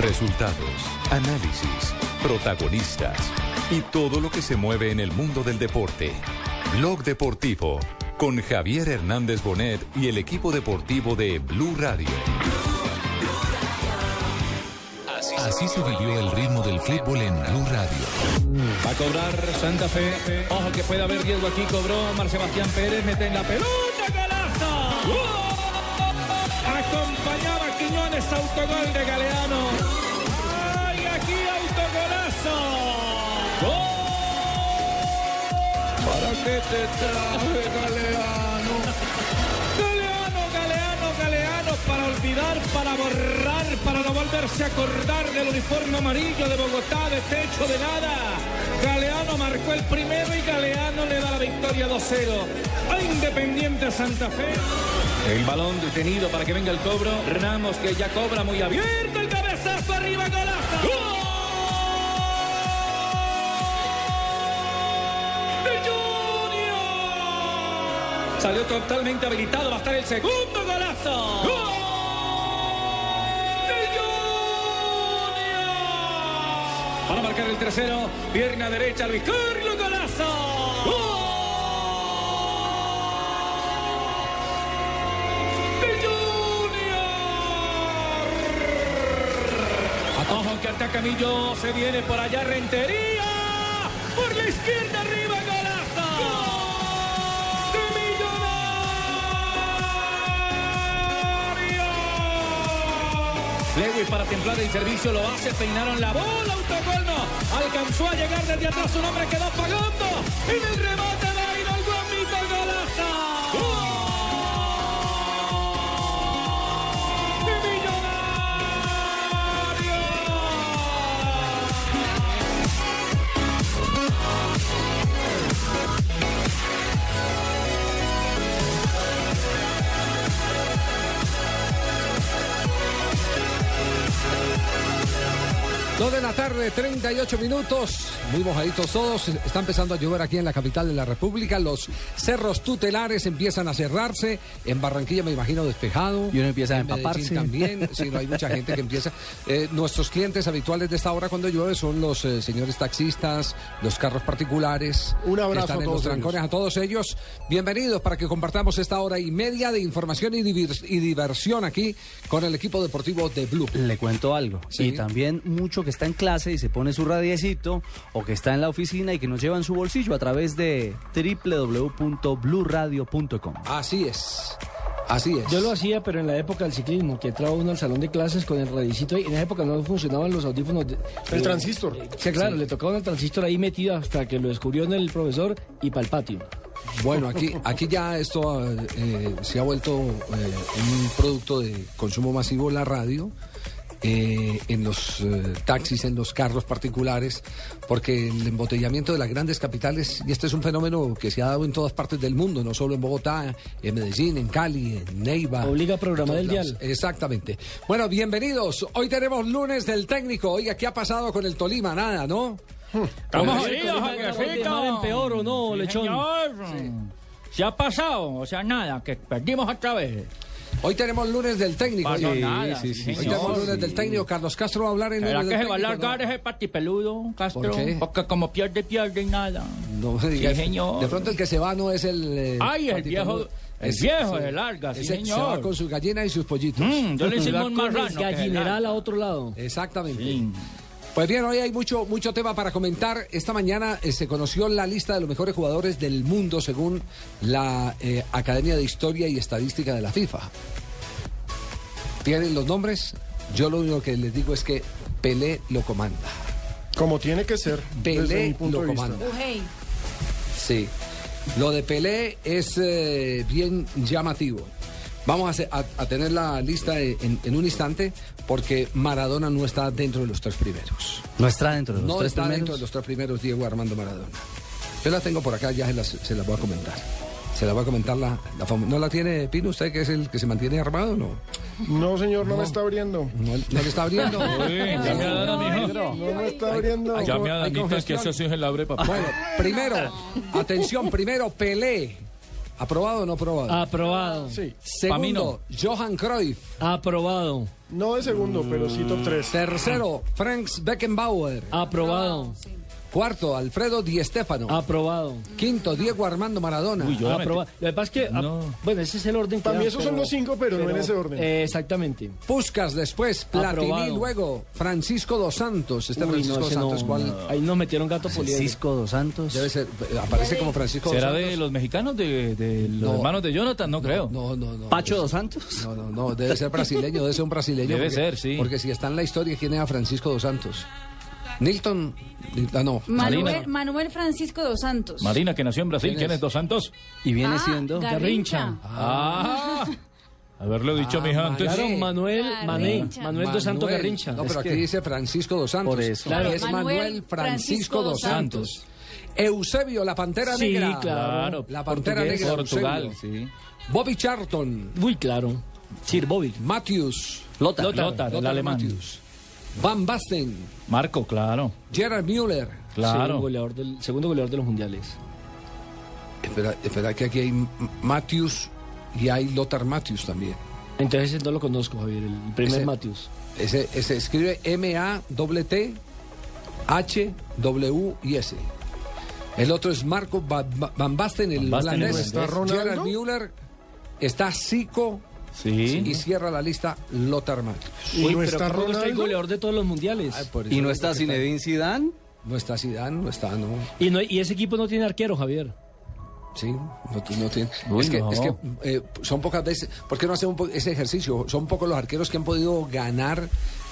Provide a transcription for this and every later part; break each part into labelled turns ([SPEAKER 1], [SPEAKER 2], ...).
[SPEAKER 1] Resultados, análisis, protagonistas y todo lo que se mueve en el mundo del deporte. Blog Deportivo con Javier Hernández Bonet y el equipo deportivo de Blue Radio. Así se vivió el ritmo del fútbol en Blue Radio.
[SPEAKER 2] Va a cobrar Santa Fe. Ojo que puede haber riesgo aquí. Cobró Mar Sebastián Pérez. Mete en la pelota. ¡Golazo! ¡Oh! Acompañaba a Quiñones. Autogol de Galeano. ¡Ay, aquí autogolazo! ¡Oh! ¿Para qué te traje, Galeano? Galeano, Galeano, Galeano. Para olvidar, para borrar, para no volverse a acordar del uniforme amarillo de Bogotá, de techo de nada. Galeano marcó el primero y Galeano le da la victoria 2-0 a Independiente Santa Fe. El balón detenido para que venga el cobro. Ramos que ya cobra muy abierto. El cabezazo arriba, golazo. ¡Gol! ¡De Junior! Salió totalmente habilitado. Va a estar el segundo golazo. ¡Gol! Para marcar el tercero, pierna derecha, Luis Carlos Golazo. ¡Gol! ¡De Junior! Atajo que ataca Millo, se viene por allá Rentería. Por la izquierda arriba, Golazo. ¡Gol! ¡De Millonarios! Lewis para templar el servicio lo hace, peinaron la bola, autogol no, alcanzó a llegar desde atrás, un hombre quedó pagando, en el remate de Ayrol Guamito, golazo. ¡Gol! ¡De Millonarios!
[SPEAKER 3] Dos de la tarde, 38 minutos. Muy mojaditos todos. Está empezando a llover aquí en la capital de la República. Los cerros tutelares empiezan a cerrarse. En Barranquilla, me imagino, despejado.
[SPEAKER 4] Y uno empieza a
[SPEAKER 3] En Medellín
[SPEAKER 4] empaparse.
[SPEAKER 3] también. Sí, no, hay mucha gente que empieza. Eh, nuestros clientes habituales de esta hora cuando llueve son los eh, señores taxistas, los carros particulares.
[SPEAKER 5] Un abrazo
[SPEAKER 3] que están en
[SPEAKER 5] a todos
[SPEAKER 3] los trancones. A todos ellos, bienvenidos para que compartamos esta hora y media de información y, divir- y diversión aquí con el equipo deportivo de Blue.
[SPEAKER 4] Le cuento algo.
[SPEAKER 3] Sí.
[SPEAKER 4] Y también mucho que está en clase y se pone su radiecito o que está en la oficina y que nos lleva en su bolsillo a través de www.bluradio.com.
[SPEAKER 3] Así es. Así es.
[SPEAKER 5] Yo lo hacía, pero en la época del ciclismo, que entraba uno al salón de clases con el radicito y en esa época no funcionaban los audífonos. el transistor. sí, claro, le tocaba un transistor ahí metido hasta que lo descubrió en el profesor y para el patio.
[SPEAKER 3] Bueno, aquí, aquí ya esto eh, eh, se ha vuelto eh, un producto de consumo masivo la radio. eh, en los eh, taxis, en los carros particulares, porque el embotellamiento de las grandes capitales, y este es un fenómeno que se ha dado en todas partes del mundo, no solo en Bogotá, en Medellín, en Cali, en Neiva.
[SPEAKER 5] Obliga a programar
[SPEAKER 3] en todos
[SPEAKER 5] el
[SPEAKER 3] lados.
[SPEAKER 5] dial.
[SPEAKER 3] Exactamente. Bueno, bienvenidos. Hoy tenemos lunes del técnico. Oiga, ¿qué ha pasado con el Tolima? Nada, ¿no?
[SPEAKER 6] Hmm. Estamos
[SPEAKER 5] Sí,
[SPEAKER 6] jodidos,
[SPEAKER 5] Tolima,
[SPEAKER 6] Javiercito.
[SPEAKER 5] de mal en peor, ¿o no, Lechón?
[SPEAKER 6] señor. Se ha pasado, o sea, nada, que perdimos otra vez.
[SPEAKER 3] Hoy tenemos lunes del técnico.
[SPEAKER 6] Pasó
[SPEAKER 3] oiga.
[SPEAKER 6] nada.
[SPEAKER 4] sí, sí,
[SPEAKER 3] Hoy
[SPEAKER 4] sí.
[SPEAKER 6] señor.
[SPEAKER 3] tenemos lunes del técnico. Carlos Castro va a hablar en
[SPEAKER 6] ¿Será
[SPEAKER 3] lunes del
[SPEAKER 6] que se va a
[SPEAKER 3] técnico,
[SPEAKER 6] largar ese patipeludo, Castro?
[SPEAKER 3] ¿Por qué?
[SPEAKER 6] Porque como pierde, pierde y nada.
[SPEAKER 3] No, no me diga
[SPEAKER 6] Sí,
[SPEAKER 3] eso.
[SPEAKER 6] señor.
[SPEAKER 3] De pronto el que se va no es el. eh,
[SPEAKER 6] Ay, el viejo,
[SPEAKER 3] patipeludo.
[SPEAKER 6] el
[SPEAKER 3] Es-
[SPEAKER 6] viejo
[SPEAKER 3] sí.
[SPEAKER 6] se larga, sí,
[SPEAKER 3] Ese que Se va
[SPEAKER 6] señor.
[SPEAKER 3] con sus gallinas y sus pollitos.
[SPEAKER 6] Mm, yo le
[SPEAKER 5] Se va
[SPEAKER 6] hicimos un
[SPEAKER 5] con el
[SPEAKER 6] marrano. que se
[SPEAKER 5] gallineral
[SPEAKER 6] larga.
[SPEAKER 5] a otro lado.
[SPEAKER 3] Exactamente.
[SPEAKER 6] Sí.
[SPEAKER 3] Pues bien, hoy hay mucho, mucho tema para comentar. Esta mañana eh, se conoció la lista de los mejores jugadores del mundo según la eh, Academia de Historia y Estadística de la FIFA. ¿Tienen los nombres? Yo lo único que les digo es que Pelé lo comanda.
[SPEAKER 7] Como tiene que ser. desde mi
[SPEAKER 3] Pelé
[SPEAKER 7] punto
[SPEAKER 3] lo
[SPEAKER 7] de vista.
[SPEAKER 3] comanda. Sí. Lo de Pelé es eh, bien llamativo. Vamos a, hacer- a- a tener la lista eh, en, en un instante porque Maradona no está dentro de los tres primeros.
[SPEAKER 4] No está dentro de los
[SPEAKER 3] No
[SPEAKER 4] tres
[SPEAKER 3] está dentro
[SPEAKER 4] primeros.
[SPEAKER 3] de los tres primeros Diego Armando Maradona. Yo la tengo por acá, ya se las, se las voy a comentar. Se la voy a comentar la, la fam- ¿No la tiene Pino usted que es el que se mantiene armado o no?
[SPEAKER 7] No, señor, no, me está abriendo.
[SPEAKER 3] No, no le está abriendo.
[SPEAKER 6] Sí, ya me ha dado, mijo.
[SPEAKER 7] No me está abriendo.
[SPEAKER 3] Ay,
[SPEAKER 8] Ya me
[SPEAKER 3] Hay
[SPEAKER 8] admites que
[SPEAKER 3] congestión.
[SPEAKER 8] eso sí es el abre papá.
[SPEAKER 3] Bueno, primero, atención, primero Pelé.
[SPEAKER 5] Ah,
[SPEAKER 3] ¿Aprobado o no aprobado?
[SPEAKER 5] Aprobado.
[SPEAKER 7] Sí.
[SPEAKER 3] Segundo, Johan Cruyff.
[SPEAKER 5] Aprobado.
[SPEAKER 7] No de segundo, pero sí top 3.
[SPEAKER 3] Tercero, Franz Beckenbauer.
[SPEAKER 5] Aprobado.
[SPEAKER 3] Cuarto, Alfredo Di Stéfano.
[SPEAKER 5] Aprobado.
[SPEAKER 3] Quinto, Diego Armando Maradona.
[SPEAKER 6] Uy, yo la metí.
[SPEAKER 5] aprobado. Lo que pasa es que. ah,
[SPEAKER 6] No.
[SPEAKER 5] Bueno, ese es el orden. que
[SPEAKER 7] Para mí
[SPEAKER 5] da,
[SPEAKER 7] esos son los cinco, pero no en ese orden.
[SPEAKER 5] eh, exactamente.
[SPEAKER 3] Puscas después, Platini
[SPEAKER 5] Aprobado.
[SPEAKER 3] luego, Francisco dos Santos. Este
[SPEAKER 5] Uy,
[SPEAKER 3] Francisco
[SPEAKER 5] no,
[SPEAKER 3] dos
[SPEAKER 5] ese
[SPEAKER 3] Santos,
[SPEAKER 5] no,
[SPEAKER 3] ¿cuál?
[SPEAKER 5] no. Ahí nos metieron gato poliedro.
[SPEAKER 4] Francisco dos Santos.
[SPEAKER 3] Debe ser, eh, aparece como Francisco
[SPEAKER 6] ¿Será
[SPEAKER 3] dos
[SPEAKER 6] de
[SPEAKER 3] Santos.
[SPEAKER 6] los mexicanos, de, de los
[SPEAKER 3] No.
[SPEAKER 6] hermanos de Jonathan? No creo.
[SPEAKER 3] No, no, no.
[SPEAKER 4] Pacho
[SPEAKER 3] es-
[SPEAKER 4] dos Santos.
[SPEAKER 3] No, no, no, debe ser brasileño, debe ser un brasileño.
[SPEAKER 6] Debe ser, sí.
[SPEAKER 3] Porque si está en la historia, ¿quién era Francisco dos Santos? Nilton. Ah, no.
[SPEAKER 6] Marina.
[SPEAKER 9] Manuel, Manuel Francisco dos Santos.
[SPEAKER 6] Marina, que nació en Brasil,
[SPEAKER 3] ¿Quién
[SPEAKER 6] ¿quién
[SPEAKER 3] es?
[SPEAKER 6] es Dos Santos?
[SPEAKER 4] Y viene
[SPEAKER 9] Ah,
[SPEAKER 4] siendo.
[SPEAKER 9] Garrincha.
[SPEAKER 6] Ah, haberlo dicho,
[SPEAKER 3] Ah,
[SPEAKER 6] mija, antes.
[SPEAKER 5] Claro, Manuel, Mané,
[SPEAKER 9] Garrincha.
[SPEAKER 5] Manuel dos Santos Garrincha.
[SPEAKER 3] Eh, No, pero
[SPEAKER 4] Es
[SPEAKER 3] aquí
[SPEAKER 4] que-
[SPEAKER 3] dice Francisco dos Santos.
[SPEAKER 4] Por eso.
[SPEAKER 3] Claro,
[SPEAKER 9] Claro,
[SPEAKER 3] es
[SPEAKER 9] Manuel
[SPEAKER 3] Manuel Francisco
[SPEAKER 9] Francisco
[SPEAKER 3] dos
[SPEAKER 9] dos
[SPEAKER 3] Santos. Eusebio, la pantera
[SPEAKER 5] Sí,
[SPEAKER 3] negra.
[SPEAKER 5] claro.
[SPEAKER 3] La Pantera
[SPEAKER 5] Portugués.
[SPEAKER 3] Negra.
[SPEAKER 6] Portugal,
[SPEAKER 3] Eusebio.
[SPEAKER 6] sí.
[SPEAKER 3] Bobby Charlton.
[SPEAKER 5] Uy, claro. Sir Bobby.
[SPEAKER 3] Matthews.
[SPEAKER 4] Lota.
[SPEAKER 6] Lothar, el
[SPEAKER 3] Lothar
[SPEAKER 6] alemán.
[SPEAKER 3] Matthews. Van Basten.
[SPEAKER 6] Marco, claro,
[SPEAKER 3] Gerard Müller.
[SPEAKER 5] Sí,
[SPEAKER 6] claro.
[SPEAKER 5] goleador del, segundo goleador de los mundiales.
[SPEAKER 3] Espera, espera que aquí hay M- Matthews y hay Lothar Matthews también.
[SPEAKER 5] Entonces ese no lo conozco, Javier. El primer
[SPEAKER 3] Ese-
[SPEAKER 5] Matthews.
[SPEAKER 3] Ese, ese escribe M-A-T-H-W-I-S. El otro es Marco Ba- Ba- Van Basten, el
[SPEAKER 6] Van Basten, el
[SPEAKER 3] holandés.
[SPEAKER 7] ¿Está Ronaldo?
[SPEAKER 3] Gerard Müller. Está Zico.
[SPEAKER 6] Sí.
[SPEAKER 3] Y cierra la lista Lothar Matthews.
[SPEAKER 7] ¿Y no
[SPEAKER 5] pero
[SPEAKER 7] está
[SPEAKER 5] ¿cómo no está el
[SPEAKER 7] Ronaldo?
[SPEAKER 5] goleador de todos los mundiales.
[SPEAKER 4] Y no está Zinedine Zidane.
[SPEAKER 3] No está Zidane, no está, no.
[SPEAKER 5] y, no- y ese equipo no tiene arquero, Javier.
[SPEAKER 3] Sí, no, ti- no tiene.
[SPEAKER 6] Uy,
[SPEAKER 3] es que,
[SPEAKER 6] no.
[SPEAKER 3] es que, eh, son pocas veces. ¿Por qué no hacemos un po- ese ejercicio? Son pocos los arqueros que han podido ganar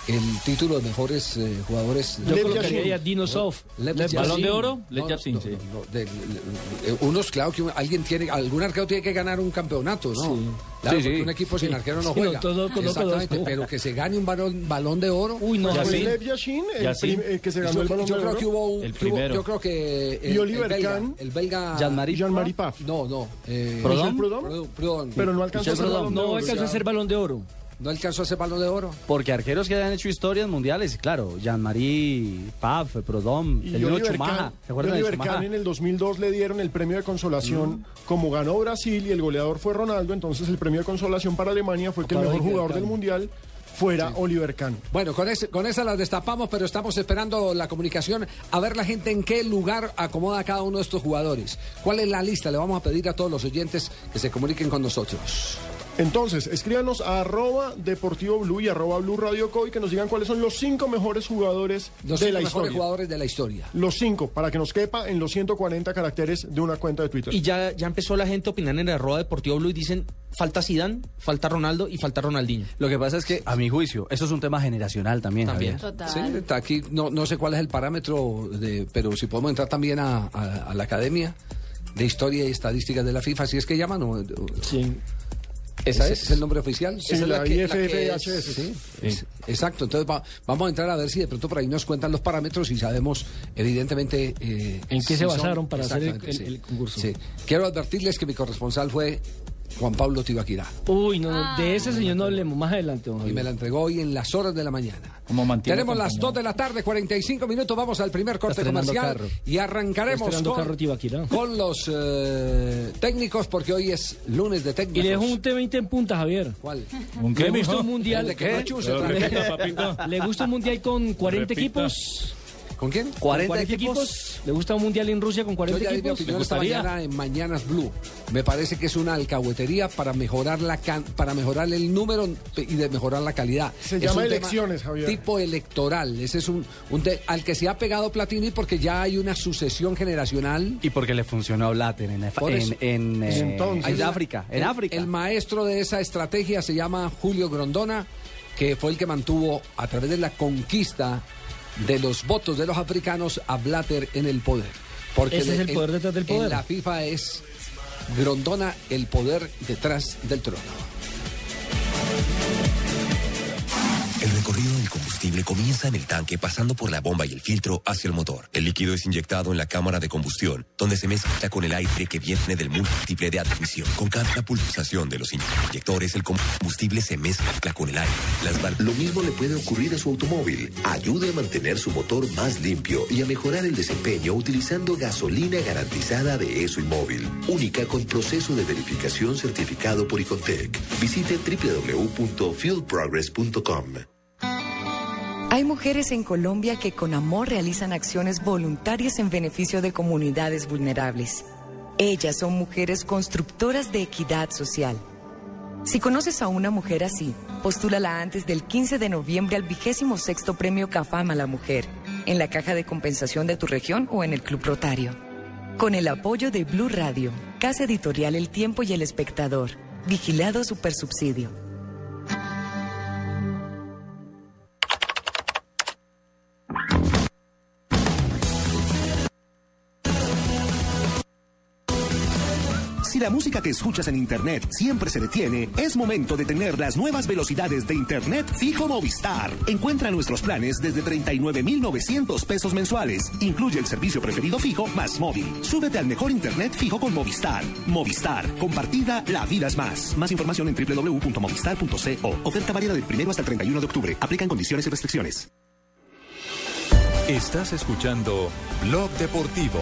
[SPEAKER 3] el título de mejores eh, jugadores.
[SPEAKER 5] Yo
[SPEAKER 7] Lev
[SPEAKER 5] colocaría
[SPEAKER 7] Yashin.
[SPEAKER 5] ya Dino Soft.
[SPEAKER 3] Lev
[SPEAKER 5] Yashin.
[SPEAKER 6] ¿Balón de oro?
[SPEAKER 3] No,
[SPEAKER 6] Lev
[SPEAKER 3] no,
[SPEAKER 6] Yashin,
[SPEAKER 3] no,
[SPEAKER 6] sí.
[SPEAKER 3] no, de- le- le- eh, unos, claro, que un- alguien tiene, algún arquero tiene que ganar un campeonato, ¿no? Claro,
[SPEAKER 4] Sí, sí.
[SPEAKER 3] porque un equipo sin arquero no
[SPEAKER 5] Sí, no,
[SPEAKER 3] juega.
[SPEAKER 5] todo- todo-
[SPEAKER 3] Exactamente,
[SPEAKER 5] todo-
[SPEAKER 3] pero que se gane un balón, balón de oro.
[SPEAKER 5] Uy, no,
[SPEAKER 7] Fue
[SPEAKER 5] Javier.
[SPEAKER 6] Yashin.
[SPEAKER 7] Lev Yashin, el
[SPEAKER 6] Yashin.
[SPEAKER 7] prim- el que se ganó
[SPEAKER 3] yo,
[SPEAKER 7] el balón
[SPEAKER 3] yo
[SPEAKER 7] de
[SPEAKER 3] creo
[SPEAKER 7] oro.
[SPEAKER 3] que hubo un.
[SPEAKER 6] El
[SPEAKER 3] que hubo-
[SPEAKER 6] primero.
[SPEAKER 3] yo creo que. eh,
[SPEAKER 7] Y Oliver
[SPEAKER 3] belga,
[SPEAKER 7] Kahn.
[SPEAKER 3] el belga.
[SPEAKER 4] Jean-Marie.
[SPEAKER 7] Jean-Marie Paf.
[SPEAKER 3] No, no. eh,
[SPEAKER 7] ¿Michel
[SPEAKER 6] ¿Prodom?
[SPEAKER 7] Prudhomme?
[SPEAKER 3] Perdón, perdón.
[SPEAKER 7] Pero no alcanzó a ser balón de
[SPEAKER 5] No
[SPEAKER 7] oro.
[SPEAKER 5] alcanzó a
[SPEAKER 3] ya.
[SPEAKER 5] ser balón de oro.
[SPEAKER 3] No alcanzó a ese balón de oro.
[SPEAKER 4] Porque arqueros que hayan hecho historias mundiales, claro, Jean-Marie, Paf, Prodom,
[SPEAKER 7] Y
[SPEAKER 4] el Nino
[SPEAKER 7] Oliver
[SPEAKER 4] Chumaja,
[SPEAKER 7] Kahn,
[SPEAKER 4] ¿se acuerdan de
[SPEAKER 7] Oliver
[SPEAKER 4] Chumaja?
[SPEAKER 7] Kahn en el 2002 le dieron el premio de
[SPEAKER 3] Mm.
[SPEAKER 7] consolación. Como ganó Brasil y el goleador fue Ronaldo, entonces el premio de consolación para Alemania fue que el
[SPEAKER 5] Para
[SPEAKER 7] mejor
[SPEAKER 5] Oliver
[SPEAKER 7] jugador
[SPEAKER 5] Kahn.
[SPEAKER 7] del Mundial fuera Oliver Kahn.
[SPEAKER 3] Bueno, con, ese- con esa la destapamos, pero estamos esperando la comunicación a ver la gente en qué lugar acomoda a cada uno de estos jugadores. ¿Cuál es la lista? Le vamos a pedir a todos los oyentes que se comuniquen con nosotros.
[SPEAKER 7] Entonces, escríbanos a arroba Deportivo Blue y arroba Blue Radio Co y que nos digan cuáles son los cinco mejores jugadores
[SPEAKER 3] Los
[SPEAKER 7] de
[SPEAKER 3] cinco
[SPEAKER 7] la
[SPEAKER 3] mejores
[SPEAKER 7] historia.
[SPEAKER 3] jugadores de la historia.
[SPEAKER 7] Los cinco, para que nos quepa en los 140 caracteres de una cuenta de Twitter.
[SPEAKER 10] Y ya, ya empezó la gente a opinar en la rueda Deportivo Blue y dicen, falta Zidane, falta Ronaldo y falta Ronaldinho.
[SPEAKER 4] Lo que pasa es que, a mi juicio, eso es un tema generacional también.
[SPEAKER 10] También.
[SPEAKER 4] Javier.
[SPEAKER 9] Total.
[SPEAKER 3] Sí, está aquí no, no sé cuál es el parámetro, de, pero si podemos entrar también a, a- a la Academia de Historia y Estadísticas de la FIFA, si es que llaman. ¿o?
[SPEAKER 5] Sí.
[SPEAKER 10] Esa
[SPEAKER 3] ¿Ese
[SPEAKER 10] es.
[SPEAKER 3] el nombre oficial?
[SPEAKER 7] Sí,
[SPEAKER 3] Esa es
[SPEAKER 7] la
[SPEAKER 3] que- que
[SPEAKER 7] IFFHS.
[SPEAKER 3] es- sí, es- exacto. Entonces va- vamos a entrar a ver si de pronto por ahí nos cuentan los parámetros y sabemos, evidentemente. eh,
[SPEAKER 5] ¿En qué
[SPEAKER 3] si
[SPEAKER 5] se basaron para hacer el-
[SPEAKER 3] exactamente,
[SPEAKER 5] el- el concurso?
[SPEAKER 3] sí. Quiero advertirles que mi corresponsal fue Juan Pablo Tibaquirá
[SPEAKER 5] Uy, no, no, de ese señor no hablemos más adelante, don
[SPEAKER 3] y me
[SPEAKER 5] Javier.
[SPEAKER 3] la entregó hoy en las horas de la mañana.
[SPEAKER 6] Como mantiene
[SPEAKER 3] Tenemos las
[SPEAKER 6] compañía.
[SPEAKER 3] 2 de la tarde, 45 minutos, vamos al primer corte
[SPEAKER 5] estrenando
[SPEAKER 3] comercial
[SPEAKER 5] carro.
[SPEAKER 3] y arrancaremos
[SPEAKER 5] Estrenando
[SPEAKER 3] con,
[SPEAKER 5] carro Tibaquirá.
[SPEAKER 3] con los eh, técnicos porque hoy es lunes de técnicos.
[SPEAKER 5] Y le dejo un T20 en punta, Javier.
[SPEAKER 3] ¿Cuál?
[SPEAKER 6] ¿Un
[SPEAKER 5] Le
[SPEAKER 6] qué,
[SPEAKER 5] gusta
[SPEAKER 6] mijo?
[SPEAKER 5] un mundial.
[SPEAKER 3] El de que Pachu se
[SPEAKER 6] Pero
[SPEAKER 3] trae.
[SPEAKER 6] repita, papito.
[SPEAKER 5] ¿Le gusta un mundial con 40
[SPEAKER 6] Repita.
[SPEAKER 5] equipos?
[SPEAKER 3] ¿Con quién?
[SPEAKER 4] 40,
[SPEAKER 5] ¿Con
[SPEAKER 4] equipos.
[SPEAKER 5] ¿Le gusta un mundial en Rusia con
[SPEAKER 3] Yo
[SPEAKER 5] 40
[SPEAKER 3] ya di mi
[SPEAKER 5] equipos?
[SPEAKER 3] opinión
[SPEAKER 6] ¿Me
[SPEAKER 3] esta
[SPEAKER 6] gustaría?
[SPEAKER 3] mañana en Mañanas Blue. Me parece que es una alcahuetería para mejorar la can- para mejorar el número y de mejorar la calidad.
[SPEAKER 7] Se
[SPEAKER 3] Es
[SPEAKER 7] llama
[SPEAKER 3] un tema
[SPEAKER 7] elecciones, Javier.
[SPEAKER 3] Tipo electoral. Ese es un, un te- al que se ha pegado Platini porque ya hay una sucesión generacional.
[SPEAKER 4] Y porque le funcionó a Blatter en,
[SPEAKER 3] Por eso. ¿eh?
[SPEAKER 4] en, en, eh,
[SPEAKER 7] Entonces.
[SPEAKER 4] en África. En
[SPEAKER 3] El-
[SPEAKER 4] África.
[SPEAKER 3] El maestro de esa estrategia se llama Julio Grondona, que fue el que mantuvo a través de la conquista de los votos de los africanos a Blatter en el poder. Porque
[SPEAKER 5] Ese es el
[SPEAKER 3] en-
[SPEAKER 5] poder detrás del
[SPEAKER 3] En
[SPEAKER 5] poder.
[SPEAKER 3] la FIFA es Grondona el poder detrás del trono.
[SPEAKER 11] El
[SPEAKER 12] recorrido del combustible comienza en el tanque pasando por la bomba y el filtro hacia el motor. El líquido es inyectado en la cámara de combustión, donde se mezcla con el aire que viene del múltiple de admisión. Con cada pulsación de los inyectores, el combustible se mezcla con el aire. Las val-
[SPEAKER 13] Lo mismo le puede ocurrir a su automóvil. Ayude a mantener su motor más limpio y a mejorar el desempeño utilizando gasolina garantizada de ESO Inmóvil, única con proceso de verificación certificado por Icontec. Visite www.fieldprogress.com.
[SPEAKER 14] Hay mujeres en Colombia que con amor realizan acciones voluntarias en beneficio de comunidades vulnerables. Ellas son mujeres constructoras de equidad social. Si conoces a una mujer así, postúlala antes del 15 de noviembre al 26 Premio Cafama a la Mujer, en la caja de compensación de tu región o en el Club Rotario. Con el apoyo de Blue Radio, Casa Editorial El Tiempo y El Espectador, vigilado Supersubsidio.
[SPEAKER 11] Si la música que escuchas en Internet siempre se detiene, es momento de tener las nuevas velocidades de Internet fijo Movistar. Encuentra nuestros planes desde 39.900 pesos mensuales. Incluye el servicio preferido fijo más móvil. Súbete al mejor Internet fijo con Movistar. Movistar, compartida, la vida es más. Más información en www.movistar.co. Oferta válida del primero hasta el 31 de octubre. Aplican condiciones y restricciones.
[SPEAKER 1] Estás escuchando Blog Deportivo.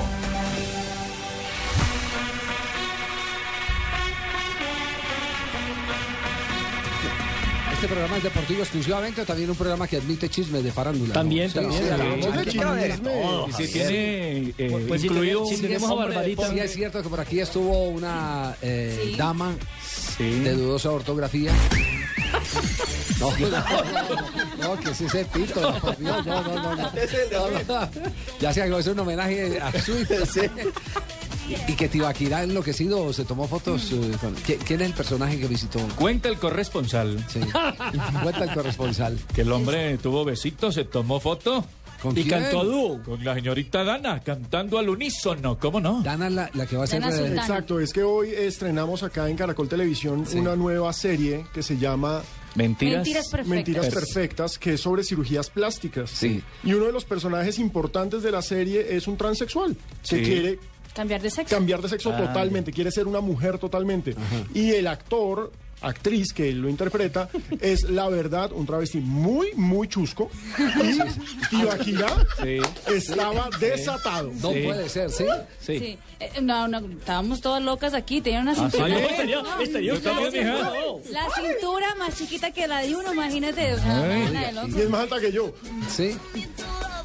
[SPEAKER 3] Este programa es deportivo exclusivamente, o también un programa que admite chismes de farándula.
[SPEAKER 5] También, también,
[SPEAKER 3] a la
[SPEAKER 5] también.
[SPEAKER 3] noche,
[SPEAKER 5] Aquí
[SPEAKER 3] aquí
[SPEAKER 5] cabe
[SPEAKER 3] también.
[SPEAKER 5] de todo, Y Pues si Javier. tiene, eh, Pues, pues, si incluido- tenemos- si tenemos a
[SPEAKER 3] hombre de
[SPEAKER 5] Barbarita.
[SPEAKER 3] deporte. Sí, es cierto que por aquí estuvo una eh, dama de dudosa ortografía. No, no, no, no, que sí ese pito, no, por Dios, no, no, no, no. No, no. Ya se hago, es un homenaje a Swift. Y que Tibaquirá enloquecido se tomó fotos. eh, con- ¿Qui- ¿Quién es el personaje que visitó?
[SPEAKER 6] Cuenta el corresponsal.
[SPEAKER 3] Cuenta el corresponsal.
[SPEAKER 6] Que el hombre tuvo besitos, se tomó foto. y
[SPEAKER 3] quién?
[SPEAKER 6] cantó a dúo con la señorita Dana, cantando al unísono, ¿cómo no?
[SPEAKER 3] Dana la, que va a
[SPEAKER 7] Exacto, es que hoy estrenamos acá en Caracol Televisión una nueva serie que se llama
[SPEAKER 6] Mentiras- Mentiras Perfectas.
[SPEAKER 7] Mentiras Perfectas, que es sobre cirugías plásticas.
[SPEAKER 3] Sí.
[SPEAKER 7] Y uno de los personajes importantes de la serie es un transexual que
[SPEAKER 6] Sí.
[SPEAKER 7] quiere
[SPEAKER 9] Cambiar de sexo.
[SPEAKER 7] cambiar de sexo
[SPEAKER 9] Ah,
[SPEAKER 7] totalmente, quiere ser una mujer totalmente. Y el actor, actriz que lo interpreta, es la verdad un travesti muy, muy chusco. Y Tibaquirá
[SPEAKER 6] Sí.
[SPEAKER 7] estaba
[SPEAKER 6] Sí.
[SPEAKER 7] desatado.
[SPEAKER 3] No puede ser, ¿sí?
[SPEAKER 6] Sí.
[SPEAKER 9] Sí. Eh, no, no, estábamos todas locas aquí, tenía una
[SPEAKER 6] Ah,
[SPEAKER 9] cintura.
[SPEAKER 6] sí, no, estaría- estaría
[SPEAKER 9] la,
[SPEAKER 6] usted bien,
[SPEAKER 9] cintura
[SPEAKER 6] mija.
[SPEAKER 9] la cintura más chiquita que la de uno, imagínate. O sea,
[SPEAKER 6] Ay.
[SPEAKER 9] la del otro.
[SPEAKER 7] Y es más alta que yo.
[SPEAKER 3] Ah, Sí.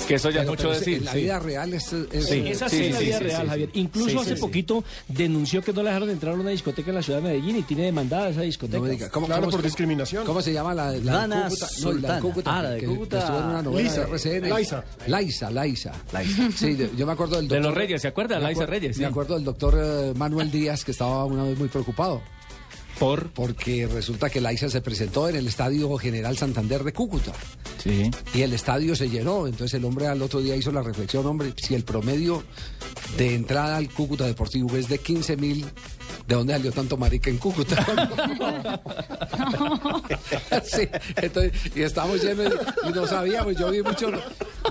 [SPEAKER 6] Que eso ya es
[SPEAKER 3] Pero-
[SPEAKER 6] mucho
[SPEAKER 3] pero
[SPEAKER 6] decir.
[SPEAKER 3] En la
[SPEAKER 6] sí.
[SPEAKER 3] vida real es. es-
[SPEAKER 5] Sí, esa sí, es la vida real, Javier. Incluso
[SPEAKER 6] Sí, sí,
[SPEAKER 5] hace
[SPEAKER 6] sí.
[SPEAKER 5] poquito denunció que no le dejaron entrar a una discoteca en la ciudad de Medellín y tiene demandada esa discoteca.
[SPEAKER 3] No me diga, ¿cómo- Claro, cómo- por discriminación. ¿Cómo se llama la, la de
[SPEAKER 5] Dana
[SPEAKER 3] Cúcuta? No, la
[SPEAKER 5] Sultana.
[SPEAKER 3] de Cúcuta.
[SPEAKER 5] Ah, la de
[SPEAKER 3] que-
[SPEAKER 5] Cúcuta.
[SPEAKER 3] que estuvo en una novela
[SPEAKER 5] Liza.
[SPEAKER 3] de RCN.
[SPEAKER 5] Liza.
[SPEAKER 3] Laisa, Laisa. Sí, de- yo me acuerdo del
[SPEAKER 6] De
[SPEAKER 3] doctor.
[SPEAKER 6] los Reyes, ¿se acuerda?
[SPEAKER 3] me
[SPEAKER 6] Liza
[SPEAKER 3] acuer-
[SPEAKER 6] Reyes, sí.
[SPEAKER 3] Me acuerdo del doctor eh, Manuel Díaz, que estaba una vez muy preocupado.
[SPEAKER 6] ¿Por?
[SPEAKER 3] Porque resulta que Laisa se presentó en el Estadio General Santander de Cúcuta.
[SPEAKER 6] Sí.
[SPEAKER 3] Y el estadio se llenó. Entonces el hombre al otro día hizo la reflexión, hombre, si el promedio de entrada al Cúcuta Deportivo es de 15 mil, ¿de dónde salió tanto marica en Cúcuta? sí, entonces, y estábamos llenos de- y no sabíamos, yo vi muchos,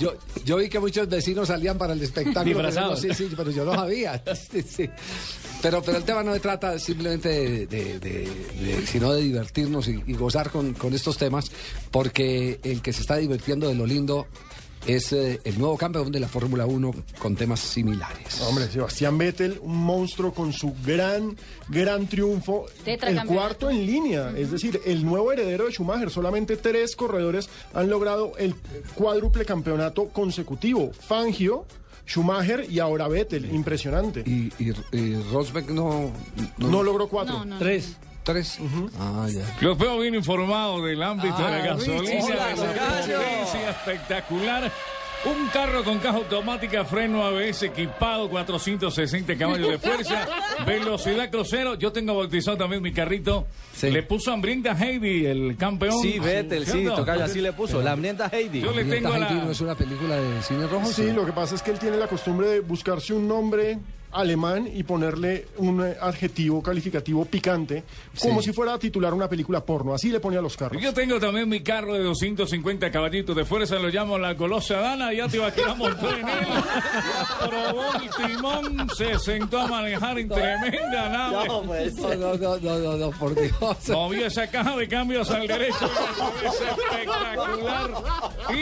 [SPEAKER 3] yo, yo vi que muchos vecinos salían para el espectáculo. pero
[SPEAKER 6] Disfrazados.
[SPEAKER 3] no, sí, sí, pero yo no sabía. Sí, sí. Pero, pero el tema no se trata simplemente de, de- de- de- sino de divertirnos y, y gozar con, con estos temas, porque el que se está divirtiendo de lo lindo es eh, el nuevo campeón de la Fórmula 1 con temas similares.
[SPEAKER 7] Hombre, Sebastián Vettel, un monstruo con su gran, gran triunfo. El
[SPEAKER 9] Tetracampeonato.
[SPEAKER 7] cuarto en línea, es decir, el nuevo heredero de Schumacher. Solamente tres corredores han logrado el cuádruple campeonato consecutivo. Fangio, Schumacher y ahora Vettel. Impresionante.
[SPEAKER 3] Y, y, y Rosberg no,
[SPEAKER 7] No logró cuatro. No, no, no.
[SPEAKER 3] Tres. Tres. Ah, ya.
[SPEAKER 6] Los veo bien informados del ámbito de la
[SPEAKER 3] Ah,
[SPEAKER 6] gasolina,
[SPEAKER 3] Richie,
[SPEAKER 6] de
[SPEAKER 3] hola,
[SPEAKER 6] la
[SPEAKER 3] Gallo.
[SPEAKER 6] competencia espectacular. Un carro con caja automática, freno ABS equipado, 460 caballos de fuerza, velocidad crucero. Yo tengo bautizado también mi carrito. Le puso hambrienta Heidi, el campeón.
[SPEAKER 4] Sí, Vettel, sí,
[SPEAKER 6] ¿Cierto?
[SPEAKER 4] tocayo, así le puso. La hambrienta Heidi.
[SPEAKER 6] Yo le
[SPEAKER 3] Hambrienta
[SPEAKER 6] tengo la-
[SPEAKER 3] Heidi no es una película de cine rojo?
[SPEAKER 7] Sí, lo que pasa es que él tiene la costumbre de buscarse un nombre alemán y ponerle un eh, adjetivo calificativo picante, como si fuera a titular una película porno. Así le ponía a los carros.
[SPEAKER 6] Yo tengo también mi carro de 250 caballitos de fuerza, lo llamo la Colosa Dana, ya te iba a quedar montón en él. Probó el timón, se sentó a manejar en tremenda nave.
[SPEAKER 3] No, pues, no, no, no, no, no, por Dios.
[SPEAKER 6] Movió esa caja de cambios al derecho. Es espectacular.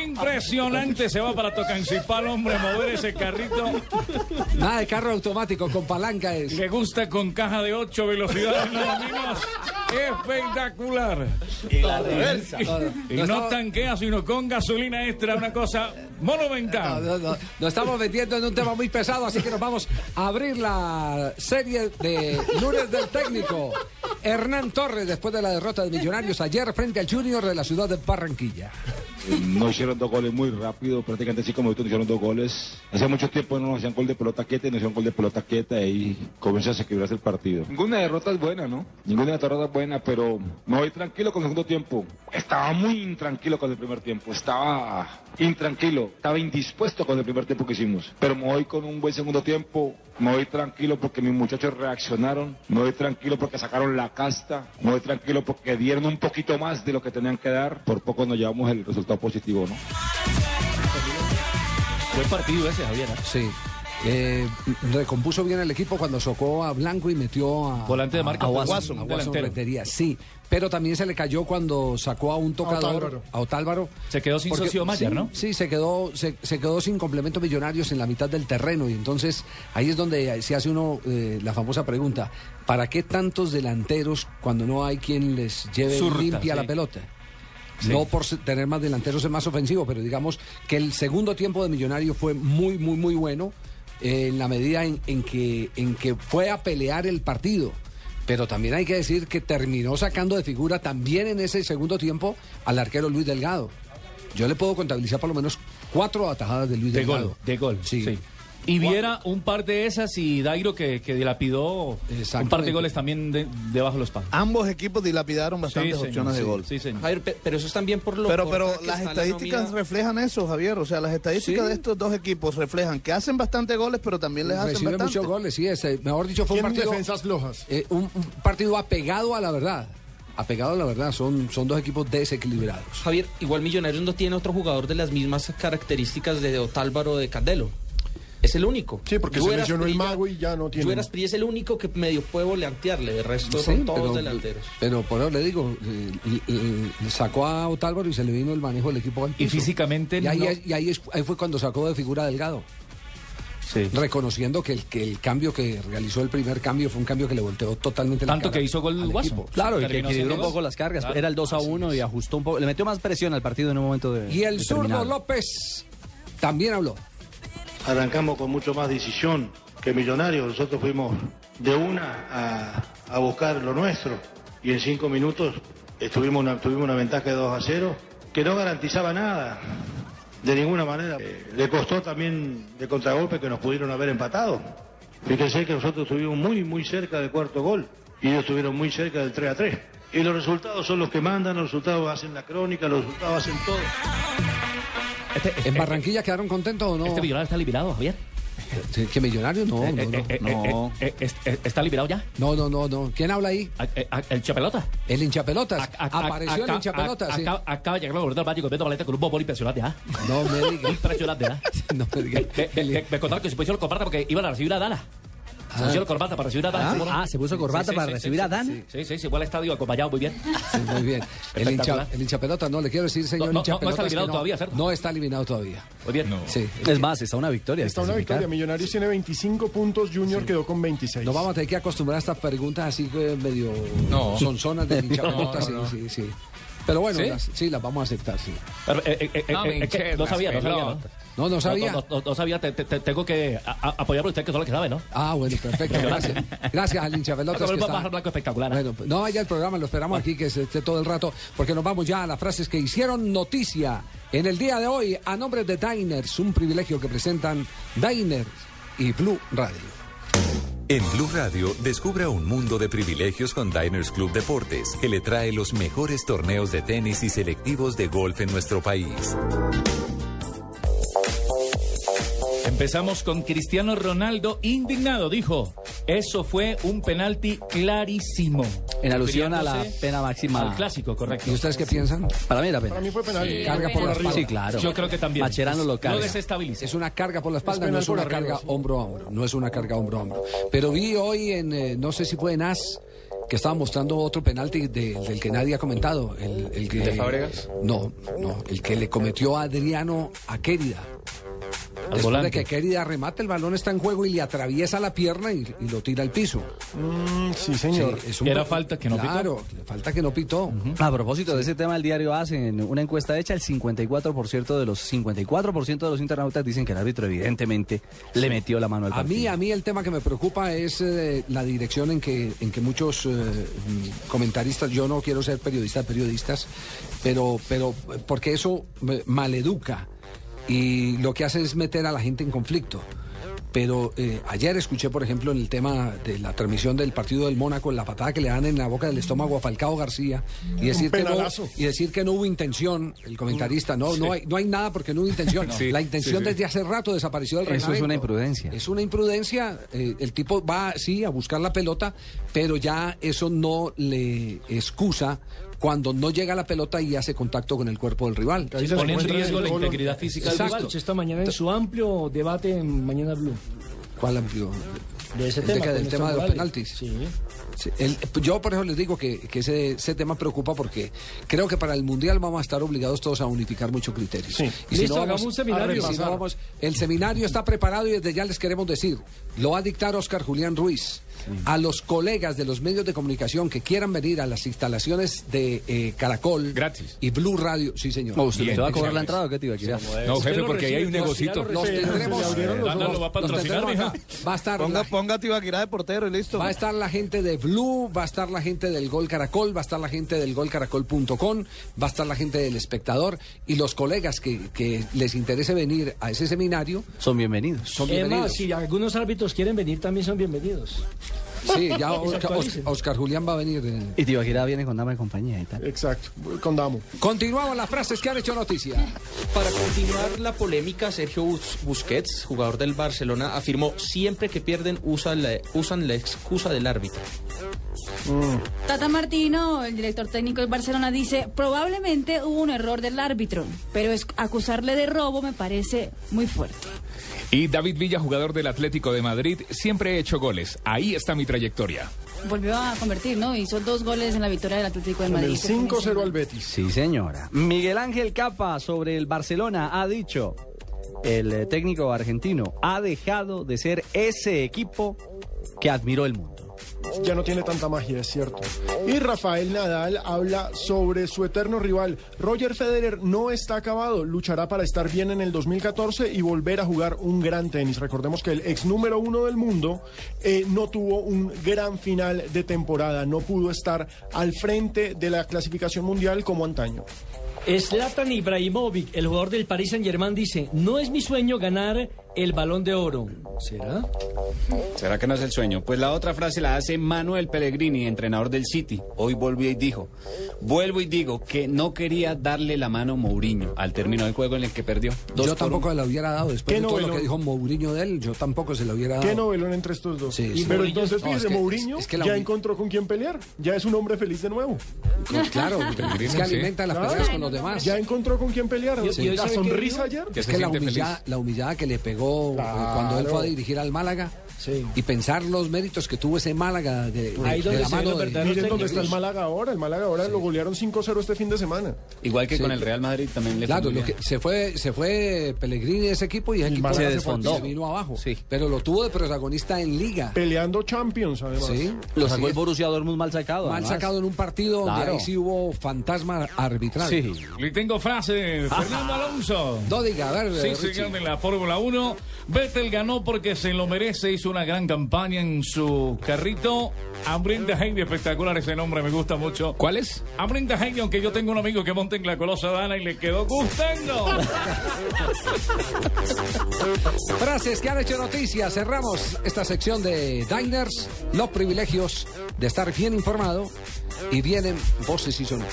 [SPEAKER 6] Impresionante. Se va para Tocancipal, hombre, mover ese carrito.
[SPEAKER 3] Nada de carro automático, con palanca es.
[SPEAKER 6] Le gusta con caja de 8 velocidades, nada menos. Espectacular.
[SPEAKER 3] Y la reversa.
[SPEAKER 6] Y,
[SPEAKER 3] No, no,
[SPEAKER 6] y
[SPEAKER 3] no
[SPEAKER 6] no
[SPEAKER 3] estaba-
[SPEAKER 6] tanquea, sino con gasolina extra. Una cosa monumental.
[SPEAKER 3] No, no, Nos estamos metiendo en un tema muy pesado, así que nos vamos a abrir la serie de lunes del técnico. Hernán Torres, después de la derrota de Millonarios ayer frente al Junior de la ciudad de Barranquilla.
[SPEAKER 15] Eh, No hicieron dos goles muy rápido, prácticamente cinco minutos no hicieron dos goles. Hace mucho tiempo no nos hacían gol de pelota quieta y nos hacían gol de pelota quieta y comienza a desequilibrarse el partido. Ninguna derrota es buena, ¿no? Ninguna derrota es buena, pero me voy tranquilo con el segundo tiempo. Estaba muy intranquilo con el primer tiempo, estaba intranquilo, estaba indispuesto con el primer tiempo que hicimos. Pero me voy con un buen segundo tiempo, me voy tranquilo porque mis muchachos reaccionaron, me voy tranquilo porque sacaron la casta, me voy tranquilo porque dieron un poquito más de lo que tenían que dar. Por poco nos llevamos el resultado positivo, ¿no?
[SPEAKER 3] Buen partido ese, Javier. Sí. Eh, recompuso bien el equipo cuando socó a Blanco y metió a.
[SPEAKER 4] Volante de
[SPEAKER 3] a-
[SPEAKER 4] marca,
[SPEAKER 3] a Watson.
[SPEAKER 4] Watson,
[SPEAKER 3] a Watson
[SPEAKER 4] delantero.
[SPEAKER 3] Rentería, sí. Pero también se le cayó cuando sacó a un tocador,
[SPEAKER 4] Otálvaro.
[SPEAKER 3] a Otálvaro.
[SPEAKER 4] Se quedó sin
[SPEAKER 3] Porque-
[SPEAKER 4] socio Mayer,
[SPEAKER 3] sí,
[SPEAKER 4] ¿no?
[SPEAKER 3] Sí, se quedó, se, se quedó sin complementos millonarios en la mitad del terreno. Y entonces ahí es donde se hace uno eh, la famosa pregunta: ¿para qué tantos delanteros cuando no hay quien les lleve
[SPEAKER 4] Surta,
[SPEAKER 3] limpia la
[SPEAKER 4] sí.
[SPEAKER 3] pelota?
[SPEAKER 4] Sí.
[SPEAKER 3] No por se- tener más delanteros es más ofensivo, pero digamos que el segundo tiempo de Millonarios fue muy, muy, muy bueno eh, en la medida en, en que, en que fue a pelear el partido. Pero también hay que decir que terminó sacando de figura también en ese segundo tiempo al arquero Luis Delgado. Yo le puedo contabilizar por lo menos cuatro atajadas de Luis
[SPEAKER 16] De
[SPEAKER 3] Delgado.
[SPEAKER 16] gol, de gol.
[SPEAKER 3] Sí.
[SPEAKER 16] sí. Y viera un par de esas y Dairo que, que dilapidó un par de goles también de- debajo de los palos.
[SPEAKER 17] Ambos equipos dilapidaron bastantes
[SPEAKER 16] señor,
[SPEAKER 17] opciones de
[SPEAKER 16] sí,
[SPEAKER 17] gol.
[SPEAKER 16] sí, señor.
[SPEAKER 10] Javier, pe- pero eso es también por lo
[SPEAKER 17] Pero, pero
[SPEAKER 10] corta que
[SPEAKER 17] las
[SPEAKER 10] está la
[SPEAKER 17] estadísticas
[SPEAKER 10] nómina.
[SPEAKER 17] reflejan eso, Javier. O sea, las estadísticas de estos dos equipos reflejan que hacen bastantes goles, pero también les hacen
[SPEAKER 3] Recibe
[SPEAKER 17] bastantes.
[SPEAKER 3] muchos goles, sí. ese, mejor dicho, fue un
[SPEAKER 17] Tienen
[SPEAKER 3] partido... eh,
[SPEAKER 17] defensas
[SPEAKER 7] flojas.
[SPEAKER 3] un, un partido apegado a la verdad. Apegado a la verdad. Son, son dos equipos desequilibrados.
[SPEAKER 10] Javier, igual Millonarios no tiene otro jugador de las mismas características de Otálvaro o de Candelo. Es el único.
[SPEAKER 7] Sí, porque se
[SPEAKER 10] Llueras
[SPEAKER 7] mencionó el
[SPEAKER 10] Prilla-
[SPEAKER 7] mago y ya no tiene.
[SPEAKER 10] Llueras Prilla es el único que medio puede volantearle, de resto
[SPEAKER 3] Sí,
[SPEAKER 10] son todos
[SPEAKER 3] pero-
[SPEAKER 10] delanteros.
[SPEAKER 3] Pero por eso le digo, eh, l- l- sacó a Otálvaro y se le vino el manejo del equipo al
[SPEAKER 16] Y
[SPEAKER 3] piso.
[SPEAKER 16] físicamente
[SPEAKER 3] Y ahí,
[SPEAKER 16] no-
[SPEAKER 3] es- y ahí es- ahí fue cuando sacó de figura a Delgado. Reconociendo que el, que el cambio que realizó el primer cambio fue un cambio que le volteó totalmente la
[SPEAKER 4] Tanto
[SPEAKER 3] cara
[SPEAKER 4] que hizo gol
[SPEAKER 3] al
[SPEAKER 4] Watson.
[SPEAKER 3] equipo.
[SPEAKER 4] Claro, y que
[SPEAKER 3] Terminó
[SPEAKER 4] equilibró un
[SPEAKER 3] haciendo
[SPEAKER 4] poco
[SPEAKER 3] gol.
[SPEAKER 4] las cargas.
[SPEAKER 10] Ah,
[SPEAKER 3] Claro.
[SPEAKER 4] Era el 2 a 1 y ajustó un poco. Le metió más presión al partido en un momento de.
[SPEAKER 3] Y el zurdo
[SPEAKER 4] determinado.
[SPEAKER 3] López también habló.
[SPEAKER 18] arrancamos con mucho más decisión que Millonarios. Nosotros fuimos de una a, a buscar lo nuestro y en cinco minutos estuvimos una, tuvimos una ventaja de 2 a 0 que no garantizaba nada de ninguna manera. Eh, le costó también de contragolpe que nos pudieron haber empatado. Fíjense que nosotros estuvimos muy, muy cerca del cuarto gol y ellos estuvieron muy cerca del 3 a 3. Y los resultados son los que mandan, los resultados hacen la crónica, los resultados hacen todo.
[SPEAKER 3] ¿En Barranquilla quedaron contentos o no?
[SPEAKER 16] ¿Este millonario está liberado, Javier?
[SPEAKER 3] Sí, ¿Que millonario? No,
[SPEAKER 16] Eh,
[SPEAKER 3] no,
[SPEAKER 16] eh,
[SPEAKER 3] no.
[SPEAKER 16] eh,
[SPEAKER 3] No.
[SPEAKER 16] eh, eh, eh, est- est- ¿Está liberado ya? eh,
[SPEAKER 3] No, no, no, no. ¿Quién habla ahí?
[SPEAKER 16] El chapelota.
[SPEAKER 3] El hinchapelotas.
[SPEAKER 16] A- a-
[SPEAKER 3] Apareció el
[SPEAKER 16] acá-
[SPEAKER 3] hinchapelotas.
[SPEAKER 16] a-
[SPEAKER 3] sí.
[SPEAKER 16] acá- Acaba de llegar la gobernadora del Valle comiendo maleta con un bombón impresionante, ¿ah?
[SPEAKER 3] No me digas.
[SPEAKER 16] Impresionante, ¿ah?
[SPEAKER 3] No me digas.
[SPEAKER 16] Me, me- me- me contaron que se pusieron corbata porque iban a recibir a Dana. Se
[SPEAKER 4] Ah.
[SPEAKER 16] pusieron corbata para recibir a Dana.
[SPEAKER 4] Ah,
[SPEAKER 16] ¿sí, no?
[SPEAKER 4] ah, se puso
[SPEAKER 16] Sí,
[SPEAKER 4] corbata para recibir
[SPEAKER 16] sí,
[SPEAKER 4] a Dan.
[SPEAKER 16] Sí, sí, sí, sí, igual estadio acompañado muy bien.
[SPEAKER 3] Sí, muy bien. El, hincha,
[SPEAKER 16] Espectacular.
[SPEAKER 3] el hinchapelota, no, le quiero decir, señor
[SPEAKER 16] No, no, no,
[SPEAKER 3] hinchapelotas
[SPEAKER 16] no está
[SPEAKER 3] que
[SPEAKER 16] eliminado todavía, ¿cierto?
[SPEAKER 3] No está eliminado todavía.
[SPEAKER 16] Muy bien.
[SPEAKER 3] Sí.
[SPEAKER 4] Es más, está una victoria.
[SPEAKER 3] Está
[SPEAKER 7] Una victoria. Millonarios tiene 25 puntos, Junior quedó con 26.
[SPEAKER 3] Nos vamos a tener que acostumbrar a estas preguntas así que medio
[SPEAKER 7] No.
[SPEAKER 3] son zonas de
[SPEAKER 7] No,
[SPEAKER 3] hinchapelota.
[SPEAKER 7] no,
[SPEAKER 3] sí,
[SPEAKER 7] no.
[SPEAKER 3] sí, sí. Pero bueno,
[SPEAKER 6] ¿Sí?
[SPEAKER 3] Las, sí, las vamos a aceptar, sí.
[SPEAKER 6] Pero, eh, eh, eh,
[SPEAKER 3] No me
[SPEAKER 6] eh, es que
[SPEAKER 3] hinches
[SPEAKER 6] no
[SPEAKER 3] las
[SPEAKER 6] sabía, no sabía. ¿no?
[SPEAKER 3] pelotas. No, no sabía.
[SPEAKER 6] No, no, no sabía, te- te- te- tengo que a- a- apoyar por usted, que es lo que sabe, ¿no?
[SPEAKER 3] Ah, bueno, perfecto, gracias. Gracias al hincha
[SPEAKER 6] Acá
[SPEAKER 3] pelotas
[SPEAKER 6] con
[SPEAKER 3] que
[SPEAKER 6] el
[SPEAKER 3] está-
[SPEAKER 6] pájaro blanco espectacular.
[SPEAKER 3] Bueno, no vaya el programa, lo esperamos aquí que esté todo el rato, porque nos vamos ya a las frases que hicieron noticia en el día de hoy a nombre de Diners, un privilegio que presentan Diners y Blue Radio.
[SPEAKER 1] En Blue Radio, descubra un mundo de privilegios con Diners Club Deportes, que le trae los mejores torneos de tenis y selectivos de golf en nuestro país.
[SPEAKER 6] Empezamos con Cristiano Ronaldo indignado, dijo, eso fue un penalti clarísimo.
[SPEAKER 4] En alusión a la
[SPEAKER 6] Refiriéndose
[SPEAKER 4] pena máxima.
[SPEAKER 6] al clásico, correcto.
[SPEAKER 4] ¿Y ustedes qué piensan? Para mí era pena.
[SPEAKER 3] Para mí fue penal. Sí,
[SPEAKER 4] carga
[SPEAKER 3] fue
[SPEAKER 4] por la
[SPEAKER 3] penal.
[SPEAKER 4] espalda.
[SPEAKER 3] Sí, claro.
[SPEAKER 4] Yo creo que también.
[SPEAKER 3] Macherano lo carga.
[SPEAKER 6] desestabiliza.
[SPEAKER 3] Es una carga por la espalda, no
[SPEAKER 6] Es penal
[SPEAKER 3] es
[SPEAKER 6] por
[SPEAKER 3] una
[SPEAKER 6] arriba,
[SPEAKER 3] carga
[SPEAKER 6] sí.
[SPEAKER 3] hombro a hombro, no es una carga hombro a hombro. Pero vi hoy en, eh, no sé si fue en AS, que estaba mostrando otro penalti de- del que nadie ha comentado. El, el que,
[SPEAKER 16] ¿De Fábregas?
[SPEAKER 3] No, no, el que le cometió a Adriano a Querida. Después
[SPEAKER 6] volante.
[SPEAKER 3] de que Querida remate, el balón está en juego y le atraviesa la pierna y, y lo tira al piso.
[SPEAKER 7] sí,
[SPEAKER 3] Sí, es un- Claro, falta que no pitó.
[SPEAKER 4] A propósito de ese tema, el diario hacen una encuesta hecha, el 54% de los 54% de los internautas dicen que el árbitro evidentemente le metió la mano al
[SPEAKER 3] A
[SPEAKER 4] partido.
[SPEAKER 3] mí, a mí el tema que me preocupa es eh, la dirección en que, en que muchos eh, mm, comentaristas, yo no quiero ser periodista, de periodistas, pero, pero eh, porque eso eh, maleduca y lo que hace es meter a la gente en conflicto. Pero eh, ayer escuché, por ejemplo, en el tema de la transmisión del partido del Mónaco, la patada que le dan en la boca del estómago a Falcao García y decir,
[SPEAKER 7] Un
[SPEAKER 3] que no,
[SPEAKER 7] penalazo.
[SPEAKER 3] y decir que no hubo intención, el comentarista, no,
[SPEAKER 4] Sí.
[SPEAKER 3] no, hay, no hay nada porque no hubo intención.
[SPEAKER 4] Sí,
[SPEAKER 3] la intención
[SPEAKER 4] sí, sí.
[SPEAKER 3] desde hace rato desapareció del
[SPEAKER 4] Eso es una
[SPEAKER 3] reglamento.
[SPEAKER 4] imprudencia.
[SPEAKER 3] Es una imprudencia, eh, el tipo va, sí, a buscar la pelota, pero ya eso no le excusa cuando no llega la pelota y hace contacto con el cuerpo del rival.
[SPEAKER 5] Ahí se Pone en encuentra riesgo el la gol. integridad
[SPEAKER 6] física
[SPEAKER 5] Exacto.
[SPEAKER 3] Exacto.
[SPEAKER 5] Esta mañana en su amplio debate en Mañana Blue.
[SPEAKER 3] ¿Cuál amplio?
[SPEAKER 5] De ese
[SPEAKER 3] El de
[SPEAKER 5] tema. pues,
[SPEAKER 3] que- del tema de los
[SPEAKER 5] con Néstor Morales.
[SPEAKER 3] penaltis.
[SPEAKER 5] Sí.
[SPEAKER 3] Sí, el- yo por eso les digo que, que ese, ese tema preocupa porque creo que para el Mundial vamos a estar obligados todos a unificar mucho criterios. Y si
[SPEAKER 5] Listo,
[SPEAKER 3] no
[SPEAKER 5] hagamos
[SPEAKER 3] vamos-
[SPEAKER 5] un seminario.
[SPEAKER 3] y si no
[SPEAKER 5] Repasar.
[SPEAKER 3] vamos- el seminario está preparado y desde ya les queremos decir, lo va a dictar Oscar Julián Ruiz. A los colegas de los medios de comunicación que quieran venir a las instalaciones de eh, Caracol y Blue Radio, sí señor.
[SPEAKER 4] No, usted,
[SPEAKER 3] Bien.
[SPEAKER 4] ¿te va a cobrar la entrada o qué te iba a quitar?
[SPEAKER 3] No, jefe, porque ahí hay un negocito. Nos tendremos- Nos- nos tendremos acá. Va a estar
[SPEAKER 17] Ponga,
[SPEAKER 3] la-
[SPEAKER 17] ponga a Tibaquirá de portero y listo.
[SPEAKER 3] Va a estar la gente de Blue, va a estar la gente del Gol Caracol, va a estar la gente del golcaracol.com, va a estar la gente del espectador y los colegas que, que les interese venir a ese seminario.
[SPEAKER 4] Son bienvenidos.
[SPEAKER 3] Son
[SPEAKER 5] Es más,
[SPEAKER 3] bienvenidos.
[SPEAKER 5] Eh, si algunos árbitros quieren venir, también son bienvenidos.
[SPEAKER 3] Sí, ya
[SPEAKER 5] Que se
[SPEAKER 3] Oscar,
[SPEAKER 5] actualicen.
[SPEAKER 3] Oscar Julián va a venir. eh.
[SPEAKER 4] Y Tibaquirá viene con dama de compañía y tal.
[SPEAKER 7] Exacto, con Damo.
[SPEAKER 3] Continuamos las frases que han hecho noticia.
[SPEAKER 10] Para continuar la polémica, Sergio Bus- Busquets, jugador del Barcelona, afirmó siempre que pierden usa la- usan la excusa del árbitro.
[SPEAKER 7] Mm.
[SPEAKER 9] Tata Martino, el director técnico del Barcelona, dice, probablemente hubo un error del árbitro, pero es- acusarle de robo me parece muy fuerte.
[SPEAKER 19] Y David Villa, jugador del Atlético de Madrid, siempre he hecho goles. Ahí está mi trayectoria.
[SPEAKER 9] Volvió a convertir, ¿no? Hizo dos goles en la victoria del Atlético de
[SPEAKER 7] Con
[SPEAKER 9] Madrid.
[SPEAKER 7] el 5-0 al Betis.
[SPEAKER 4] Sí, señora. Miguel Ángel Capa sobre el Barcelona ha dicho, el eh, técnico argentino ha dejado de ser ese equipo que admiró el mundo.
[SPEAKER 7] ya no tiene tanta magia, es cierto. Y Rafael Nadal habla sobre su eterno rival. Roger Federer no está acabado, luchará para estar bien en el 2014 y volver a jugar un gran tenis. Recordemos que el ex número uno del mundo eh, no tuvo un gran final de temporada, no pudo estar al frente de la clasificación mundial como antaño.
[SPEAKER 5] Zlatan Ibrahimovic, el jugador del Paris Saint Germain, dice: No es mi sueño ganar el balón de oro. ¿Será?
[SPEAKER 16] ¿Será que no es el sueño? Pues la otra frase la hace Manuel Pellegrini, entrenador del City. Hoy volvió y dijo, vuelvo y digo que no quería darle la mano a Mourinho al término del juego en el que perdió. Dos
[SPEAKER 3] Yo
[SPEAKER 16] por
[SPEAKER 3] tampoco
[SPEAKER 16] uno.
[SPEAKER 3] la hubiera dado. Después
[SPEAKER 16] ¿Qué
[SPEAKER 3] de todo lo que
[SPEAKER 16] novelón?
[SPEAKER 3] dijo Mourinho de él, yo tampoco se la hubiera dado.
[SPEAKER 7] Qué novelón entre estos dos.
[SPEAKER 3] Sí, sí.
[SPEAKER 7] Pero
[SPEAKER 3] Mourinho-
[SPEAKER 7] entonces,
[SPEAKER 3] No, es
[SPEAKER 7] fíjese,
[SPEAKER 3] que-
[SPEAKER 7] Mourinho
[SPEAKER 3] es- es que la
[SPEAKER 7] ya
[SPEAKER 3] Mourinho-
[SPEAKER 7] encontró con quién pelear. Ya es un hombre feliz de nuevo.
[SPEAKER 3] Claro, es que alimenta las
[SPEAKER 7] Claro.
[SPEAKER 3] peleas con los demás.
[SPEAKER 7] Ya encontró con quién pelear.
[SPEAKER 3] Sí.
[SPEAKER 7] La sonrisa ayer.
[SPEAKER 3] Es que la, humilla- la humillada que le pegó eh, cuando él
[SPEAKER 7] Claro.
[SPEAKER 3] fue a dirigir al Málaga. Y pensar los méritos que tuvo ese Málaga de, de- Pues, de la mano de-
[SPEAKER 7] Miren dónde está el
[SPEAKER 3] Cruz.
[SPEAKER 7] Málaga ahora. El Málaga ahora lo golearon 5-0 este fin de semana.
[SPEAKER 20] Igual que
[SPEAKER 3] Sí.
[SPEAKER 20] con el Real Madrid también le fue
[SPEAKER 3] Claro,
[SPEAKER 20] muy
[SPEAKER 3] lo
[SPEAKER 20] bien.
[SPEAKER 3] que se fue, se fue Pellegrini de ese equipo y ese equipo
[SPEAKER 20] Málaga
[SPEAKER 3] se,
[SPEAKER 20] se desfondó.
[SPEAKER 3] se vino abajo. Pero lo tuvo de protagonista en Liga.
[SPEAKER 7] Peleando Champions, además.
[SPEAKER 3] Sí.
[SPEAKER 21] Lo sacó
[SPEAKER 3] Así
[SPEAKER 21] el
[SPEAKER 3] es.
[SPEAKER 21] Borussia Dortmund mal sacado.
[SPEAKER 3] Mal
[SPEAKER 21] además.
[SPEAKER 3] sacado en un partido donde
[SPEAKER 21] Claro.
[SPEAKER 3] ahí sí hubo fantasma arbitral.
[SPEAKER 22] Sí. Le tengo frase, Fernando Alonso.
[SPEAKER 3] No diga, a ver,
[SPEAKER 22] Sí,
[SPEAKER 3] eh,
[SPEAKER 22] señor, de
[SPEAKER 3] Richie.
[SPEAKER 22] la Fórmula 1. Vettel ganó porque se lo merece. Hizo una gran campaña en su carrito. Ambrenda Heidi, espectacular ese nombre, me gusta mucho. ¿Cuál es? Ambrenda Heidi, aunque yo tengo un amigo que monta en la colosa Dana y le quedó gustando.
[SPEAKER 3] Frases que han hecho noticias. Cerramos esta sección de Diners. Los privilegios de estar bien informado. Y vienen voces y sonidos.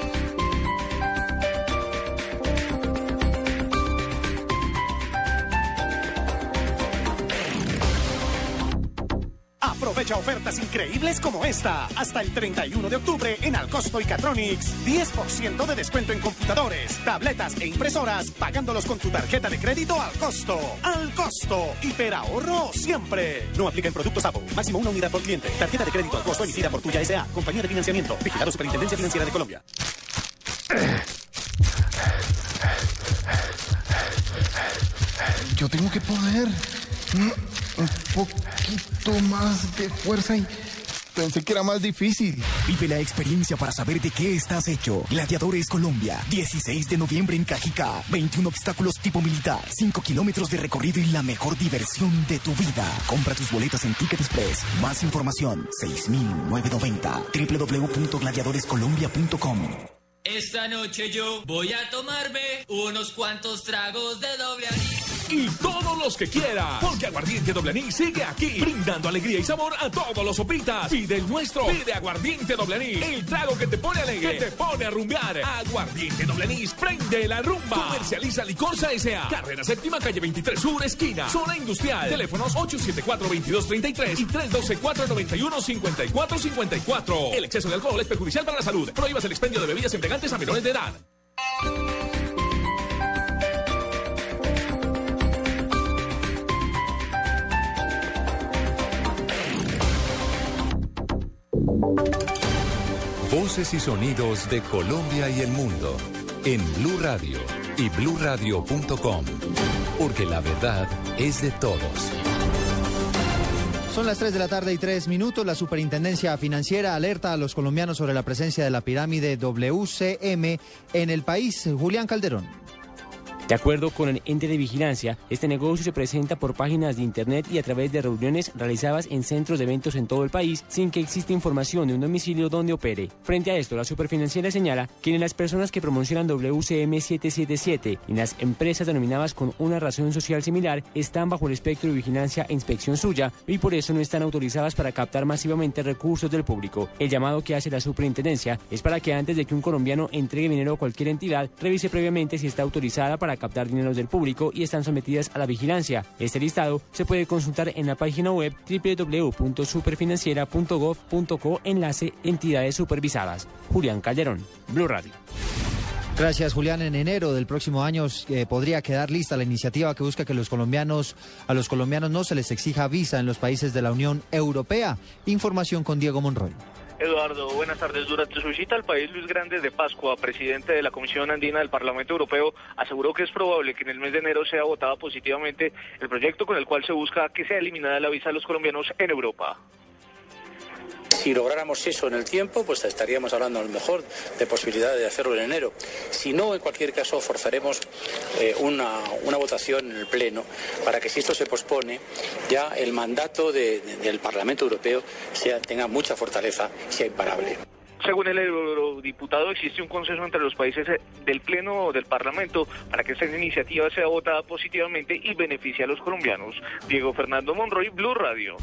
[SPEAKER 11] Aprovecha ofertas increíbles como esta. Hasta el 31 de octubre en Alcosto y Catronics. 10% de descuento en computadores, tabletas e impresoras, pagándolos con tu tarjeta de crédito al costo. Al costo. Hiperahorro siempre. No apliquen productos Apple. Máximo una unidad por cliente. Tarjeta de crédito al costo emitida por tuya SA. Compañía de financiamiento. Vigilado Superintendencia Financiera de Colombia.
[SPEAKER 23] Yo tengo que poner un un poquito más de fuerza y pensé que era más difícil.
[SPEAKER 24] Vive la experiencia para saber de qué estás hecho. Gladiadores Colombia, 16 de noviembre en Cajica. 21 obstáculos tipo militar, 5 kilómetros de recorrido y la mejor diversión de tu vida. Compra tus boletas en Ticket Express. Más información, 6990, www.gladiadorescolombia.com.
[SPEAKER 25] Esta noche yo voy a tomarme unos cuantos tragos de doble
[SPEAKER 6] y todos los que quiera. Porque Aguardiente Doble Anís sigue aquí, brindando alegría y sabor a todos los sopitas. Pide el nuestro, pide Aguardiente Doble Anís, el trago que te pone alegre, que te pone a rumbear. Aguardiente Doble Anís, prende la rumba. Comercializa Licorsa S.A. Carrera Séptima, calle 23 Sur, esquina, zona industrial. Teléfonos 874-2233 y 312-491-5454. El exceso de alcohol es perjudicial para la salud. Prohíbas el expendio de bebidas embriagantes a menores de edad.
[SPEAKER 1] Voces y sonidos de Colombia y el mundo en Blue Radio y bluradio.com. Porque la verdad es de todos.
[SPEAKER 26] Son las 3 de la tarde y 3 minutos. La Superintendencia Financiera alerta a los colombianos sobre la presencia de la pirámide WCM en el país. Julián Calderón.
[SPEAKER 27] De acuerdo con el ente de vigilancia, este negocio se presenta por páginas de internet y a través de reuniones realizadas en centros de eventos en todo el país sin que exista información de un domicilio donde opere. Frente a esto, la superfinanciera señala que ni las personas que promocionan WCM777 y las empresas denominadas con una razón social similar están bajo el espectro de vigilancia e inspección suya y por eso no están autorizadas para captar masivamente recursos del público. El llamado que hace la superintendencia es para que antes de que un colombiano entregue dinero a cualquier entidad, revise previamente si está autorizada para captar dinero del público y están sometidas a la vigilancia. Este listado se puede consultar en la página web www.superfinanciera.gov.co enlace entidades supervisadas. Julián Calderón, Blue Radio.
[SPEAKER 26] Gracias, Julián. En enero del próximo año eh, podría quedar lista la iniciativa que busca que los colombianos, a los colombianos no se les exija visa en los países de la Unión Europea. Información con Diego Monroy.
[SPEAKER 16] Eduardo, buenas tardes. Durante su visita al país, Luis Grandes de Pascua, presidente de la Comisión Andina del Parlamento Europeo, aseguró que es probable que en el mes de enero sea votado positivamente el proyecto con el cual se busca que sea eliminada la visa de los colombianos en Europa. Si lográramos eso en el tiempo, pues estaríamos hablando a lo mejor de posibilidad de hacerlo en enero. Si no, en cualquier caso, forzaremos eh, una, una votación en el Pleno para que si esto se pospone, ya el mandato de- de- del Parlamento Europeo sea, tenga mucha fortaleza, sea imparable.
[SPEAKER 28] Según el eurodiputado, existe un consenso entre los países eh, del Pleno del Parlamento para que esta iniciativa sea votada positivamente y beneficie a los colombianos. Diego Fernando Monroy, Blue Radio.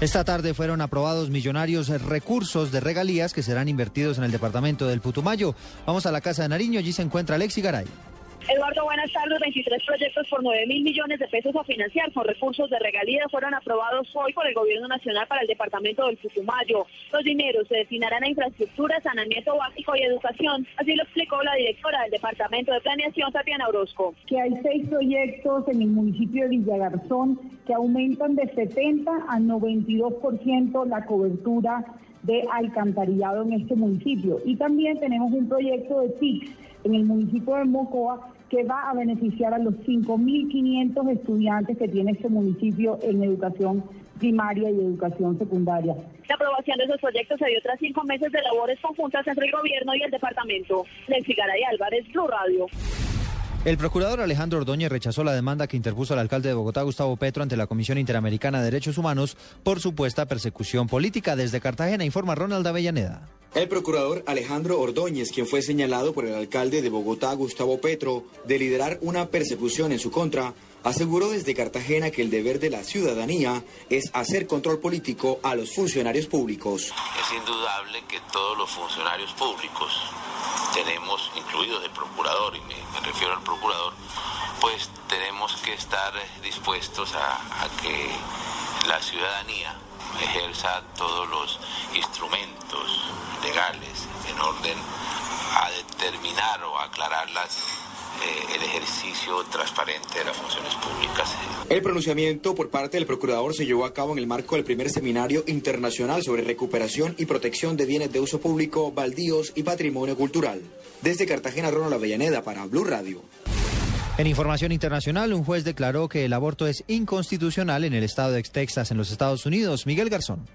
[SPEAKER 26] Esta tarde fueron aprobados millonarios recursos de regalías que serán invertidos en el departamento del Putumayo. Vamos a la Casa de Nariño, allí se encuentra Alexi Garay.
[SPEAKER 29] Eduardo, buenas tardes. 23 proyectos por 9 mil millones de pesos a financiar con recursos de regalías fueron aprobados hoy por el Gobierno Nacional para el Departamento del Putumayo. Los dineros se destinarán a infraestructura, saneamiento básico y educación. Así lo explicó la directora del Departamento de Planeación, Tatiana Orozco.
[SPEAKER 30] que hay seis proyectos en el municipio de Villagarzón que aumentan de 70 a 92% la cobertura de alcantarillado en este municipio. Y también tenemos un proyecto de TICS en el municipio de Mocoa que va a beneficiar a los 5.500 estudiantes que tiene este municipio en educación primaria y educación secundaria.
[SPEAKER 29] La aprobación de esos proyectos se dio tras cinco meses de labores conjuntas entre el Gobierno y el Departamento. Lexi Garay Álvarez, Blue Radio.
[SPEAKER 26] El procurador Alejandro Ordóñez rechazó la demanda que interpuso el alcalde de Bogotá, Gustavo Petro, ante la Comisión Interamericana de Derechos Humanos por supuesta persecución política. Desde Cartagena informa Ronald Avellaneda.
[SPEAKER 31] El procurador Alejandro Ordóñez, quien fue señalado por el alcalde de Bogotá, Gustavo Petro, de liderar una persecución en su contra, aseguró desde Cartagena que el deber de la ciudadanía es hacer control político a los funcionarios públicos.
[SPEAKER 32] Es indudable que todos los funcionarios públicos tenemos, incluidos el procurador, y me, me refiero al procurador, pues tenemos que estar eh, dispuestos a, a que la ciudadanía ejerza todos los instrumentos legales en orden a determinar o aclarar las, eh, el ejercicio transparente de las funciones públicas
[SPEAKER 31] El pronunciamiento por parte del procurador se llevó a cabo en el marco del primer seminario internacional sobre recuperación y protección de bienes de uso público, baldíos y patrimonio cultural. Desde Cartagena, Ronald Avellaneda para Blue Radio.
[SPEAKER 26] En información internacional, un juez declaró que el aborto es inconstitucional en el estado de Texas, en los Estados Unidos. Miguel Garzón.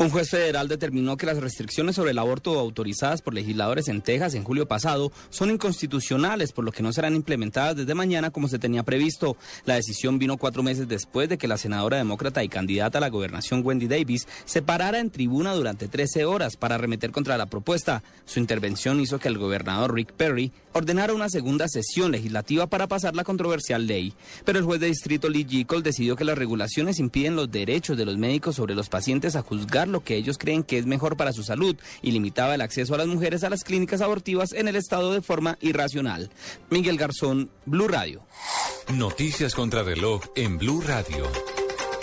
[SPEAKER 33] Un juez federal determinó que las restricciones sobre el aborto autorizadas por legisladores en Texas en julio pasado son inconstitucionales, por lo que no serán implementadas desde mañana como se tenía previsto. La decisión vino cuatro meses después de que la senadora demócrata y candidata a la gobernación Wendy Davis se parara en tribuna durante 13 horas para arremeter contra la propuesta. Su intervención hizo que el gobernador Rick Perry ordenara una segunda sesión legislativa para pasar la controversial ley. Pero el juez de distrito Lee Gickle decidió que las regulaciones impiden los derechos de los médicos sobre los pacientes a juzgar lo que ellos creen que es mejor para su salud y limitaba el acceso a las mujeres a las clínicas abortivas en el estado de forma irracional. Miguel Garzón, Blue Radio.
[SPEAKER 1] Noticias contra reloj en Blue Radio.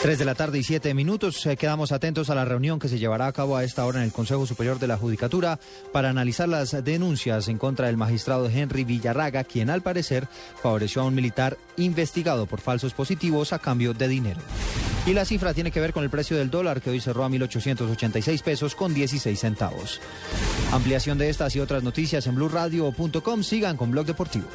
[SPEAKER 26] Tres de la tarde y siete minutos. Eh, Quedamos atentos a la reunión que se llevará a cabo a esta hora en el Consejo Superior de la Judicatura para analizar las denuncias en contra del magistrado Henry Villarraga, quien al parecer favoreció a un militar investigado por falsos positivos a cambio de dinero. Y la cifra tiene que ver con el precio del dólar, que hoy cerró a 1.886 pesos con 16 centavos. Ampliación de estas y otras noticias en blurradio.com. Sigan con Blog Deportivo.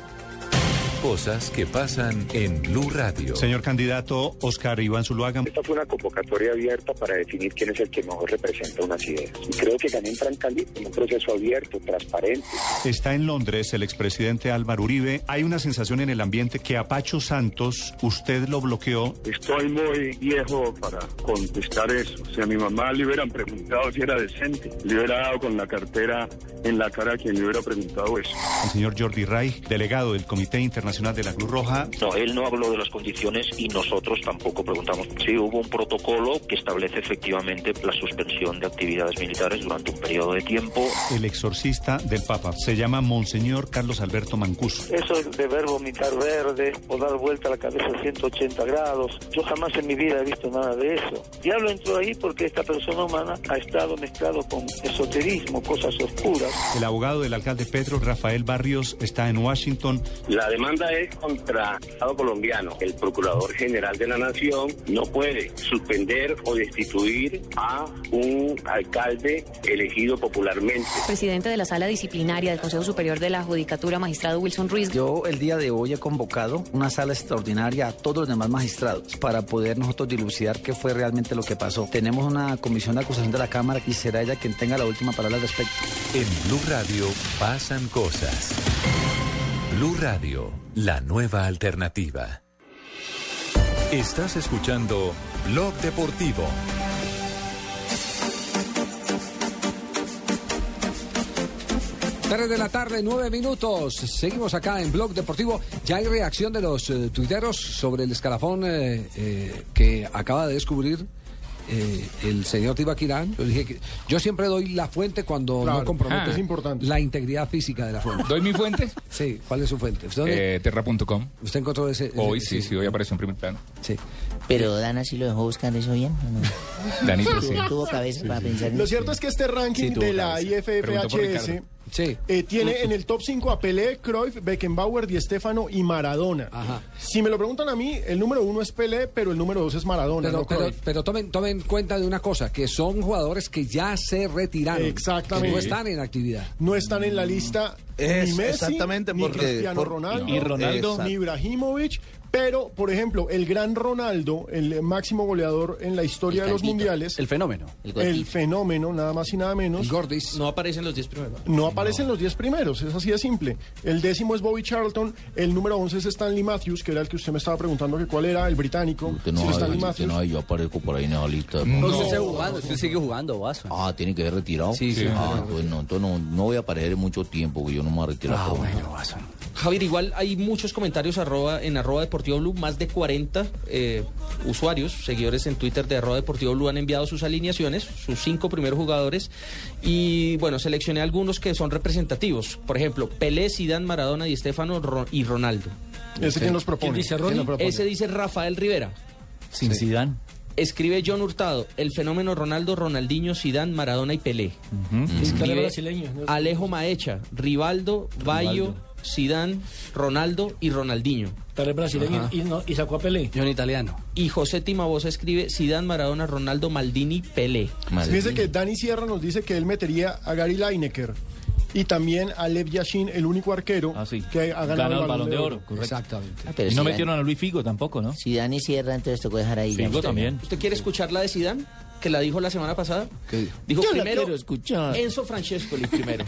[SPEAKER 1] Cosas que pasan en Blue Radio.
[SPEAKER 34] Señor candidato Oscar Iván Zuluaga.
[SPEAKER 35] Esta fue una convocatoria abierta para definir quién es el que mejor representa unas ideas. Y creo que gané en Francalito, en un proceso abierto, transparente.
[SPEAKER 34] Está en Londres el expresidente Álvaro Uribe. Hay una sensación en el ambiente que a Pacho Santos usted lo bloqueó.
[SPEAKER 36] Estoy muy viejo para contestar eso. Si a mi mamá le hubieran preguntado si era decente, le hubiera dado con la cartera en la cara a quien le hubiera preguntado eso.
[SPEAKER 34] El señor Jordi Reich, delegado del Comité Internacional de la Cruz Roja.
[SPEAKER 35] No, él no habló de las condiciones y nosotros tampoco preguntamos. Sí, hubo un protocolo que establece efectivamente la suspensión de actividades militares durante un periodo de tiempo.
[SPEAKER 34] El exorcista del Papa se llama Monseñor Carlos Alberto Mancuso.
[SPEAKER 18] Eso de ver vomitar verde o dar vuelta la cabeza 180 grados, yo jamás en mi vida he visto nada de eso. Diablo entró ahí porque esta persona humana ha estado mezclado con esoterismo, cosas oscuras.
[SPEAKER 34] El abogado del alcalde Pedro Rafael Barrios está en Washington.
[SPEAKER 36] La demanda
[SPEAKER 11] demanda es contra el Estado colombiano. El Procurador General de la Nación no puede suspender o destituir a un alcalde elegido popularmente.
[SPEAKER 37] Presidente de la Sala Disciplinaria del Consejo Superior de la Judicatura, magistrado Wilson Ruiz.
[SPEAKER 4] Yo el día de hoy he convocado una sala extraordinaria a todos los demás magistrados para poder nosotros dilucidar qué fue realmente lo que pasó. Tenemos una comisión de acusación de la Cámara y será ella quien tenga la última palabra al respecto.
[SPEAKER 1] En Blue Radio pasan cosas. Blue Radio, la nueva alternativa. Estás escuchando Blog Deportivo.
[SPEAKER 3] Tres de la tarde, nueve minutos. Seguimos acá en Blog Deportivo. Ya hay reacción de los eh, tuiteros sobre el escalafón eh, eh, que acaba de descubrir eh, el señor Tibaquirán. Yo, dije que- yo siempre doy la fuente cuando
[SPEAKER 7] Claro.
[SPEAKER 3] no comprometo
[SPEAKER 7] Ah. Es importante.
[SPEAKER 3] la integridad física de la fuente.
[SPEAKER 7] ¿Doy mi fuente?
[SPEAKER 3] Sí, ¿cuál es su fuente? ¿Usted, dónde-
[SPEAKER 7] Eh, Terra.com.
[SPEAKER 3] usted encontró ese? ese-
[SPEAKER 7] Hoy sí,
[SPEAKER 3] ese-
[SPEAKER 7] sí, hoy apareció en primer plano.
[SPEAKER 3] Sí.
[SPEAKER 38] Pero Dana sí lo dejó buscando eso bien. ¿o no?
[SPEAKER 7] Dani,
[SPEAKER 38] Tuvo-
[SPEAKER 7] pues, sí.
[SPEAKER 38] Tuvo cabeza para pensar en
[SPEAKER 7] Lo
[SPEAKER 38] eso.
[SPEAKER 7] cierto
[SPEAKER 38] es
[SPEAKER 7] es
[SPEAKER 38] que
[SPEAKER 7] que
[SPEAKER 38] este
[SPEAKER 7] Sí,
[SPEAKER 38] ranking
[SPEAKER 7] tuvo
[SPEAKER 38] de
[SPEAKER 7] la
[SPEAKER 38] IFFH
[SPEAKER 7] Preguntó por Ricardo.
[SPEAKER 38] IFFHS
[SPEAKER 7] Eh,
[SPEAKER 38] tiene en
[SPEAKER 7] el
[SPEAKER 38] top
[SPEAKER 7] 5 a Pelé, Cruyff, Beckenbauer, Di Stefano y Maradona. Si me lo preguntan a mí, el número uno es Pelé, pero el número dos es Maradona.
[SPEAKER 3] Pero,
[SPEAKER 7] no
[SPEAKER 3] pero,
[SPEAKER 7] Cruyff.
[SPEAKER 3] pero tomen, tomen cuenta de una cosa, que son jugadores que ya se retiraron. Que
[SPEAKER 7] Exactamente.
[SPEAKER 3] no están en actividad.
[SPEAKER 7] No están en la lista
[SPEAKER 10] Es
[SPEAKER 7] ni Messi,
[SPEAKER 10] exactamente
[SPEAKER 7] ni
[SPEAKER 10] porque-
[SPEAKER 7] Cristiano
[SPEAKER 10] por-
[SPEAKER 7] Ronaldo,
[SPEAKER 10] y Ronaldo.
[SPEAKER 7] ni Ibrahimovic. Pero, por ejemplo, el gran Ronaldo, el máximo goleador en la historia de los
[SPEAKER 10] calvito.
[SPEAKER 7] mundiales,
[SPEAKER 10] El fenómeno.
[SPEAKER 7] el, fenómeno, nada más y nada menos.
[SPEAKER 10] No aparecen los 10 primeros.
[SPEAKER 7] No aparecen los 10 primeros, es así de simple. El décimo es Bobby Charlton, el número 11 es Stanley Matthews, que era el que usted me estaba preguntando que cuál era, el británico.
[SPEAKER 32] Que no,
[SPEAKER 7] Sir Stanley
[SPEAKER 32] hay, que
[SPEAKER 7] Matthews.
[SPEAKER 32] no hay, yo aparezco por ahí en la lista.
[SPEAKER 7] No, usted sigue
[SPEAKER 10] jugando, usted sigue jugando, Vaso.
[SPEAKER 32] Ah, tiene que haber retirado.
[SPEAKER 10] Sí, sí.
[SPEAKER 32] Ah,
[SPEAKER 10] Sí.
[SPEAKER 32] bueno, entonces no, no voy a aparecer en mucho tiempo, que yo no me voy a retirar.
[SPEAKER 10] Ah,
[SPEAKER 32] por
[SPEAKER 10] bueno,
[SPEAKER 32] nada.
[SPEAKER 10] Javier, igual hay muchos comentarios arroba, en arroba Deportivo Blue, más de 40 eh, usuarios, seguidores en Twitter de arroba Deportivo Blue han enviado sus alineaciones, sus cinco primeros jugadores, y bueno, seleccioné algunos que son representativos. Por ejemplo, Pelé, Zidane, Maradona, Di Stefano Ro- y Ronaldo.
[SPEAKER 7] ¿Ese quién los propone?
[SPEAKER 10] dice
[SPEAKER 7] ¿Quién los propone?
[SPEAKER 10] Ese dice Rafael Rivera.
[SPEAKER 32] Sin Zidane.
[SPEAKER 10] Escribe John Hurtado, el fenómeno Ronaldo, Ronaldinho, Zidane, Maradona y Pelé. Escribe Alejo Maecha, Rivaldo, Bayo, Sidán, Ronaldo y Ronaldinho.
[SPEAKER 5] Tal vez brasileño
[SPEAKER 10] Ajá.
[SPEAKER 5] y, no- y sacó a Pelé.
[SPEAKER 10] Yo en italiano. Y José Timabosa escribe Sidán, Maradona, Ronaldo, Maldini, Pelé.
[SPEAKER 7] Dice que Dani Sierra nos dice que él metería a Gary Lineker y también a Lev Yashin, el único arquero que ha ganado
[SPEAKER 17] Ganado Ah, el Balón de Oro, correcto.
[SPEAKER 3] Exactamente.
[SPEAKER 10] Ah,
[SPEAKER 17] Y no metieron a Luis Figo tampoco, ¿no?
[SPEAKER 38] Si Dani cierra, entonces tocó dejar ahí. ya.
[SPEAKER 17] Figo también.
[SPEAKER 10] ¿Usted quiere escuchar la de Sidán? Que la dijo la semana pasada. Dijo
[SPEAKER 17] Yo la
[SPEAKER 10] primero
[SPEAKER 17] quiero escuchar.
[SPEAKER 10] Enzo Francescoli primero.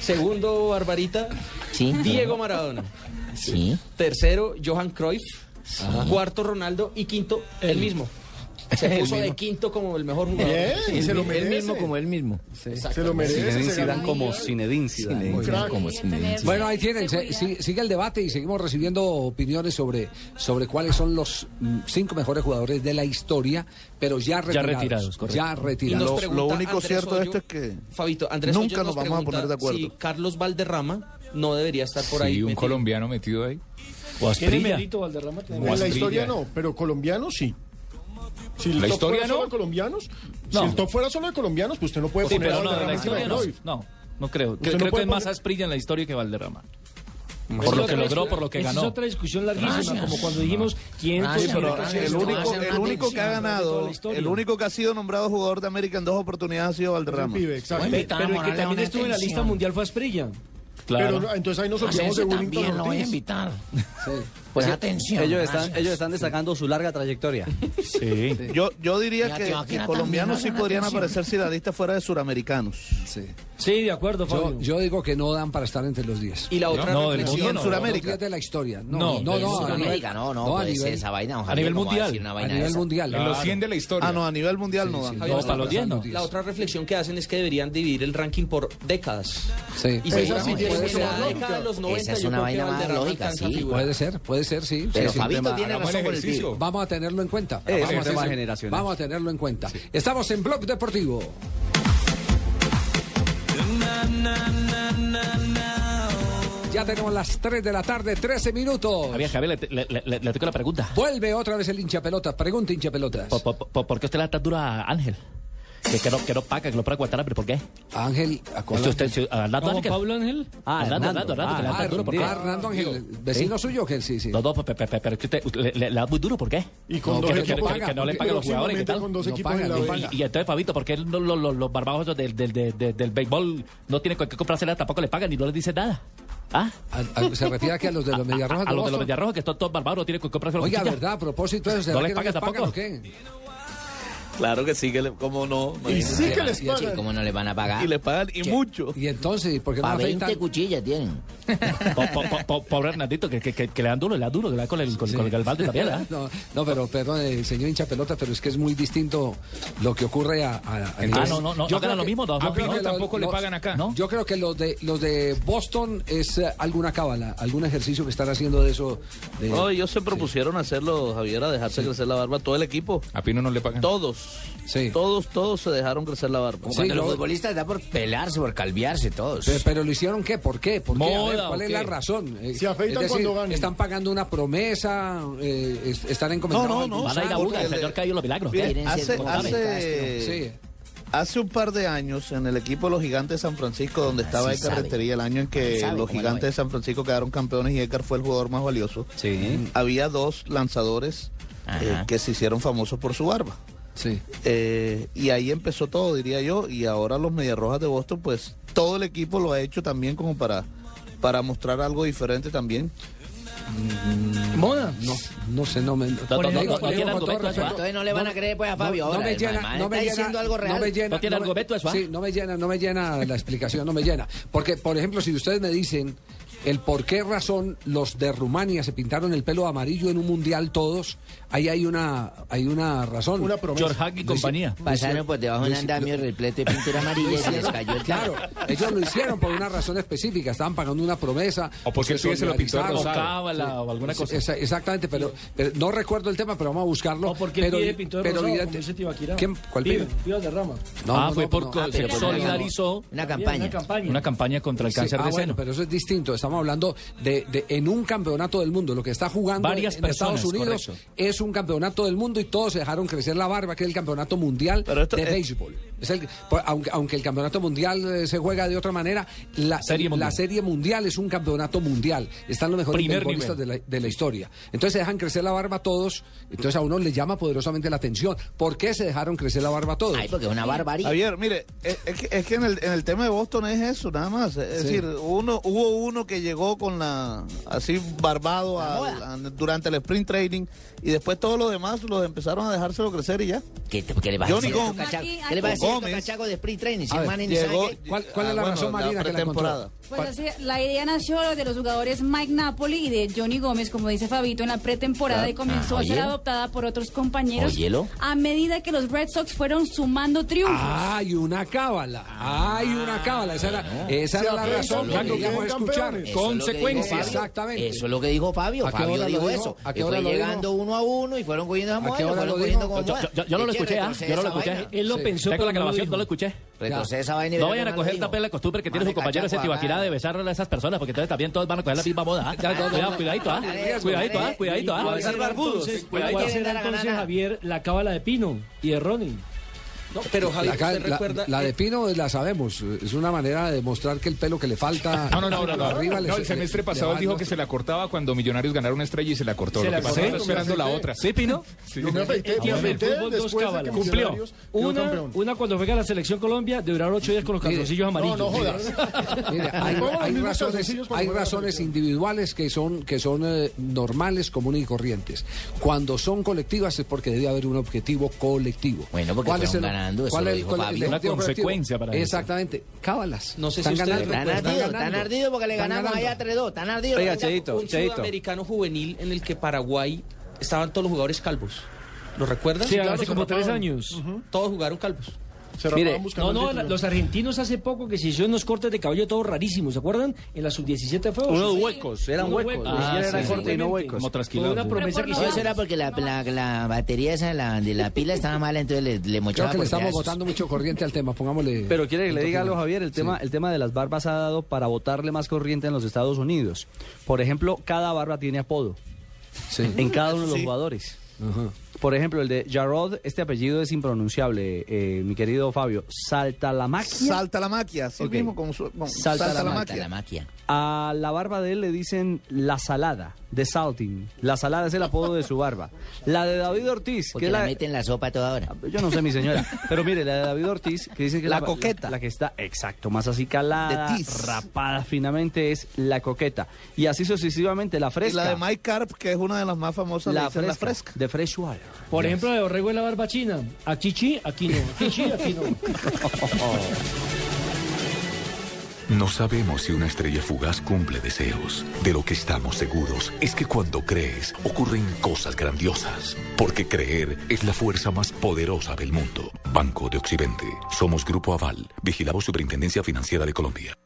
[SPEAKER 10] Segundo, Barbarita.
[SPEAKER 17] Sí.
[SPEAKER 10] Diego Maradona.
[SPEAKER 17] Sí.
[SPEAKER 10] Tercero, Johan Cruyff. Cuarto, Ronaldo. Y quinto, el mismo. Se
[SPEAKER 17] El
[SPEAKER 10] puso de
[SPEAKER 17] mismo.
[SPEAKER 10] quinto como el mejor jugador.
[SPEAKER 17] El mi- el mismo como él mismo.
[SPEAKER 10] Se lo merece,
[SPEAKER 17] Zinedine
[SPEAKER 10] se
[SPEAKER 17] Zidane
[SPEAKER 10] ganó.
[SPEAKER 17] como Zinedine Zidane.
[SPEAKER 10] Muy
[SPEAKER 17] Zidane
[SPEAKER 10] crack.
[SPEAKER 17] como Zinedine Zidane.
[SPEAKER 3] Bueno, ahí tienen, se- si- sigue el debate y seguimos recibiendo opiniones sobre, sobre cuáles son los mm, cinco mejores jugadores de la historia, pero ya
[SPEAKER 10] Ya
[SPEAKER 3] retirados.
[SPEAKER 10] retirados, correcto.
[SPEAKER 3] Ya retirados.
[SPEAKER 10] Y nos Lo- pregunta lo único Andrés cierto de Hoyo- esto
[SPEAKER 17] es que
[SPEAKER 10] Fabito, Andrés
[SPEAKER 17] Nunca
[SPEAKER 10] Hoyos
[SPEAKER 17] nos vamos a
[SPEAKER 10] pregunta
[SPEAKER 17] poner de acuerdo.
[SPEAKER 10] Si Carlos Valderrama no debería estar por ahí.
[SPEAKER 19] Sí, un
[SPEAKER 10] metido.
[SPEAKER 19] colombiano metido ahí.
[SPEAKER 10] O
[SPEAKER 7] ¿Tiene
[SPEAKER 19] Asprilla.
[SPEAKER 7] mérito
[SPEAKER 5] Valderrama?
[SPEAKER 19] O
[SPEAKER 7] En la
[SPEAKER 19] Asprilla.
[SPEAKER 7] historia no, pero colombianos sí. Si el
[SPEAKER 19] ¿La
[SPEAKER 7] top
[SPEAKER 19] historia
[SPEAKER 7] fuera
[SPEAKER 19] no?
[SPEAKER 7] solo de colombianos,
[SPEAKER 17] No.
[SPEAKER 7] si el top fuera solo de colombianos, pues usted no puede
[SPEAKER 17] Sí,
[SPEAKER 7] poner
[SPEAKER 17] pero
[SPEAKER 7] a
[SPEAKER 17] no, de la
[SPEAKER 7] Valderrama
[SPEAKER 17] historia
[SPEAKER 7] y
[SPEAKER 17] no.
[SPEAKER 7] Cruyff.
[SPEAKER 17] No, no creo.
[SPEAKER 7] Usted
[SPEAKER 17] creo
[SPEAKER 7] no
[SPEAKER 17] que
[SPEAKER 7] puede
[SPEAKER 17] es más
[SPEAKER 7] poner-
[SPEAKER 17] Asprilla en la historia que Valderrama.
[SPEAKER 5] Esa
[SPEAKER 17] Por
[SPEAKER 5] es
[SPEAKER 17] lo que
[SPEAKER 5] otra
[SPEAKER 17] logró,
[SPEAKER 5] discu-
[SPEAKER 17] por lo que
[SPEAKER 5] esa
[SPEAKER 17] ganó.
[SPEAKER 5] Es otra discusión larguísima,
[SPEAKER 17] Gracias.
[SPEAKER 5] como cuando dijimos quién
[SPEAKER 17] Ah,
[SPEAKER 5] fue
[SPEAKER 17] sí, pero
[SPEAKER 5] mejor
[SPEAKER 17] el
[SPEAKER 5] que-
[SPEAKER 17] único-
[SPEAKER 5] más
[SPEAKER 17] el
[SPEAKER 5] grande
[SPEAKER 17] único que ha
[SPEAKER 5] de toda
[SPEAKER 17] ganado,
[SPEAKER 5] la historia.
[SPEAKER 17] el único que ha sido nombrado jugador de América en dos oportunidades ha sido Valderrama.
[SPEAKER 5] Pe- Pero el que también estuvo en la lista mundial fue Asprilla.
[SPEAKER 17] Claro.
[SPEAKER 7] Pero entonces ahí nos
[SPEAKER 3] Ah,
[SPEAKER 7] olvidamos
[SPEAKER 17] Asensio
[SPEAKER 7] de Willington
[SPEAKER 17] también lo voy a
[SPEAKER 7] Ortiz.
[SPEAKER 17] invitar.
[SPEAKER 10] Pues
[SPEAKER 17] Sí,
[SPEAKER 10] atención,
[SPEAKER 17] ellos
[SPEAKER 10] gracias.
[SPEAKER 17] están, ellos están destacando su larga trayectoria. Sí. Yo, yo diría
[SPEAKER 10] Mira,
[SPEAKER 17] que,
[SPEAKER 10] te va a
[SPEAKER 17] que
[SPEAKER 10] quedar
[SPEAKER 17] colombianos sí
[SPEAKER 10] también,
[SPEAKER 17] podrían
[SPEAKER 10] atención.
[SPEAKER 17] aparecer si la lista fuera de suramericanos.
[SPEAKER 3] Sí.
[SPEAKER 5] Sí, de acuerdo,
[SPEAKER 3] Yo, yo digo que no dan para estar entre los 10.
[SPEAKER 10] Y la
[SPEAKER 17] otra No, del reflexión- mundo
[SPEAKER 3] Los
[SPEAKER 17] no.
[SPEAKER 3] diez
[SPEAKER 17] Suramérica.
[SPEAKER 3] de la historia. No,
[SPEAKER 17] No,
[SPEAKER 3] no, no.
[SPEAKER 17] del
[SPEAKER 3] a
[SPEAKER 17] Suramérica,
[SPEAKER 3] nivel-
[SPEAKER 17] no, no,
[SPEAKER 3] a
[SPEAKER 17] puede ser
[SPEAKER 3] nivel-
[SPEAKER 17] esa vaina, don A Javier, nivel ¿cómo va a mundial. decir una vaina
[SPEAKER 3] a nivel
[SPEAKER 17] de esas?
[SPEAKER 3] mundial.
[SPEAKER 17] En los
[SPEAKER 3] Claro.
[SPEAKER 17] 100 de la historia. Ah, no, a nivel mundial no dan.
[SPEAKER 10] Javier,
[SPEAKER 17] No,
[SPEAKER 10] la-
[SPEAKER 17] para los 10 no.
[SPEAKER 10] La otra reflexión que hacen es que deberían dividir el ranking por décadas.
[SPEAKER 3] Sí.
[SPEAKER 10] Y
[SPEAKER 3] Esa
[SPEAKER 10] seguramente
[SPEAKER 3] sí puede
[SPEAKER 10] en la
[SPEAKER 3] ser.
[SPEAKER 10] década de los 90
[SPEAKER 3] Esa es
[SPEAKER 10] yo
[SPEAKER 3] una
[SPEAKER 10] creo
[SPEAKER 3] vaina
[SPEAKER 10] que
[SPEAKER 3] más
[SPEAKER 10] Valderrama
[SPEAKER 3] lógica,
[SPEAKER 10] alcanza
[SPEAKER 3] sí.
[SPEAKER 10] figura.
[SPEAKER 3] Puede ser, puede ser, sí.
[SPEAKER 10] Pero
[SPEAKER 3] sí, sí,
[SPEAKER 10] Fabito
[SPEAKER 3] un
[SPEAKER 10] tiene
[SPEAKER 3] hagamos
[SPEAKER 10] razón
[SPEAKER 3] el
[SPEAKER 10] con el
[SPEAKER 3] ejercicio.
[SPEAKER 10] tío.
[SPEAKER 3] Vamos a tenerlo en cuenta.
[SPEAKER 10] Es
[SPEAKER 3] vamos,
[SPEAKER 10] un
[SPEAKER 3] a
[SPEAKER 10] tema
[SPEAKER 3] hacer-
[SPEAKER 10] generacional.
[SPEAKER 3] vamos a tenerlo en cuenta. Estamos en Blog Deportivo. Ya tenemos las 3 de la tarde, 13 minutos.
[SPEAKER 17] Javier, Javier, le, le- le- le tengo la pregunta.
[SPEAKER 3] Vuelve otra vez el hincha pelota. Pregunta hincha pelotas.
[SPEAKER 17] ¿Por, por, por- por qué usted la estatura, Ángel?
[SPEAKER 16] Que, que, no, que no paga, que no paga Guantanamo, ¿pero por qué?
[SPEAKER 3] Ángel, ¿a cuál
[SPEAKER 16] Esto usted, sí, a Hernando
[SPEAKER 3] ¿Juan
[SPEAKER 16] Ángel.
[SPEAKER 3] Pablo Ángel?
[SPEAKER 16] Ah, Hernando, Hernando, Hernando. que le
[SPEAKER 3] Ah,
[SPEAKER 16] dan duro, ¿por qué?
[SPEAKER 3] ah, Hernando Ángel, vecino suyo, que sí, sí.
[SPEAKER 16] No, no, pe- pe- pe- pero es que usted le, le- le da muy duro, ¿por qué?
[SPEAKER 3] Y con
[SPEAKER 16] No,
[SPEAKER 3] dos
[SPEAKER 16] que-
[SPEAKER 3] equipos
[SPEAKER 16] que-
[SPEAKER 3] paga,
[SPEAKER 16] Que no le
[SPEAKER 3] porque
[SPEAKER 16] pagan los jugadores, ¿qué
[SPEAKER 3] próximamente
[SPEAKER 16] tal?
[SPEAKER 3] con dos No equipos pagan,
[SPEAKER 16] y,
[SPEAKER 3] no le pagan.
[SPEAKER 16] y- y entonces, Fabito, ¿por qué no- los, los, los barbajos del, del, del, del, del béisbol no tienen con qué comprarse nada? Tampoco le pagan y no les dicen nada. ¿Ah?
[SPEAKER 3] a- se refiere aquí a los de los Mediarrojas de
[SPEAKER 16] A, los de
[SPEAKER 3] Boston.
[SPEAKER 16] los Mediarrojas, que están todos barbaros, no tienen con qué comprarse la
[SPEAKER 3] Oiga,
[SPEAKER 16] cuchilla.
[SPEAKER 3] ¿verdad? A propósito de eso,
[SPEAKER 16] No
[SPEAKER 3] ¿será
[SPEAKER 16] les
[SPEAKER 3] que no
[SPEAKER 16] pagan
[SPEAKER 3] les pagan
[SPEAKER 16] tampoco.
[SPEAKER 3] o qué?
[SPEAKER 17] Claro que sí, que le, ¿cómo no?
[SPEAKER 39] Y sí que les
[SPEAKER 17] Y- y-
[SPEAKER 39] pagan. Sí, ¿cómo no les van a pagar?
[SPEAKER 17] Y le pagan y
[SPEAKER 39] Sí.
[SPEAKER 17] mucho.
[SPEAKER 3] Y entonces, ¿por qué
[SPEAKER 39] Pa' 20 cuchillas tienen.
[SPEAKER 16] Po- po- po- po- Pobre Hernandito, que, que, que, que le dan duro, le dan duro, que le dan con el, con, con el balde también, ¿ah?
[SPEAKER 3] no, no, pero perdón, eh, señor hincha pelota, pero es que es muy distinto lo que ocurre a. a- a-
[SPEAKER 16] Entonces, ah, no, no, no,
[SPEAKER 3] Yo creo
[SPEAKER 16] no ganan lo
[SPEAKER 3] que-
[SPEAKER 16] mismo, no,
[SPEAKER 3] yo
[SPEAKER 16] no,
[SPEAKER 3] creo
[SPEAKER 16] no,
[SPEAKER 3] que los-
[SPEAKER 16] tampoco le
[SPEAKER 3] los-
[SPEAKER 16] pagan acá.
[SPEAKER 3] ¿no? Yo creo que los de los de Boston es eh, alguna cábala, alguna ejercicio que están haciendo de eso. de-
[SPEAKER 17] No, ellos se propusieron hacerlo, Javier, a dejarse crecer la barba todo el equipo.
[SPEAKER 38] A Pino no le pagan.
[SPEAKER 17] Todos. Todos, todos se dejaron crecer la barba.
[SPEAKER 38] Como cuando los futbolistas da por pelarse, por calviarse todos.
[SPEAKER 3] Pe- Pero lo hicieron qué, por qué, por qué, A ver,
[SPEAKER 38] Moda,
[SPEAKER 3] cuál
[SPEAKER 38] ¿o
[SPEAKER 3] es
[SPEAKER 38] qué?
[SPEAKER 3] la razón. Eh,
[SPEAKER 38] Se afeitan
[SPEAKER 3] es decir,
[SPEAKER 38] cuando ganan.
[SPEAKER 3] Están pagando una promesa, eh, es- están encomendando.
[SPEAKER 38] No, no, no,
[SPEAKER 17] Van a ir a una, el señor que ha ido los milagros. Mire, Quieren ser hace- como hace- Castro. Hace un par de años, en el equipo de los Gigantes de San Francisco, donde
[SPEAKER 3] Ah,
[SPEAKER 17] estaba
[SPEAKER 5] sí
[SPEAKER 17] Edgar
[SPEAKER 5] sabe.
[SPEAKER 17] Rentería, el año en que
[SPEAKER 5] Sabe
[SPEAKER 17] los
[SPEAKER 5] cómo
[SPEAKER 17] Gigantes de San Francisco quedaron campeones y Edgar fue el jugador más valioso, mm, había dos lanzadores eh, que se hicieron famosos por su barba.
[SPEAKER 3] Sí.
[SPEAKER 17] Eh, y ahí empezó todo, diría yo, y ahora los Mediarrojas de Boston, pues todo el equipo lo ha hecho también como para, para mostrar algo diferente también.
[SPEAKER 3] ¿Moda? No, no sé, no me...
[SPEAKER 17] no, no, no, no tiene
[SPEAKER 3] con todo
[SPEAKER 17] argumento eso,
[SPEAKER 3] respeto,
[SPEAKER 17] ¿ah?
[SPEAKER 38] Entonces no le van a creer, pues, a Fabio
[SPEAKER 3] No, no
[SPEAKER 38] ahora,
[SPEAKER 3] me
[SPEAKER 38] el
[SPEAKER 3] llena,
[SPEAKER 38] man
[SPEAKER 3] no
[SPEAKER 38] está
[SPEAKER 3] me llena,
[SPEAKER 38] diciendo algo real.
[SPEAKER 3] No me llena,
[SPEAKER 38] ¿No tiene
[SPEAKER 3] me-
[SPEAKER 38] argumento eso, ah?
[SPEAKER 3] Sí, no me llena, no me llena la explicación, no me llena. Porque, por ejemplo, si ustedes me dicen el por qué razón los de Rumania se pintaron el pelo amarillo en un mundial todos, ahí hay una, hay una razón. Una
[SPEAKER 38] promesa. George Hack y compañía. Pasaron por debajo de un andamio repleto de pintura amarilla y se les cayó el
[SPEAKER 3] Claro, ellos lo hicieron por una razón específica, estaban pagando una promesa.
[SPEAKER 38] O porque el
[SPEAKER 3] se
[SPEAKER 38] pibe se lo pintó de
[SPEAKER 3] solidarizaron.
[SPEAKER 38] rosado. O cábala,
[SPEAKER 3] Sí,
[SPEAKER 38] o alguna
[SPEAKER 3] sí,
[SPEAKER 38] cosa.
[SPEAKER 3] esa- exactamente, pero, pero no recuerdo el tema, pero vamos a buscarlo.
[SPEAKER 5] Porque
[SPEAKER 3] pero,
[SPEAKER 5] el pibe pintó de
[SPEAKER 3] pero
[SPEAKER 5] rosado,
[SPEAKER 3] evidente-
[SPEAKER 5] como dice Tibaquirá.
[SPEAKER 3] ¿Quién- ¿Cuál pibe?
[SPEAKER 5] Pibas de rama.
[SPEAKER 3] No,
[SPEAKER 38] ah,
[SPEAKER 3] no,
[SPEAKER 38] fue
[SPEAKER 3] no,
[SPEAKER 38] por
[SPEAKER 3] no.
[SPEAKER 38] co-
[SPEAKER 3] Ah,
[SPEAKER 38] se
[SPEAKER 3] pero-
[SPEAKER 38] solidarizó
[SPEAKER 3] Una campaña.
[SPEAKER 38] Una campaña. Una campaña contra el
[SPEAKER 3] Sí,
[SPEAKER 38] cáncer
[SPEAKER 3] ah,
[SPEAKER 38] de
[SPEAKER 3] bueno,
[SPEAKER 38] seno.
[SPEAKER 3] pero eso es distinto. Estamos hablando de, de- en un campeonato del mundo. Lo que está jugando
[SPEAKER 38] Varias
[SPEAKER 3] en
[SPEAKER 38] personas,
[SPEAKER 3] Estados Unidos
[SPEAKER 38] correcto.
[SPEAKER 3] es un campeonato del mundo y todos se dejaron crecer la barba, que es el campeonato mundial de béisbol. Es el, por- aunque, aunque el campeonato mundial eh, se juega de otra manera, la
[SPEAKER 38] Serie
[SPEAKER 3] la
[SPEAKER 38] mundial.
[SPEAKER 3] serie mundial es un campeonato mundial. Están los mejores
[SPEAKER 38] Primer
[SPEAKER 3] beisbolistas de la, de la historia. Entonces se dejan crecer la barba a todos. Entonces a uno le llama poderosamente la atención. ¿Por qué se dejaron crecer la barba a todos? Ay, porque es una barbaridad.
[SPEAKER 17] Javier, mire, es, es que, es que en, el, en el tema de Boston es eso, nada más. Es
[SPEAKER 3] Sí.
[SPEAKER 17] decir, uno, hubo uno que llegó con la así barbado al- al- durante el sprint training y después todos los demás los empezaron a dejárselo crecer y ya.
[SPEAKER 38] ¿Qué, qué le vas a
[SPEAKER 17] Johnny
[SPEAKER 38] decir a tu
[SPEAKER 17] Gómez.
[SPEAKER 38] cachaco? ¿Qué le vas a decir a tu
[SPEAKER 17] Gómez.
[SPEAKER 38] cachaco de sprint training? Si
[SPEAKER 17] A
[SPEAKER 38] el
[SPEAKER 17] ver,
[SPEAKER 38] man ni
[SPEAKER 17] llegó-
[SPEAKER 38] sabe qué-
[SPEAKER 3] ¿Cuál, cuál
[SPEAKER 17] Ah,
[SPEAKER 3] es la
[SPEAKER 17] bueno,
[SPEAKER 3] razón,
[SPEAKER 17] la
[SPEAKER 3] Marina, que la encontró?
[SPEAKER 17] pretemporada.
[SPEAKER 9] Pues así, la idea nació de los jugadores Mike Napoli y de Johnny Gómez, como dice Fabito, en la pretemporada
[SPEAKER 38] Claro.
[SPEAKER 9] y comenzó
[SPEAKER 38] Ah,
[SPEAKER 9] a ser
[SPEAKER 38] ¿oyelo?
[SPEAKER 9] adoptada por otros compañeros
[SPEAKER 38] ¿Oyelo?
[SPEAKER 9] a medida que los Red Sox fueron sumando triunfos.
[SPEAKER 3] Hay una cábala, hay una cábala. Esa era,
[SPEAKER 38] Ah,
[SPEAKER 3] esa era la
[SPEAKER 38] Eso es
[SPEAKER 3] razón
[SPEAKER 38] lo
[SPEAKER 3] que
[SPEAKER 38] que dijo-
[SPEAKER 3] queríamos escuchar.
[SPEAKER 38] Eso es lo que dijo Fabio.
[SPEAKER 3] Exactamente.
[SPEAKER 38] Eso es lo que dijo Fabio.
[SPEAKER 3] ¿A qué
[SPEAKER 38] Fabio
[SPEAKER 3] hora lo
[SPEAKER 38] dijo
[SPEAKER 3] dijo?
[SPEAKER 38] eso.
[SPEAKER 3] ¿A qué
[SPEAKER 38] Que
[SPEAKER 3] hora
[SPEAKER 38] fue
[SPEAKER 3] lo dijo?
[SPEAKER 38] llegando uno a uno y fueron cogiendo esa
[SPEAKER 3] ¿A qué hora
[SPEAKER 38] moda, fueron
[SPEAKER 3] lo
[SPEAKER 38] cogiendo
[SPEAKER 3] dijo?
[SPEAKER 38] como
[SPEAKER 3] Yo-
[SPEAKER 38] moda.
[SPEAKER 3] yo- yo no lo
[SPEAKER 38] Eche, escuché, ¿ah? retrocede Yo no lo esa escuché. vaina. Él lo pensó, Tengo pero la no lo grabación, dijo. no lo escuché. Retrocede esa vaina y No verá vayan que a no lo coger dijo. también la
[SPEAKER 16] costumbre
[SPEAKER 38] que tiene tienen su compañero ese Tibaquirá de besarle
[SPEAKER 16] a esas personas, porque entonces también todos van a coger la misma moda. ¿ah?
[SPEAKER 38] Ya, no,
[SPEAKER 16] Cuidado,
[SPEAKER 38] no.
[SPEAKER 16] cuidadito, ¿ah? Cuidadito, ¿ah? Cuidadito, ¿ah?
[SPEAKER 5] ¿Cuál será entonces, cuál será entonces, Javier, la cábala de Pino y de Ronnie?
[SPEAKER 3] No, pero
[SPEAKER 5] Javier,
[SPEAKER 3] la, ca-
[SPEAKER 5] ¿usted
[SPEAKER 3] la-
[SPEAKER 5] recuerda-
[SPEAKER 3] la de Pino la sabemos. Es una manera de demostrar que el pelo que le falta.
[SPEAKER 38] No, no, no, no, no.
[SPEAKER 3] arriba le-
[SPEAKER 38] No, el semestre
[SPEAKER 3] le- le
[SPEAKER 38] pasado
[SPEAKER 3] va
[SPEAKER 38] él dijo
[SPEAKER 3] al-
[SPEAKER 38] que se la cortaba cuando Millonarios ganaron una estrella y se la cortó.
[SPEAKER 3] Se
[SPEAKER 38] Lo
[SPEAKER 3] la
[SPEAKER 38] que pasa es que
[SPEAKER 3] cortó,
[SPEAKER 38] está esperando
[SPEAKER 3] me
[SPEAKER 38] la
[SPEAKER 3] afeité.
[SPEAKER 38] otra.
[SPEAKER 3] ¿Sí,
[SPEAKER 38] Pino?
[SPEAKER 3] Yo me afeité,
[SPEAKER 38] Ah,
[SPEAKER 3] me
[SPEAKER 38] bueno.
[SPEAKER 3] afeité.
[SPEAKER 38] Fútbol,
[SPEAKER 5] Dos
[SPEAKER 38] después de
[SPEAKER 5] cábalas.
[SPEAKER 38] que Cumplió. Millonarios
[SPEAKER 3] quedó
[SPEAKER 5] Una,
[SPEAKER 3] campeón.
[SPEAKER 5] una cuando juega la selección Colombia de durar ocho días con los calzoncillos amarillos.
[SPEAKER 3] Mire, hay, hay razones, hay razones individuales que son, que son eh, normales, comunes y corrientes. Cuando son colectivas es porque debe haber un objetivo colectivo. Bueno,
[SPEAKER 38] porque fueron ganando, eso lo dijo Fabio. Una consecuencia para eso.
[SPEAKER 3] Exactamente. Cábalas.
[SPEAKER 38] No
[SPEAKER 3] sé
[SPEAKER 38] si ustedes
[SPEAKER 3] Están
[SPEAKER 38] recuerdan.
[SPEAKER 3] ganando.
[SPEAKER 38] Tan ardido porque le
[SPEAKER 3] Están
[SPEAKER 38] ganamos
[SPEAKER 3] ganando.
[SPEAKER 38] allá 3-2. Tan ardido.
[SPEAKER 10] Oiga,
[SPEAKER 38] porque le ganamos.
[SPEAKER 10] un sudamericano juvenil en el que Paraguay estaban todos los jugadores calvos. ¿Lo recuerdas?
[SPEAKER 5] Sí, Sí, claro, hace se como rapaban. tres años.
[SPEAKER 10] Todos jugaron calvos.
[SPEAKER 5] Mire, no, no, la- los argentinos hace poco que se hicieron unos cortes de cabello todos rarísimos, ¿se acuerdan? En la sub-17 fue.
[SPEAKER 38] Unos huecos, eran
[SPEAKER 5] Unos
[SPEAKER 38] huecos, Ah, ni siquiera eran cortes, sino huecos.
[SPEAKER 5] Como
[SPEAKER 38] trasquilados.
[SPEAKER 5] Una promesa que
[SPEAKER 38] No,
[SPEAKER 5] hicieron.
[SPEAKER 38] eso era porque la, la, la batería esa la, de la pila estaba mala, entonces le, le
[SPEAKER 3] Creo
[SPEAKER 38] mochaba
[SPEAKER 3] que le
[SPEAKER 38] por
[SPEAKER 3] estamos
[SPEAKER 38] pedazos.
[SPEAKER 3] botando mucho corriente al tema. Pongámosle.
[SPEAKER 4] Pero quiere que le
[SPEAKER 3] un
[SPEAKER 4] diga
[SPEAKER 3] toque
[SPEAKER 4] algo,
[SPEAKER 3] más.
[SPEAKER 4] Javier, el tema, el tema de las barbas ha dado para votarle más corriente en los Estados Unidos. Por ejemplo, cada barba tiene apodo. En cada uno de los
[SPEAKER 3] Sí.
[SPEAKER 4] jugadores. Por ejemplo, el de Jarod, este apellido es impronunciable, eh, mi querido Fabio. Saltalamaquia.
[SPEAKER 17] Saltalamaquia, sí
[SPEAKER 4] Ok.
[SPEAKER 17] mismo con su- con
[SPEAKER 4] Saltalamaquia.
[SPEAKER 17] Saltalamaquia.
[SPEAKER 4] A la barba de él le dicen la salada, de salting. La salada es el apodo de su barba. La de David Ortiz,
[SPEAKER 38] Porque
[SPEAKER 4] que
[SPEAKER 38] la
[SPEAKER 4] la, Ah,
[SPEAKER 38] meten en la sopa toda hora.
[SPEAKER 4] yo no sé, mi señora. Pero mire, la de David Ortiz, que dice que
[SPEAKER 38] La
[SPEAKER 4] es
[SPEAKER 38] coqueta.
[SPEAKER 4] La, que está, exacto, más así calada,
[SPEAKER 17] De tiz.
[SPEAKER 4] rapada finamente, es la coqueta. Y así sucesivamente, la
[SPEAKER 17] Y
[SPEAKER 4] fresca.
[SPEAKER 17] la de Mike Carp, que es una de las más famosas,
[SPEAKER 4] la,
[SPEAKER 17] la,
[SPEAKER 4] fresca,
[SPEAKER 17] la fresca.
[SPEAKER 4] De Freshwater.
[SPEAKER 5] Por ejemplo, de Orrego en la barba china. Aquí chi, aquí no. Aquí chi, aquí no.
[SPEAKER 1] No sabemos si una estrella fugaz cumple deseos. De lo que estamos seguros es que cuando crees ocurren cosas grandiosas. Porque creer es la fuerza más poderosa del mundo. Banco de Occidente. Somos Grupo Aval. Vigilamos Superintendencia Financiera de Colombia.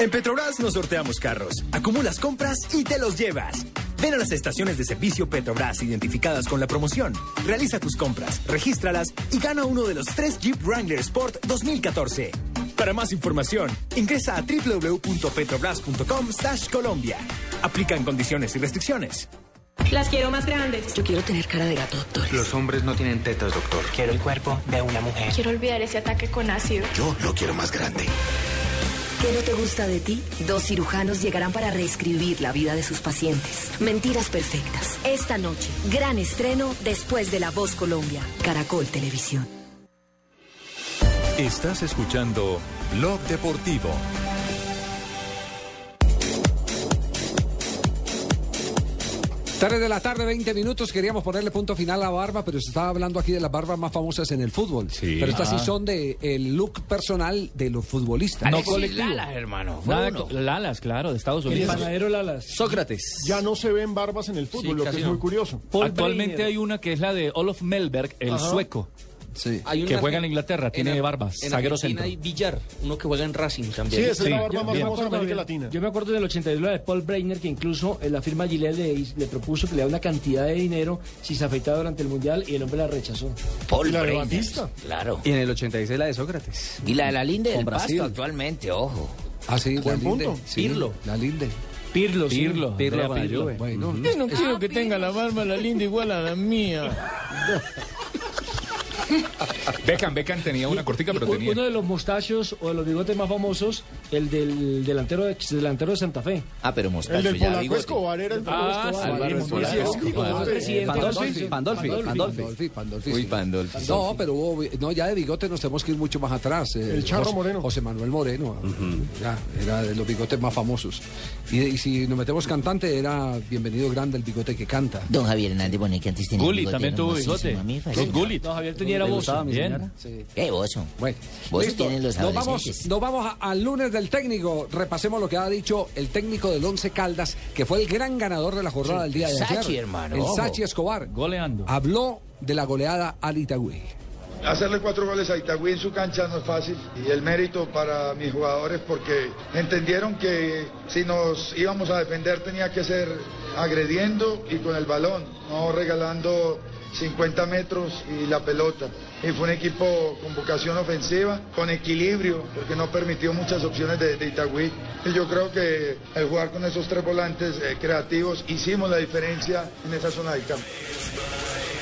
[SPEAKER 11] En Petrobras nos sorteamos carros, acumulas compras y te los llevas. Ven a las estaciones de servicio Petrobras identificadas con la promoción. Realiza tus compras, regístralas y gana uno de los tres Jeep Wrangler Sport 2014. Para más información, ingresa a www.petrobras.com Colombia. Aplican condiciones y restricciones.
[SPEAKER 40] Las quiero más grandes. Yo quiero tener cara de gato.
[SPEAKER 37] Los hombres no tienen tetas, doctor. Quiero el cuerpo de una mujer.
[SPEAKER 40] Quiero olvidar ese ataque con ácido.
[SPEAKER 37] Yo lo quiero más grande. ¿Qué no te gusta de ti? Dos cirujanos llegarán para reescribir la vida de sus pacientes. Mentiras perfectas. Esta noche, gran estreno después de La Voz Colombia. Caracol Televisión.
[SPEAKER 41] Estás escuchando Blog Deportivo.
[SPEAKER 3] Tres de la tarde, 20 minutos. Queríamos ponerle punto final a la barba, pero se estaba hablando aquí de las barbas más famosas en el fútbol. Pero estas
[SPEAKER 16] Ah.
[SPEAKER 3] sí son de el look personal de los futbolistas.
[SPEAKER 16] No colectivo. Nada co- Lalas, claro, de Estados
[SPEAKER 3] El
[SPEAKER 16] Unidos.
[SPEAKER 3] panadero Lalas.
[SPEAKER 16] Sócrates.
[SPEAKER 7] Ya no se ven barbas en el fútbol, lo que es muy curioso.
[SPEAKER 16] Actualmente hay una que es la de Olof Melberg, el
[SPEAKER 7] Ajá.
[SPEAKER 16] sueco.
[SPEAKER 6] Hay un
[SPEAKER 16] que juega en
[SPEAKER 6] argen-
[SPEAKER 16] Inglaterra, tiene
[SPEAKER 6] Ar-
[SPEAKER 16] barbas,
[SPEAKER 6] En
[SPEAKER 16] zaguero
[SPEAKER 6] Argentina
[SPEAKER 16] centro.
[SPEAKER 6] hay Villar, uno que juega en Racing también.
[SPEAKER 7] Latina.
[SPEAKER 5] Yo me acuerdo del 89 de Paul Breiner, que incluso eh, la firma Gillette le, le propuso que le da una cantidad de dinero si se afeitaba durante el Mundial y el hombre la rechazó.
[SPEAKER 38] Paul
[SPEAKER 4] Y la de
[SPEAKER 38] Breiner,
[SPEAKER 4] Batista.
[SPEAKER 38] Claro.
[SPEAKER 4] Y en el 86 la de Sócrates.
[SPEAKER 38] Y la de la Linde
[SPEAKER 4] Con
[SPEAKER 38] del
[SPEAKER 4] Brasil.
[SPEAKER 38] Pasto actualmente, ojo.
[SPEAKER 3] Ah, sí,
[SPEAKER 38] Buen
[SPEAKER 3] la Linde.
[SPEAKER 38] punto.
[SPEAKER 3] Sí,
[SPEAKER 38] Pirlo.
[SPEAKER 3] La Linde.
[SPEAKER 5] Pirlo,
[SPEAKER 3] sí.
[SPEAKER 5] Pirlo,
[SPEAKER 3] Pirlo
[SPEAKER 5] Andrea
[SPEAKER 3] con la
[SPEAKER 5] Pirlo.
[SPEAKER 3] Juve. Bueno,
[SPEAKER 5] Yo no
[SPEAKER 3] quiero
[SPEAKER 5] que tenga la barba la linda igual a la mía.
[SPEAKER 19] Beckham, Beckham tenía una cortica, pero
[SPEAKER 5] Un-
[SPEAKER 19] tenía.
[SPEAKER 5] Uno de los mostachos o de los bigotes más famosos, el del delantero, ex delantero de Santa Fe.
[SPEAKER 38] Ah, pero mostacho
[SPEAKER 5] El del
[SPEAKER 38] ya
[SPEAKER 5] polaco
[SPEAKER 38] bigote.
[SPEAKER 7] Escobar era el
[SPEAKER 5] Ah,
[SPEAKER 7] famoso
[SPEAKER 5] sí,
[SPEAKER 7] Álvaro
[SPEAKER 38] Álvaro
[SPEAKER 7] Escobar.
[SPEAKER 38] Escobar.
[SPEAKER 7] Sí,
[SPEAKER 38] Escobar.
[SPEAKER 7] sí, sí, Pandolfi,
[SPEAKER 38] Eh,
[SPEAKER 3] Pandolfi, Pandolfi, Pandolfi,
[SPEAKER 38] Uy,
[SPEAKER 3] sí.
[SPEAKER 38] Pandolfi.
[SPEAKER 3] No, pero hubo- no, ya de bigote nos tenemos que ir mucho más atrás. eh,
[SPEAKER 7] El Charro
[SPEAKER 3] José-
[SPEAKER 7] Moreno.
[SPEAKER 3] José Manuel Moreno.
[SPEAKER 16] Mm.
[SPEAKER 3] ya, era de los bigotes más famosos. Y, y si nos metemos cantante, era bienvenido grande el bigote que canta.
[SPEAKER 38] Don Javier Hernández Bonet, que antes tenía
[SPEAKER 3] Gulli
[SPEAKER 38] bigote
[SPEAKER 3] también tuvo
[SPEAKER 38] hermosísimo,
[SPEAKER 3] bigote.
[SPEAKER 38] a mí me
[SPEAKER 3] Don
[SPEAKER 38] fascina.
[SPEAKER 3] Gulli. No, Javier tenía era ¿Le gustaba, bozo. mi Bien. señora? Sí.
[SPEAKER 38] Qué bozo.
[SPEAKER 3] Bueno,
[SPEAKER 38] Bozo
[SPEAKER 3] Listo,
[SPEAKER 38] tienen los
[SPEAKER 3] nos vamos,
[SPEAKER 38] adolescentes.
[SPEAKER 3] nos vamos a- al lunes del técnico. Repasemos lo que ha dicho el técnico del Once Caldas, que fue el gran ganador de la jornada del día de
[SPEAKER 16] Sachi,
[SPEAKER 3] ayer.
[SPEAKER 16] hermano,
[SPEAKER 3] El
[SPEAKER 16] ojo.
[SPEAKER 3] Sachi Escobar.
[SPEAKER 16] Goleando.
[SPEAKER 3] Habló de la goleada al Itagüí.
[SPEAKER 42] Hacerle cuatro goles a Itagüí en su cancha no es fácil y el mérito para mis jugadores porque entendieron que si nos íbamos a defender tenía que ser agrediendo y con el balón, no regalando 50 metros y la pelota. Y fue un equipo con vocación ofensiva, con equilibrio, porque no permitió muchas opciones de, de Itagüí. Y yo creo que el jugar con esos tres volantes eh, creativos hicimos la diferencia en esa zona del campo.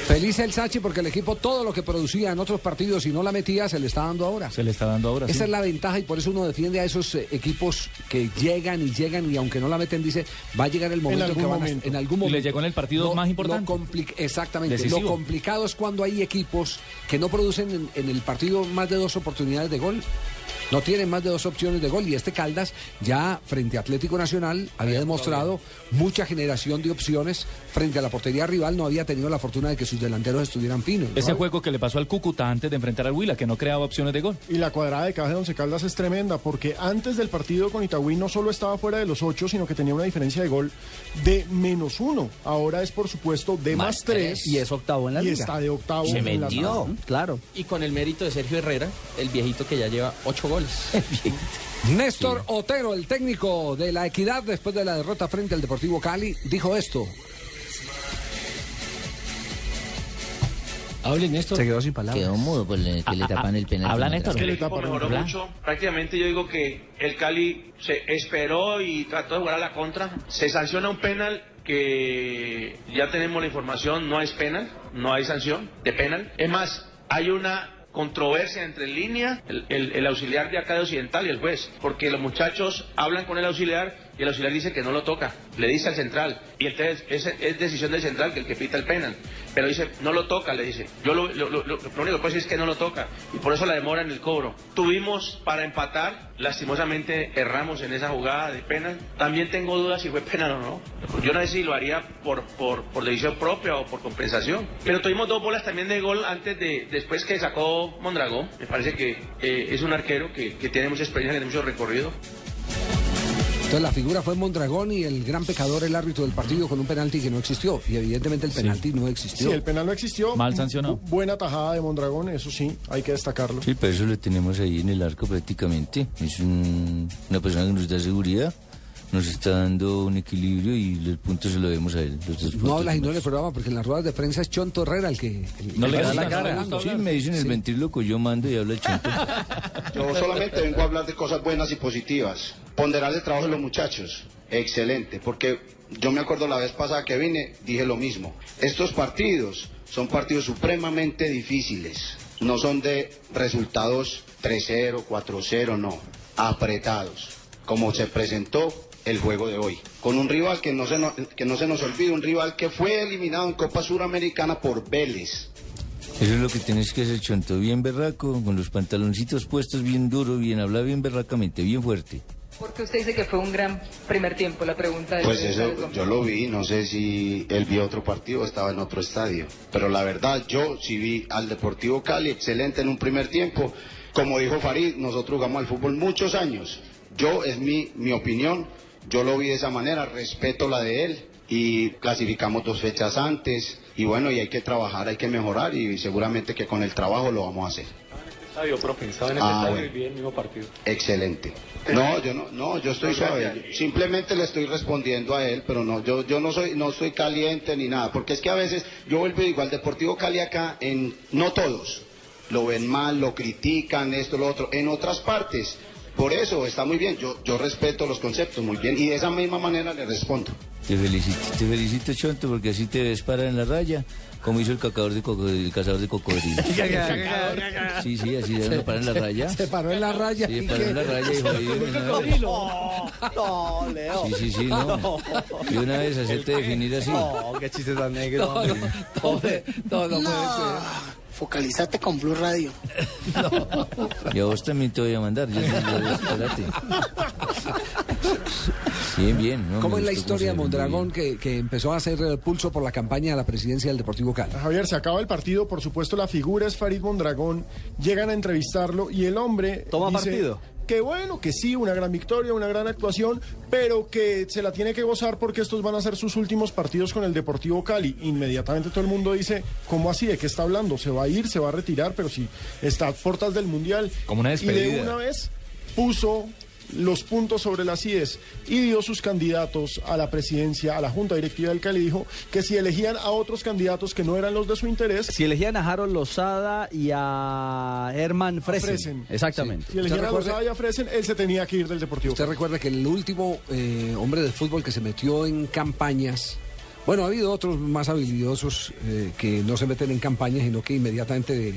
[SPEAKER 3] Feliz el Sachi porque el equipo todo lo que producía en otros partidos y no la metía se le está dando ahora.
[SPEAKER 16] Se le está dando ahora.
[SPEAKER 3] Esa
[SPEAKER 16] sí.
[SPEAKER 3] es la ventaja y por eso uno defiende a esos eh, equipos que llegan y llegan y aunque no la meten dice va a llegar el momento
[SPEAKER 16] algún
[SPEAKER 3] que van a-
[SPEAKER 16] momento.
[SPEAKER 3] en algún
[SPEAKER 16] Y le
[SPEAKER 3] momento.
[SPEAKER 16] llegó en el partido más importante.
[SPEAKER 3] lo compli- exactamente. Lo
[SPEAKER 16] Decisivo.
[SPEAKER 3] complicado es cuando hay equipos que no producen en, en el partido más de dos oportunidades de gol. No tienen más de dos opciones de gol y este Caldas ya frente a Atlético Nacional había demostrado mucha generación de opciones frente a la portería rival no había tenido la fortuna de que sus delanteros estuvieran finos. ¿no?
[SPEAKER 16] Ese juego que le pasó al Cúcuta antes de enfrentar al Huila, que no creaba opciones de gol.
[SPEAKER 7] Y la cuadrada de caja de Once Caldas es tremenda, porque antes del partido con Itagüí no solo estaba fuera de los ocho, sino que tenía una diferencia de gol de menos uno. Ahora es, por supuesto, de más, tres.
[SPEAKER 4] Y es octavo en la
[SPEAKER 7] y
[SPEAKER 4] liga.
[SPEAKER 7] está de octavo. en la tabla.
[SPEAKER 4] Claro.
[SPEAKER 6] Y con el mérito de Sergio Herrera, el viejito que ya lleva ocho goles.
[SPEAKER 3] Néstor Otero, el técnico de la Equidad, después de la derrota frente al Deportivo Cali, dijo esto.
[SPEAKER 5] Hable, Néstor.
[SPEAKER 4] Se quedó sin palabras.
[SPEAKER 38] Quedó mudo por el- que le tapan el penal.
[SPEAKER 16] habla, Néstor.
[SPEAKER 43] El equipo mejoró mucho. Prácticamente yo digo que el Cali se esperó y trató de jugar a la contra. Se sanciona un penal que ya tenemos la información, no es penal, no hay sanción de penal. Es más, hay una controversia entre línea, el, el- el auxiliar de acá de Occidental y el juez, porque los muchachos hablan con el auxiliar y el auxiliar dice que no lo toca, le dice al central, y entonces es, es decisión del central que el que pita el penal, pero dice, no lo toca, le dice, yo lo, lo- lo- lo- lo único que puedo decir es que no lo toca, y por eso la demora en el cobro. Tuvimos para empatar, lastimosamente erramos en esa jugada de penal, también tengo dudas si fue penal o no, yo no sé si lo haría por, por, por decisión propia o por compensación, pero tuvimos dos bolas también de gol antes de, después que sacó Mondragón, me parece que eh, es un arquero que, que tiene mucha experiencia, tiene mucho recorrido,
[SPEAKER 3] Entonces la figura fue Mondragón y el gran pecador, el árbitro del partido, con un penalti que no existió. Y evidentemente el penalti no existió.
[SPEAKER 7] Sí, el penal no existió.
[SPEAKER 44] Mal sancionado.
[SPEAKER 7] Bu- Buena tajada de Mondragón, eso sí, hay que destacarlo.
[SPEAKER 44] Sí, pero eso lo tenemos ahí en el arco prácticamente. Es un- una persona que nos da seguridad, nos está dando un equilibrio y los puntos se lo debemos a él. Los dos
[SPEAKER 3] No
[SPEAKER 44] puntos.
[SPEAKER 3] hablas y no le programa porque en las ruedas de prensa es Chon Torrera el que... el-
[SPEAKER 44] No
[SPEAKER 3] el
[SPEAKER 44] le
[SPEAKER 3] que
[SPEAKER 44] das
[SPEAKER 3] está
[SPEAKER 44] la cara.
[SPEAKER 3] hablando.
[SPEAKER 44] Sí, me dicen el ventriloco, yo mando y habla chonto.
[SPEAKER 45] Yo solamente vengo a hablar de cosas buenas y positivas. Ponderar el trabajo de los muchachos. Excelente, porque yo me acuerdo la vez pasada que vine, dije lo mismo. Estos partidos son partidos supremamente difíciles. No son de resultados 3-0, 4-0, no. Apretados, como se presentó el juego de hoy. Con un rival que no se nos, que no se nos olvide, un rival que fue eliminado en Copa Suramericana por Vélez.
[SPEAKER 44] Eso es lo que tienes que hacer, chonto. Bien berraco, con los pantaloncitos puestos bien duro, bien habla bien berracamente, bien fuerte.
[SPEAKER 2] ¿Por qué usted dice que fue un gran primer tiempo? La pregunta es...
[SPEAKER 45] Pues eso yo lo vi, no sé si él vio otro partido, estaba en otro estadio. Pero la verdad, yo sí vi al Deportivo Cali excelente en un primer tiempo. Como dijo Farid, nosotros jugamos al fútbol muchos años. Yo, es mi, mi opinión, yo lo vi de esa manera, respeto la de él y clasificamos dos fechas antes. Y bueno, y hay que trabajar, hay que mejorar y seguramente que con el trabajo lo vamos a hacer.
[SPEAKER 43] Estadio, profe, estaba en
[SPEAKER 45] el Ah, estadio y bueno.
[SPEAKER 43] vi el mismo partido.
[SPEAKER 45] Excelente. No, yo no, no, yo estoy suave. Simplemente le estoy respondiendo a él, pero no, yo, yo no soy, no estoy caliente ni nada, porque es que a veces yo vuelvo y digo al Deportivo Cali acá, en no todos lo ven mal, lo critican, esto, lo otro, en otras partes. Por eso está muy bien. Yo, yo respeto los conceptos muy bien y de esa misma manera le respondo.
[SPEAKER 44] Te felicito, te felicito, Chonto, porque así te ves para en la raya, como hizo el, cacador de coco- el cazador de cocodrilos. sí, sí, así de uno para en la raya.
[SPEAKER 3] Se paró en la raya.
[SPEAKER 44] Sí, paró en la raya y dijo, "Ahí viene una vez".
[SPEAKER 38] No, Leo.
[SPEAKER 44] Sí, sí, sí, no. Y una vez hacerte definir así.
[SPEAKER 38] No,
[SPEAKER 44] qué chiste tan
[SPEAKER 38] negro, No, hombre.
[SPEAKER 3] No, no puede ser.
[SPEAKER 38] Focalizate con Blue Radio.
[SPEAKER 44] Y a vos también te voy a mandar. Yo, yo- yo- espérate. Bien, bien. no, me
[SPEAKER 3] ¿Cómo es la
[SPEAKER 44] gustó
[SPEAKER 3] historia de
[SPEAKER 44] se-
[SPEAKER 3] Mondragón que, que empezó a hacer eh, pulso por la campaña de la presidencia del Deportivo Cali?
[SPEAKER 7] Javier, se acaba el partido, por supuesto la figura es Farid Mondragón, llegan a entrevistarlo y el hombre
[SPEAKER 4] Toma
[SPEAKER 7] dice
[SPEAKER 4] partido.
[SPEAKER 7] que bueno, que sí, una gran victoria, una gran actuación, pero que se la tiene que gozar porque estos van a ser sus últimos partidos con el Deportivo Cali. Inmediatamente todo el mundo dice, ¿cómo así? ¿De qué está hablando? ¿Se va a ir? ¿Se va a retirar? Pero si está a puertas del Mundial.
[SPEAKER 15] Como una
[SPEAKER 7] Y de
[SPEAKER 15] despedida.
[SPEAKER 7] una vez puso los puntos sobre las IES y dio sus candidatos a la presidencia, a la Junta Directiva del Cali, dijo que si elegían a otros candidatos que no eran los de su interés,
[SPEAKER 4] Si elegían a Harold Lozada y a Herman Fresen.
[SPEAKER 7] Fresen.
[SPEAKER 4] Exactamente.
[SPEAKER 7] si elegían a Lozada y a Fresen, él se tenía que ir del Deportivo.
[SPEAKER 3] Usted recuerda que el último eh, hombre de fútbol que se metió en campañas, bueno, ha habido otros más habilidosos eh, que no se meten en campañas, sino que inmediatamente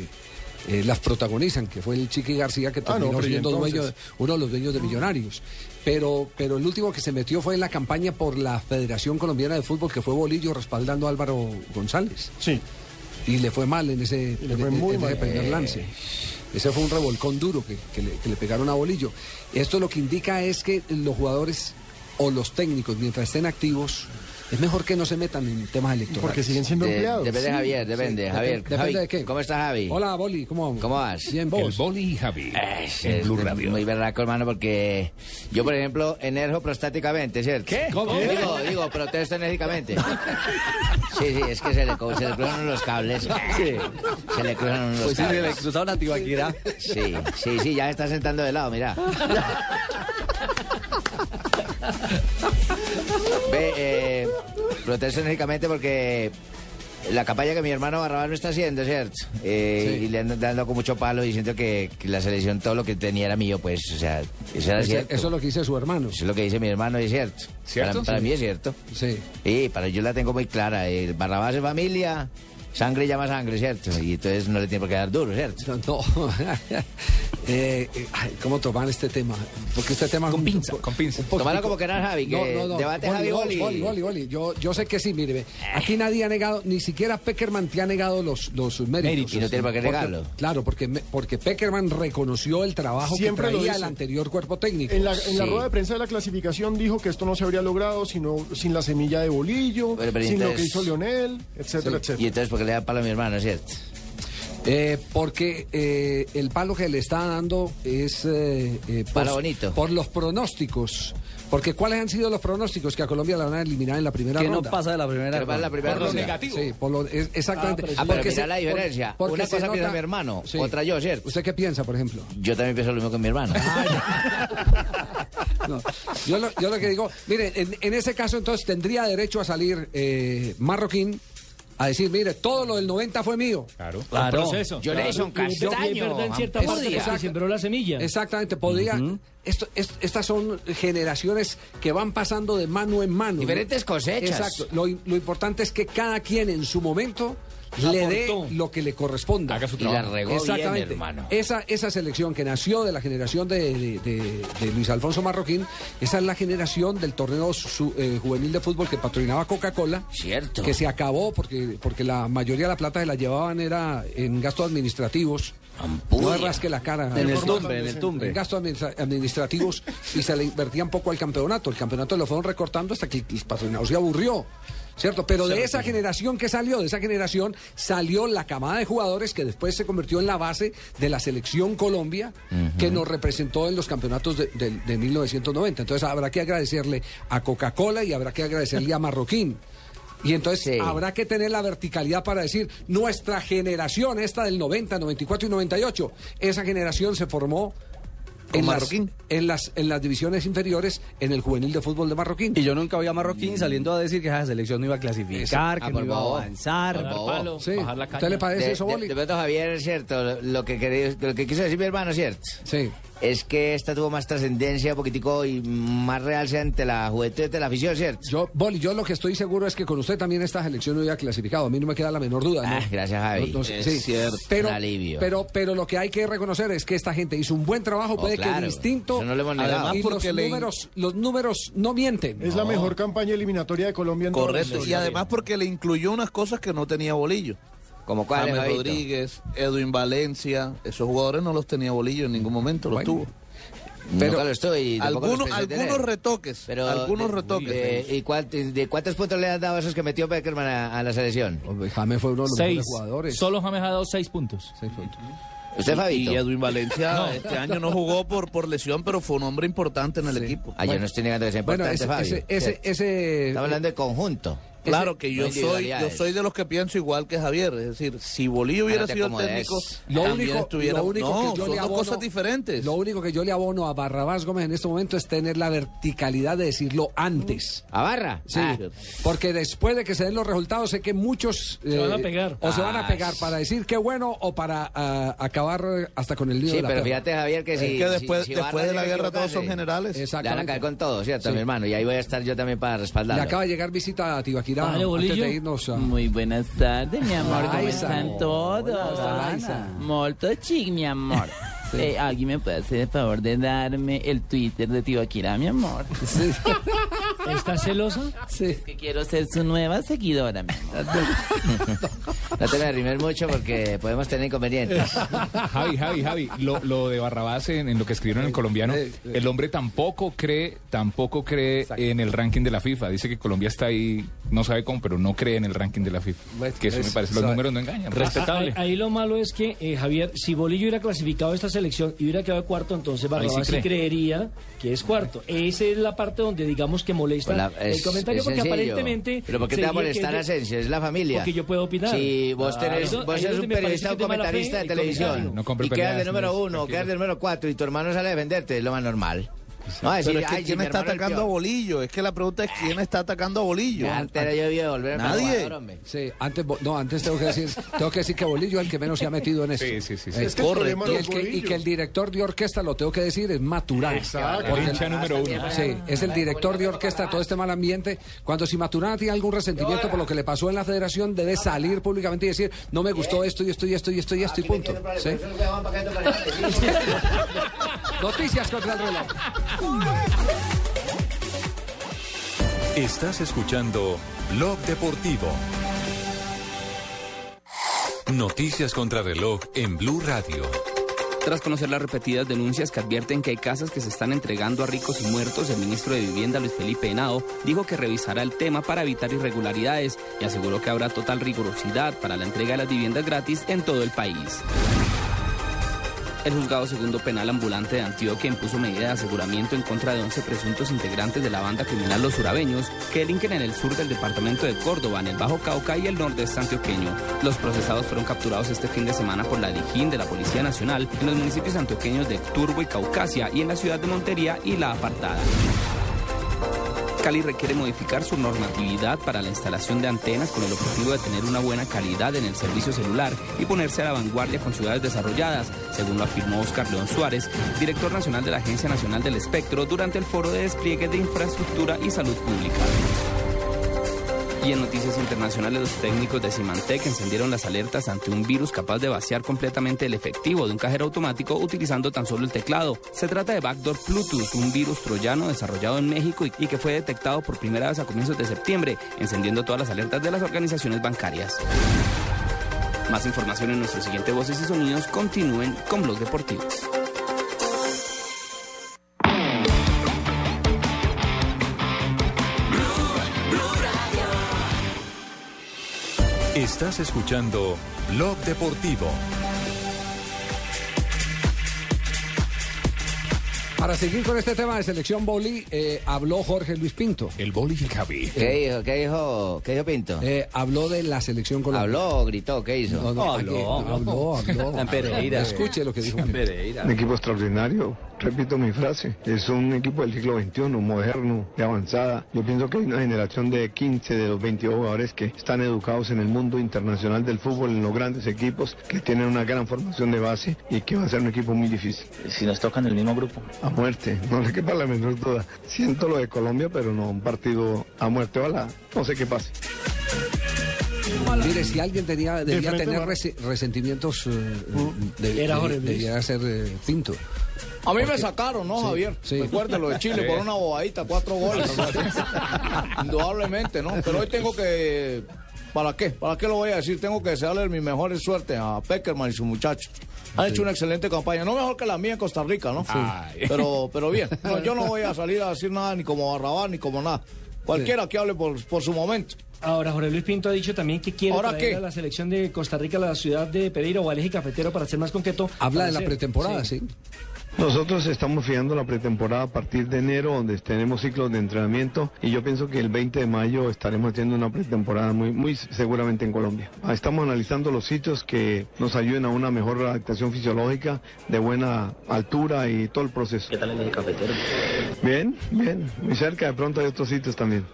[SPEAKER 3] eh, las protagonizan, que fue el Chiqui García que
[SPEAKER 7] Ah, no,
[SPEAKER 3] terminó
[SPEAKER 7] pero ¿y
[SPEAKER 3] siendo dueño,
[SPEAKER 7] entonces? Ah.
[SPEAKER 3] uno de los dueños de Millonarios. Pero, pero el último que se metió fue en la campaña por la Federación Colombiana de Fútbol, que fue Bolillo respaldando a Álvaro González.
[SPEAKER 7] Sí.
[SPEAKER 3] Y le fue mal en ese,
[SPEAKER 7] le fue
[SPEAKER 3] en-
[SPEAKER 7] muy
[SPEAKER 3] en ese
[SPEAKER 7] mal.
[SPEAKER 3] primer lance. Ese fue un revolcón duro que, que le, que le pegaron a Bolillo. Esto lo que indica es que los jugadores o los técnicos, mientras estén activos, es mejor que no se metan en temas electorales.
[SPEAKER 7] Porque siguen siendo
[SPEAKER 39] De-
[SPEAKER 7] empleados.
[SPEAKER 39] depende,
[SPEAKER 3] Sí,
[SPEAKER 39] Javier,
[SPEAKER 3] sí,
[SPEAKER 39] depende.
[SPEAKER 3] depe-
[SPEAKER 39] Javier,
[SPEAKER 3] depende
[SPEAKER 39] Javi,
[SPEAKER 3] de qué.
[SPEAKER 39] ¿Cómo estás, Javi?
[SPEAKER 3] Hola, Boli, ¿cómo vamos?
[SPEAKER 39] ¿Cómo vas?
[SPEAKER 3] Bien, vos.
[SPEAKER 39] Boli y Javi.
[SPEAKER 3] en Blue
[SPEAKER 39] Radio. Eh, Muy berraco, hermano, porque yo, por ejemplo, enerjo prostáticamente, ¿cierto? ¿Qué? Digo, digo, protesto enérgicamente. Sí, sí, es que se le, co- se le cruzaron los cables. Se le cruzaron los
[SPEAKER 4] Pues sí,
[SPEAKER 39] cables.
[SPEAKER 4] se le cruzaron a Tibaquirá.
[SPEAKER 39] Sí, sí, sí, ya está sentando de lado, mira. Ve, eh, protesto enérgicamente porque la campaña que mi hermano Barrabás me está haciendo, ¿cierto? Eh, Y le andan dando con mucho palo diciendo que, que la selección todo lo que tenía era mío, pues, o sea, eso era
[SPEAKER 3] Ese-
[SPEAKER 39] cierto.
[SPEAKER 3] eso es lo que dice su hermano.
[SPEAKER 39] Eso es lo que dice mi hermano, es cierto.
[SPEAKER 3] ¿Cierto?
[SPEAKER 39] Para, para
[SPEAKER 3] Sí.
[SPEAKER 39] mí es cierto.
[SPEAKER 3] Sí.
[SPEAKER 39] Sí, para yo la tengo muy clara. El Barrabás es familia, sangre llama sangre, ¿cierto? Y entonces no le tiene por qué dar duro, ¿cierto?
[SPEAKER 3] No, no. Eh, eh, ay, ¿Cómo toman este tema? Porque este tema... Con pinza, con pinza.
[SPEAKER 39] Tómalo como que no, Javi, que debate Javi, boli.
[SPEAKER 3] Boli, boli, boli. Yo, yo sé que sí, mire, ve, aquí nadie ha negado, ni siquiera Peckerman te ha negado los, los méritos.
[SPEAKER 39] Méritos. Y no tiene por qué
[SPEAKER 3] Porque-
[SPEAKER 39] negarlo.
[SPEAKER 3] Claro, porque, me- porque Peckerman reconoció el trabajo
[SPEAKER 7] Siempre
[SPEAKER 3] que
[SPEAKER 7] lo
[SPEAKER 3] traía
[SPEAKER 7] dice.
[SPEAKER 3] el anterior cuerpo técnico.
[SPEAKER 7] En la, en la rueda de prensa de la clasificación dijo que esto no se habría logrado sino, sin la semilla de Bolillo,
[SPEAKER 39] Pero, pero
[SPEAKER 7] sin lo que
[SPEAKER 39] entonces-
[SPEAKER 7] hizo Lionel, etcétera, etcétera.
[SPEAKER 39] Y entonces, ¿por qué le da palo a mi hermano, ¿cierto?
[SPEAKER 3] Eh, porque eh, el palo que le está dando es eh, eh,
[SPEAKER 39] Palo bonito.
[SPEAKER 3] por los pronósticos. Porque ¿cuáles han sido los pronósticos que a Colombia la van a eliminar en la primera
[SPEAKER 4] Que no
[SPEAKER 3] ronda?
[SPEAKER 4] pasa de la primera
[SPEAKER 39] Que no pasa de la
[SPEAKER 4] ronda.
[SPEAKER 39] primera Por lo ronda. negativo.
[SPEAKER 3] Sí, por lo- es- exactamente.
[SPEAKER 39] Ah, pero
[SPEAKER 3] Porque
[SPEAKER 39] mira
[SPEAKER 3] se-
[SPEAKER 39] la
[SPEAKER 3] por-
[SPEAKER 39] diferencia.
[SPEAKER 3] porque
[SPEAKER 39] Una
[SPEAKER 3] se
[SPEAKER 39] cosa piensa
[SPEAKER 3] nota-
[SPEAKER 39] mi hermano,
[SPEAKER 3] Sí.
[SPEAKER 39] otra yo, ¿cierto?
[SPEAKER 3] ¿Usted qué piensa, por ejemplo? Ah,
[SPEAKER 39] Yo también pienso lo mismo que mi hermano.
[SPEAKER 3] No, yo, lo, yo lo que digo, mire, en, en ese caso entonces tendría derecho a salir eh, Marroquín a decir, mire, todo lo del 90 fue mío. Claro.
[SPEAKER 4] Claro.
[SPEAKER 39] Yo le hice un
[SPEAKER 5] Y es ver- y es
[SPEAKER 39] castaño.
[SPEAKER 5] verdad en cierta
[SPEAKER 39] Ampudia.
[SPEAKER 5] parte porque sembró la semilla.
[SPEAKER 3] Exactamente, podría. esto, es- estas son generaciones que van pasando de mano en mano. ¿no?
[SPEAKER 39] Diferentes cosechas.
[SPEAKER 3] Exacto. Lo, im- lo importante es que cada quien en su momento le dé
[SPEAKER 39] Aportó.
[SPEAKER 3] lo que le corresponda.
[SPEAKER 39] Haga su Y la trabajo. regó bien, hermano.
[SPEAKER 3] Esa, esa selección que nació de la generación de, de- de- de Luis Alfonso Marroquín, esa es la generación del torneo su- eh, juvenil de fútbol que patrocinaba Coca-Cola.
[SPEAKER 39] Cierto.
[SPEAKER 3] Que se acabó porque, porque la mayoría de la plata que la llevaban era en gastos administrativos. No rasque la cara.
[SPEAKER 4] En el tumbe, en el tumbe.
[SPEAKER 3] En gastos administra- administrativos y se le invertían poco al campeonato. El campeonato lo fueron recortando hasta que el patrocinado se aburrió. ¿Cierto? Pero de esa generación que salió, de esa generación, salió la camada de jugadores que después se convirtió en la base de la selección Colombia que nos representó en los campeonatos de, de- de 1990. Entonces habrá que agradecerle a Coca-Cola y habrá que agradecerle a Marroquín. Y entonces habrá que tener la verticalidad para decir, nuestra generación, esta del 90, 94 y 98, esa generación se formó
[SPEAKER 4] Con
[SPEAKER 3] en las,
[SPEAKER 4] Marroquín.
[SPEAKER 3] en, las, en las divisiones inferiores, en el juvenil de fútbol de Marroquín. Mm.
[SPEAKER 4] Y yo nunca vi a Marroquín saliendo a decir que esa selección no iba a clasificar,
[SPEAKER 39] Ah,
[SPEAKER 4] que no
[SPEAKER 39] por
[SPEAKER 4] iba
[SPEAKER 39] favor.
[SPEAKER 4] a avanzar.
[SPEAKER 39] Por favor.
[SPEAKER 3] Sí, ¿Usted le parece
[SPEAKER 39] De-
[SPEAKER 3] eso,
[SPEAKER 39] de-
[SPEAKER 3] Boli?
[SPEAKER 39] de pronto, Javier, cierto, lo que, quería- lo que quiso decir mi hermano, ¿cierto?
[SPEAKER 3] Sí.
[SPEAKER 39] Es que esta tuvo más trascendencia, un poquitico, y más realce ante la juventud de la afición, ¿cierto?
[SPEAKER 3] Yo, Boli, yo lo que estoy seguro es que con usted también esta selección hubiera clasificado. A mí no me queda la menor duda. ¿no?
[SPEAKER 39] Ah, gracias, Javi.
[SPEAKER 3] No, no sé,
[SPEAKER 39] Es
[SPEAKER 3] sí.
[SPEAKER 39] cierto,
[SPEAKER 3] Pero,
[SPEAKER 39] un alivio.
[SPEAKER 3] Pero, pero lo que hay que reconocer es que esta gente hizo un buen trabajo,
[SPEAKER 39] Oh,
[SPEAKER 3] puede que
[SPEAKER 39] claro,
[SPEAKER 3] distinto.
[SPEAKER 39] eso no lo hemos negado.
[SPEAKER 3] y
[SPEAKER 39] Además,
[SPEAKER 3] los
[SPEAKER 39] porque le-
[SPEAKER 3] números, los números no mienten.
[SPEAKER 7] Es la mejor campaña eliminatoria de Colombia en toda la
[SPEAKER 17] Correcto. Y
[SPEAKER 7] historia.
[SPEAKER 17] además porque le incluyó unas cosas que no tenía Bolillo.
[SPEAKER 39] Como cuál,
[SPEAKER 17] James
[SPEAKER 39] Javito?
[SPEAKER 17] Rodríguez, Edwin Valencia, esos jugadores no los tenía Bolillo en ningún momento, los tuvo.
[SPEAKER 39] Pero, Nunca lo estoy. tampoco
[SPEAKER 17] Algunos,
[SPEAKER 39] los pensé tener.
[SPEAKER 17] algunos retoques,
[SPEAKER 39] Pero
[SPEAKER 17] algunos
[SPEAKER 39] de-
[SPEAKER 17] retoques.
[SPEAKER 39] de- ¿Y cuál- de cuántos puntos le has dado a esos que metió Beckerman a, a la selección?
[SPEAKER 3] James fue uno de los
[SPEAKER 6] Seis.
[SPEAKER 3] mejores jugadores.
[SPEAKER 6] Solo James ha dado seis puntos.
[SPEAKER 3] Seis puntos.
[SPEAKER 39] ¿Usted,
[SPEAKER 17] y
[SPEAKER 39] Fabito?
[SPEAKER 17] Edwin Valencia
[SPEAKER 6] No.
[SPEAKER 17] este año no jugó por, por lesión, pero fue un hombre importante en el equipo.
[SPEAKER 39] Ah, yo no estoy negando que sea
[SPEAKER 17] Bueno,
[SPEAKER 39] importante, Fabio.
[SPEAKER 17] ese- ese-
[SPEAKER 39] ¿cierto?
[SPEAKER 3] ese-
[SPEAKER 39] Estamos hablando de conjunto.
[SPEAKER 17] Claro que
[SPEAKER 39] No
[SPEAKER 17] yo soy, yo
[SPEAKER 39] individualidades.
[SPEAKER 17] soy de los que pienso igual que Javier. Es decir, si Bolillo hubiera
[SPEAKER 39] Ah, no te
[SPEAKER 17] sido el
[SPEAKER 39] acomodes.
[SPEAKER 17] técnico,
[SPEAKER 3] Lo
[SPEAKER 17] también
[SPEAKER 3] único,
[SPEAKER 17] estuviera.
[SPEAKER 3] lo único
[SPEAKER 17] no,
[SPEAKER 3] que yo
[SPEAKER 17] son
[SPEAKER 3] le
[SPEAKER 17] dos
[SPEAKER 3] abono,
[SPEAKER 17] cosas diferentes.
[SPEAKER 3] Lo único que yo le abono a Barrabás Gómez en este momento es tener la verticalidad de decirlo antes.
[SPEAKER 39] ¿A Barra?
[SPEAKER 3] Sí,
[SPEAKER 39] Ah.
[SPEAKER 3] porque después de que se den los resultados sé que muchos... eh,
[SPEAKER 39] Se van a pegar.
[SPEAKER 3] O se van a
[SPEAKER 39] Ah,
[SPEAKER 3] pegar para decir qué bueno o para ah, acabar eh, hasta con el lío
[SPEAKER 39] Sí,
[SPEAKER 3] de la
[SPEAKER 39] pero
[SPEAKER 3] perra.
[SPEAKER 39] fíjate, Javier, que
[SPEAKER 3] Es
[SPEAKER 39] si.
[SPEAKER 3] que
[SPEAKER 39] si-
[SPEAKER 3] después-
[SPEAKER 39] si
[SPEAKER 3] después
[SPEAKER 39] Barra
[SPEAKER 3] de la
[SPEAKER 39] llega a
[SPEAKER 3] guerra todos son
[SPEAKER 39] equivocarse,
[SPEAKER 3] generales.
[SPEAKER 39] Le van a caer con todo, ¿cierto,
[SPEAKER 3] Sí.
[SPEAKER 39] mi hermano? Y ahí voy a estar yo también para
[SPEAKER 3] Le
[SPEAKER 39] respaldarlo.
[SPEAKER 3] acaba de llegar visita a Tibaquirá
[SPEAKER 39] Vale,
[SPEAKER 3] antes
[SPEAKER 39] Bolillo.
[SPEAKER 3] de irnos a...
[SPEAKER 38] Muy buenas tardes, mi amor. ¿Cómo
[SPEAKER 3] Laisa.
[SPEAKER 38] están todos? Molto chic, mi amor. Eh, ¿Alguien me puede hacer el favor de darme el Twitter de Tibaquirá, mi amor?
[SPEAKER 5] ¿Estás celosa?
[SPEAKER 3] Sí.
[SPEAKER 38] Que quiero ser su nueva seguidora, mi amor.
[SPEAKER 39] No te me arrimes mucho porque podemos tener inconvenientes.
[SPEAKER 15] Javi, Javi, Javi, lo, lo de Barrabás en, en lo que escribieron en el colombiano,
[SPEAKER 46] Eh,
[SPEAKER 15] el hombre tampoco cree, tampoco cree en el ranking de la FIFA. Dice que Colombia está ahí, no sabe cómo, pero no cree en el ranking de la
[SPEAKER 46] Pues,
[SPEAKER 15] FIFA. Que eso me
[SPEAKER 3] es-
[SPEAKER 15] parece, los
[SPEAKER 3] sabe.
[SPEAKER 15] números no engañan.
[SPEAKER 5] Ah, ah, Ahí, lo malo es que, eh, Javier, si Bolillo hubiera clasificado esta selección y hubiera quedado cuarto, entonces Barrabás sí,
[SPEAKER 15] cree.
[SPEAKER 5] creería que es cuarto. Esa es la parte donde digamos que molesta
[SPEAKER 39] Pues la-
[SPEAKER 5] el comentario porque
[SPEAKER 39] sencillo.
[SPEAKER 5] aparentemente...
[SPEAKER 39] Pero ¿por qué te va a
[SPEAKER 5] sería que
[SPEAKER 39] molestar
[SPEAKER 5] yo-
[SPEAKER 39] a Asensio? Es la familia.
[SPEAKER 5] Porque yo puedo opinar.
[SPEAKER 39] Si vos,
[SPEAKER 5] Claro.
[SPEAKER 39] tenés, vos
[SPEAKER 5] Ahí
[SPEAKER 39] eres
[SPEAKER 5] es
[SPEAKER 39] un
[SPEAKER 5] donde me parece
[SPEAKER 39] periodista,
[SPEAKER 5] que
[SPEAKER 39] un
[SPEAKER 5] es de mala
[SPEAKER 39] comentarista
[SPEAKER 5] fe
[SPEAKER 39] de
[SPEAKER 5] el
[SPEAKER 39] televisión.
[SPEAKER 5] comentario. No
[SPEAKER 15] compre
[SPEAKER 39] y quedas de
[SPEAKER 15] peleas,
[SPEAKER 39] número
[SPEAKER 15] no es-
[SPEAKER 39] uno, quedas de número cuatro y tu hermano sale a defenderte. Es lo más normal. No, decir,
[SPEAKER 17] Pero es que
[SPEAKER 39] "Ay,
[SPEAKER 17] quién
[SPEAKER 39] mi
[SPEAKER 17] está
[SPEAKER 39] hermano el
[SPEAKER 17] atacando a
[SPEAKER 39] peor".
[SPEAKER 17] Bolillo. Es que la pregunta es quién está atacando a Bolillo. Nadie.
[SPEAKER 3] Sí, antes, bo- no, antes tengo que decir, tengo que decir que Bolillo es el que menos se ha metido en esto.
[SPEAKER 15] Sí, sí, sí, sí.
[SPEAKER 3] Eh,
[SPEAKER 15] Es que el
[SPEAKER 3] corre.
[SPEAKER 15] problema
[SPEAKER 3] Y,
[SPEAKER 15] de
[SPEAKER 3] el
[SPEAKER 15] los
[SPEAKER 3] que, y
[SPEAKER 15] bolillos.
[SPEAKER 3] que el director de orquesta, lo tengo que decir, es Maturana.
[SPEAKER 15] Exacto.
[SPEAKER 3] Porque
[SPEAKER 15] El hincha número uno.
[SPEAKER 3] Sí, es el director de orquesta, todo este mal ambiente. Cuando si Maturana tiene algún resentimiento por lo que le pasó en la federación, debe salir públicamente y decir, no me gustó esto y esto y esto y esto y esto y punto. ¿Sí? Noticias contra el reloj.
[SPEAKER 1] Estás escuchando Blog Deportivo. Noticias contra reloj en Blue Radio.
[SPEAKER 33] Tras conocer las repetidas denuncias que advierten que hay casas que se están entregando a ricos y muertos, el ministro de Vivienda, Luis Felipe Henao, dijo que revisará el tema para evitar irregularidades y aseguró que habrá total rigurosidad para la entrega de las viviendas gratis en todo el país. El juzgado segundo penal ambulante de Antioquia impuso medida de aseguramiento en contra de 11 presuntos integrantes de la banda criminal Los Surabeños que delinquen en el sur del departamento de Córdoba, en el Bajo Cauca y el nordeste antioqueño. Los procesados fueron capturados este fin de semana por la Dijín de la Policía Nacional en los municipios antioqueños de Turbo y Caucasia y en la ciudad de Montería y La Apartada. Cali requiere modificar su normatividad para la instalación de antenas con el objetivo de tener una buena calidad en el servicio celular y ponerse a la vanguardia con ciudades desarrolladas, según lo afirmó Oscar León Suárez, director nacional de la Agencia Nacional del Espectro, durante el foro de despliegue de infraestructura y salud pública. Y en noticias internacionales, los técnicos de Symantec encendieron las alertas ante un virus capaz de vaciar completamente el efectivo de un cajero automático utilizando tan solo el teclado. Se trata de Backdoor Bluetooth, un virus troyano desarrollado en México y, y que fue detectado por primera vez a comienzos de septiembre, encendiendo todas las alertas de las organizaciones bancarias. Más información en nuestro siguiente Voces y Sonidos. Continúen con Blog Deportivos.
[SPEAKER 1] Estás escuchando Blog Deportivo.
[SPEAKER 3] Para seguir con este tema de selección boli, eh, habló Jorge Luis Pinto.
[SPEAKER 15] El boli y Javi.
[SPEAKER 39] ¿Qué dijo? ¿Qué dijo? ¿Qué dijo Pinto?
[SPEAKER 3] Eh, habló de la selección colombiana.
[SPEAKER 39] Habló, gritó, ¿qué hizo?
[SPEAKER 3] No, no, aquí, habló, habló. Escuche lo que dijo.
[SPEAKER 47] Un equipo extraordinario, repito mi frase, es un equipo del siglo XXI, moderno, de avanzada. Yo pienso que hay una generación de 15 de los 22 jugadores que están educados en el mundo internacional del fútbol, en los grandes equipos, que tienen una gran formación de base y que va a ser un equipo muy difícil. Si nos tocan el mismo grupo. A muerte, no le quepa la menor duda. Siento lo de Colombia, pero no, un partido a muerte, ojalá, no sé qué pase.
[SPEAKER 3] Mire, si alguien tenía, debía
[SPEAKER 47] frente,
[SPEAKER 3] tener
[SPEAKER 47] Mar-
[SPEAKER 3] rese- resentimientos, eh, de-
[SPEAKER 47] Era
[SPEAKER 3] de-
[SPEAKER 47] Jorge Luis.
[SPEAKER 3] debiera ser eh, Pinto.
[SPEAKER 47] A mí me
[SPEAKER 3] sacaron,
[SPEAKER 47] ¿no, Javier?
[SPEAKER 3] Recuerda
[SPEAKER 47] lo de Chile, por una bobadita, cuatro goles. Indudablemente, ¿no? Pero hoy tengo que. ¿Para qué? ¿Para qué lo voy a decir? Tengo que desearle mi mejor suerte a Peckerman y sus muchachos. Han hecho una excelente campaña, no mejor que la mía en Costa Rica, ¿no?
[SPEAKER 11] Ay.
[SPEAKER 47] Pero, pero bien, No, yo no voy a salir a decir nada ni como Barrabás ni como nada. Cualquiera que hable por, por su momento.
[SPEAKER 4] Ahora, Jorge Luis Pinto ha dicho también que quiere
[SPEAKER 47] ¿Ahora
[SPEAKER 4] traer
[SPEAKER 47] qué?
[SPEAKER 4] a la selección de Costa Rica a la ciudad de Pereira o al eje cafetero para ser más concreto.
[SPEAKER 47] Habla de la
[SPEAKER 4] Para ser-
[SPEAKER 47] pretemporada,
[SPEAKER 3] sí.
[SPEAKER 47] Nosotros estamos fijando la pretemporada a partir de enero, donde tenemos ciclos de entrenamiento, y yo pienso que el 20 de mayo estaremos haciendo una pretemporada muy, muy seguramente en Colombia. Ah, Estamos analizando los sitios que nos ayuden a una mejor adaptación fisiológica, de buena altura y todo el proceso. ¿Qué tal en el cafetero? Bien, bien, muy cerca, de pronto hay otros sitios también.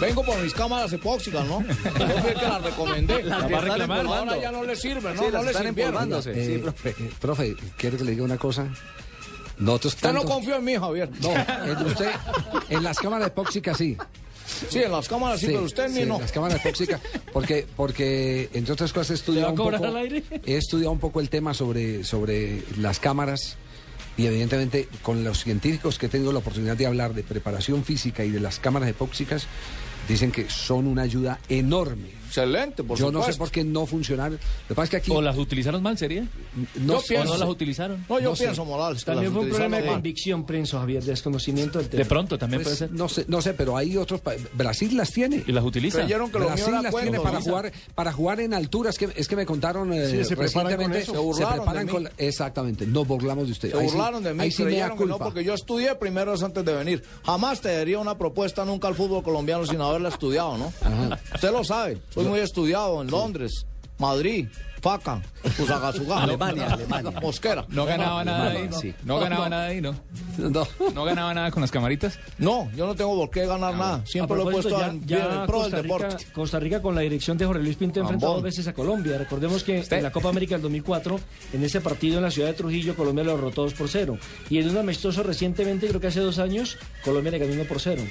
[SPEAKER 47] Vengo por mis cámaras epóxicas, ¿no? Yo fui el que las recomendé. Las va a Están reclamar, empolvadas, Armando. ya no les sirve, ¿no? Sí, las no les están sirvieron. empolvándose. Eh,
[SPEAKER 3] Eh, eh, profe, quiero que le diga una cosa. Nosotros
[SPEAKER 47] Usted no
[SPEAKER 3] tanto-
[SPEAKER 47] confía en mí, Javier.
[SPEAKER 3] No, en usted, en las cámaras epóxicas sí.
[SPEAKER 47] Sí, en las cámaras sí, pero usted en mí
[SPEAKER 3] sí,
[SPEAKER 47] no.
[SPEAKER 3] en las cámaras epóxicas, porque, porque entre otras cosas he
[SPEAKER 47] ¿Le va
[SPEAKER 3] estudiado,
[SPEAKER 47] a
[SPEAKER 3] un
[SPEAKER 47] cobrar
[SPEAKER 3] poco,
[SPEAKER 47] al aire?
[SPEAKER 3] he estudiado un poco el tema sobre, sobre las cámaras y evidentemente con los científicos que he tenido la oportunidad de hablar de preparación física y de las cámaras epóxicas, dicen que son una ayuda enorme.
[SPEAKER 47] Excelente, por
[SPEAKER 3] Yo no sé
[SPEAKER 47] supuesto.
[SPEAKER 3] por qué no funcionaron. Lo que pasa es que aquí...
[SPEAKER 6] ¿O las utilizaron mal, sería?
[SPEAKER 3] No
[SPEAKER 6] ¿O
[SPEAKER 3] sé.
[SPEAKER 6] no las utilizaron?
[SPEAKER 47] sé. pienso, Morales, que
[SPEAKER 4] También
[SPEAKER 47] las
[SPEAKER 4] fue un problema de
[SPEAKER 47] utilizaron mal.
[SPEAKER 4] convicción, Prenso Javier, desconocimiento del tema.
[SPEAKER 3] Pues, No sé, no sé, pero hay otros. pa- Brasil las tiene. Y las
[SPEAKER 4] utiliza.
[SPEAKER 3] Creyeron que Brasil las tiene para
[SPEAKER 47] utiliza.
[SPEAKER 3] jugar, para jugar en altura. Es que, es que me contaron eh,
[SPEAKER 47] Sí, se preparan con
[SPEAKER 3] recientemente.
[SPEAKER 47] eso. Se burlaron de mí.
[SPEAKER 3] con la- Exactamente. Nos burlamos de usted.
[SPEAKER 47] Se
[SPEAKER 3] Ahí sí-
[SPEAKER 47] burlaron de mí,
[SPEAKER 3] Ahí sí me da
[SPEAKER 47] creyeron que no,
[SPEAKER 3] culpa.
[SPEAKER 47] porque yo estudié primero eso antes de venir. Jamás te daría una propuesta nunca al fútbol colombiano sin haberla estudiado, ¿no? Usted lo sabe, soy muy estudiado en Londres, Madrid,
[SPEAKER 46] Paca, Fusagasugá,
[SPEAKER 19] Alemania, Alemania.
[SPEAKER 46] Mosquera.
[SPEAKER 19] No ganaba nada ahí, ¿no? No ganaba nada ahí, ¿no?
[SPEAKER 3] No.
[SPEAKER 19] ganaba nada con las camaritas?
[SPEAKER 46] No, yo no tengo por qué ganar nada. Siempre lo he puesto
[SPEAKER 5] ya,
[SPEAKER 46] en,
[SPEAKER 5] ya
[SPEAKER 46] bien, en pro
[SPEAKER 5] Costa
[SPEAKER 46] del
[SPEAKER 5] Rica,
[SPEAKER 46] deporte.
[SPEAKER 5] Costa Rica con la dirección de Jorge Luis Pinto enfrentó
[SPEAKER 46] Ambón. Este-
[SPEAKER 5] dos veces a Colombia. Recordemos que en la Copa América del 2004, en ese partido en la ciudad de Trujillo, Colombia lo derrotó 2 por 0. Y en un amistoso recientemente, creo que hace dos años, Colombia le ganó 1 por 0.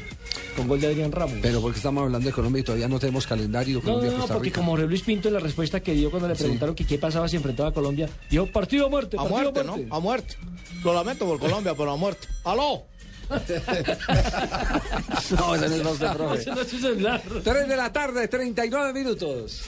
[SPEAKER 5] Con gol de Adrián Ramos.
[SPEAKER 3] Pero porque estamos hablando de Colombia y todavía no tenemos calendario
[SPEAKER 5] No, no, no,
[SPEAKER 3] Colombia-Costa
[SPEAKER 5] porque
[SPEAKER 3] Rica.
[SPEAKER 5] como Jorge Luis Pinto en la respuesta que dio cuando le preguntaron que qué pasaba si enfrentaba a Colombia, dijo partido a muerte,
[SPEAKER 46] A
[SPEAKER 5] partido
[SPEAKER 46] muerte, ¿no? A muerte. Lo lamento por Colombia, pero a muerte. ¡Aló!
[SPEAKER 3] No, ese no es nuestro
[SPEAKER 5] Ese no es su celular.
[SPEAKER 3] 3 de la tarde, 39 minutos.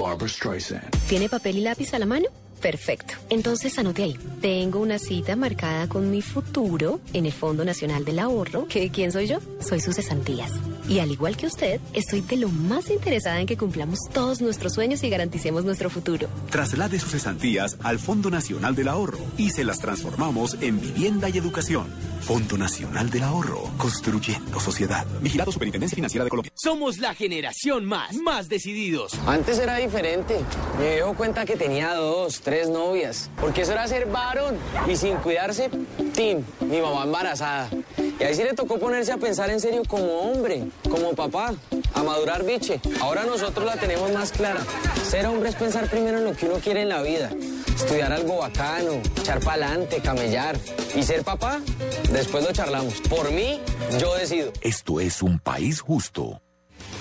[SPEAKER 3] Barbara Streisand.
[SPEAKER 37] ¿Tiene papel y lápiz a la mano? Perfecto. Entonces anote ahí. Tengo una cita marcada con mi futuro en el Fondo Nacional del Ahorro. ¿Que, ¿Quién soy yo? Soy sus cesantías. Y al igual que usted, estoy de lo más interesada en que cumplamos todos nuestros sueños y garanticemos nuestro futuro.
[SPEAKER 11] Traslade sus cesantías al Fondo Nacional del Ahorro y se las transformamos en vivienda y educación. Fondo Nacional del Ahorro, construyendo sociedad. Vigilado Superintendencia Financiera de Colombia.
[SPEAKER 48] Somos la generación más, más decididos.
[SPEAKER 10] Antes era diferente. Me dio cuenta que tenía dos, tres novias. Porque eso era ser varón. Y sin cuidarse, Tim, mi mamá embarazada. Y ahí sí le tocó ponerse a pensar en serio como hombre, como papá, a madurar biche. Ahora nosotros la tenemos más clara. Ser hombre es pensar primero en lo que uno quiere en la vida. Estudiar algo bacano, echar pa'lante, camellar. Y ser papá, después lo charlamos. Por mí, yo decido.
[SPEAKER 1] Esto es un país justo.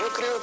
[SPEAKER 45] Yo creo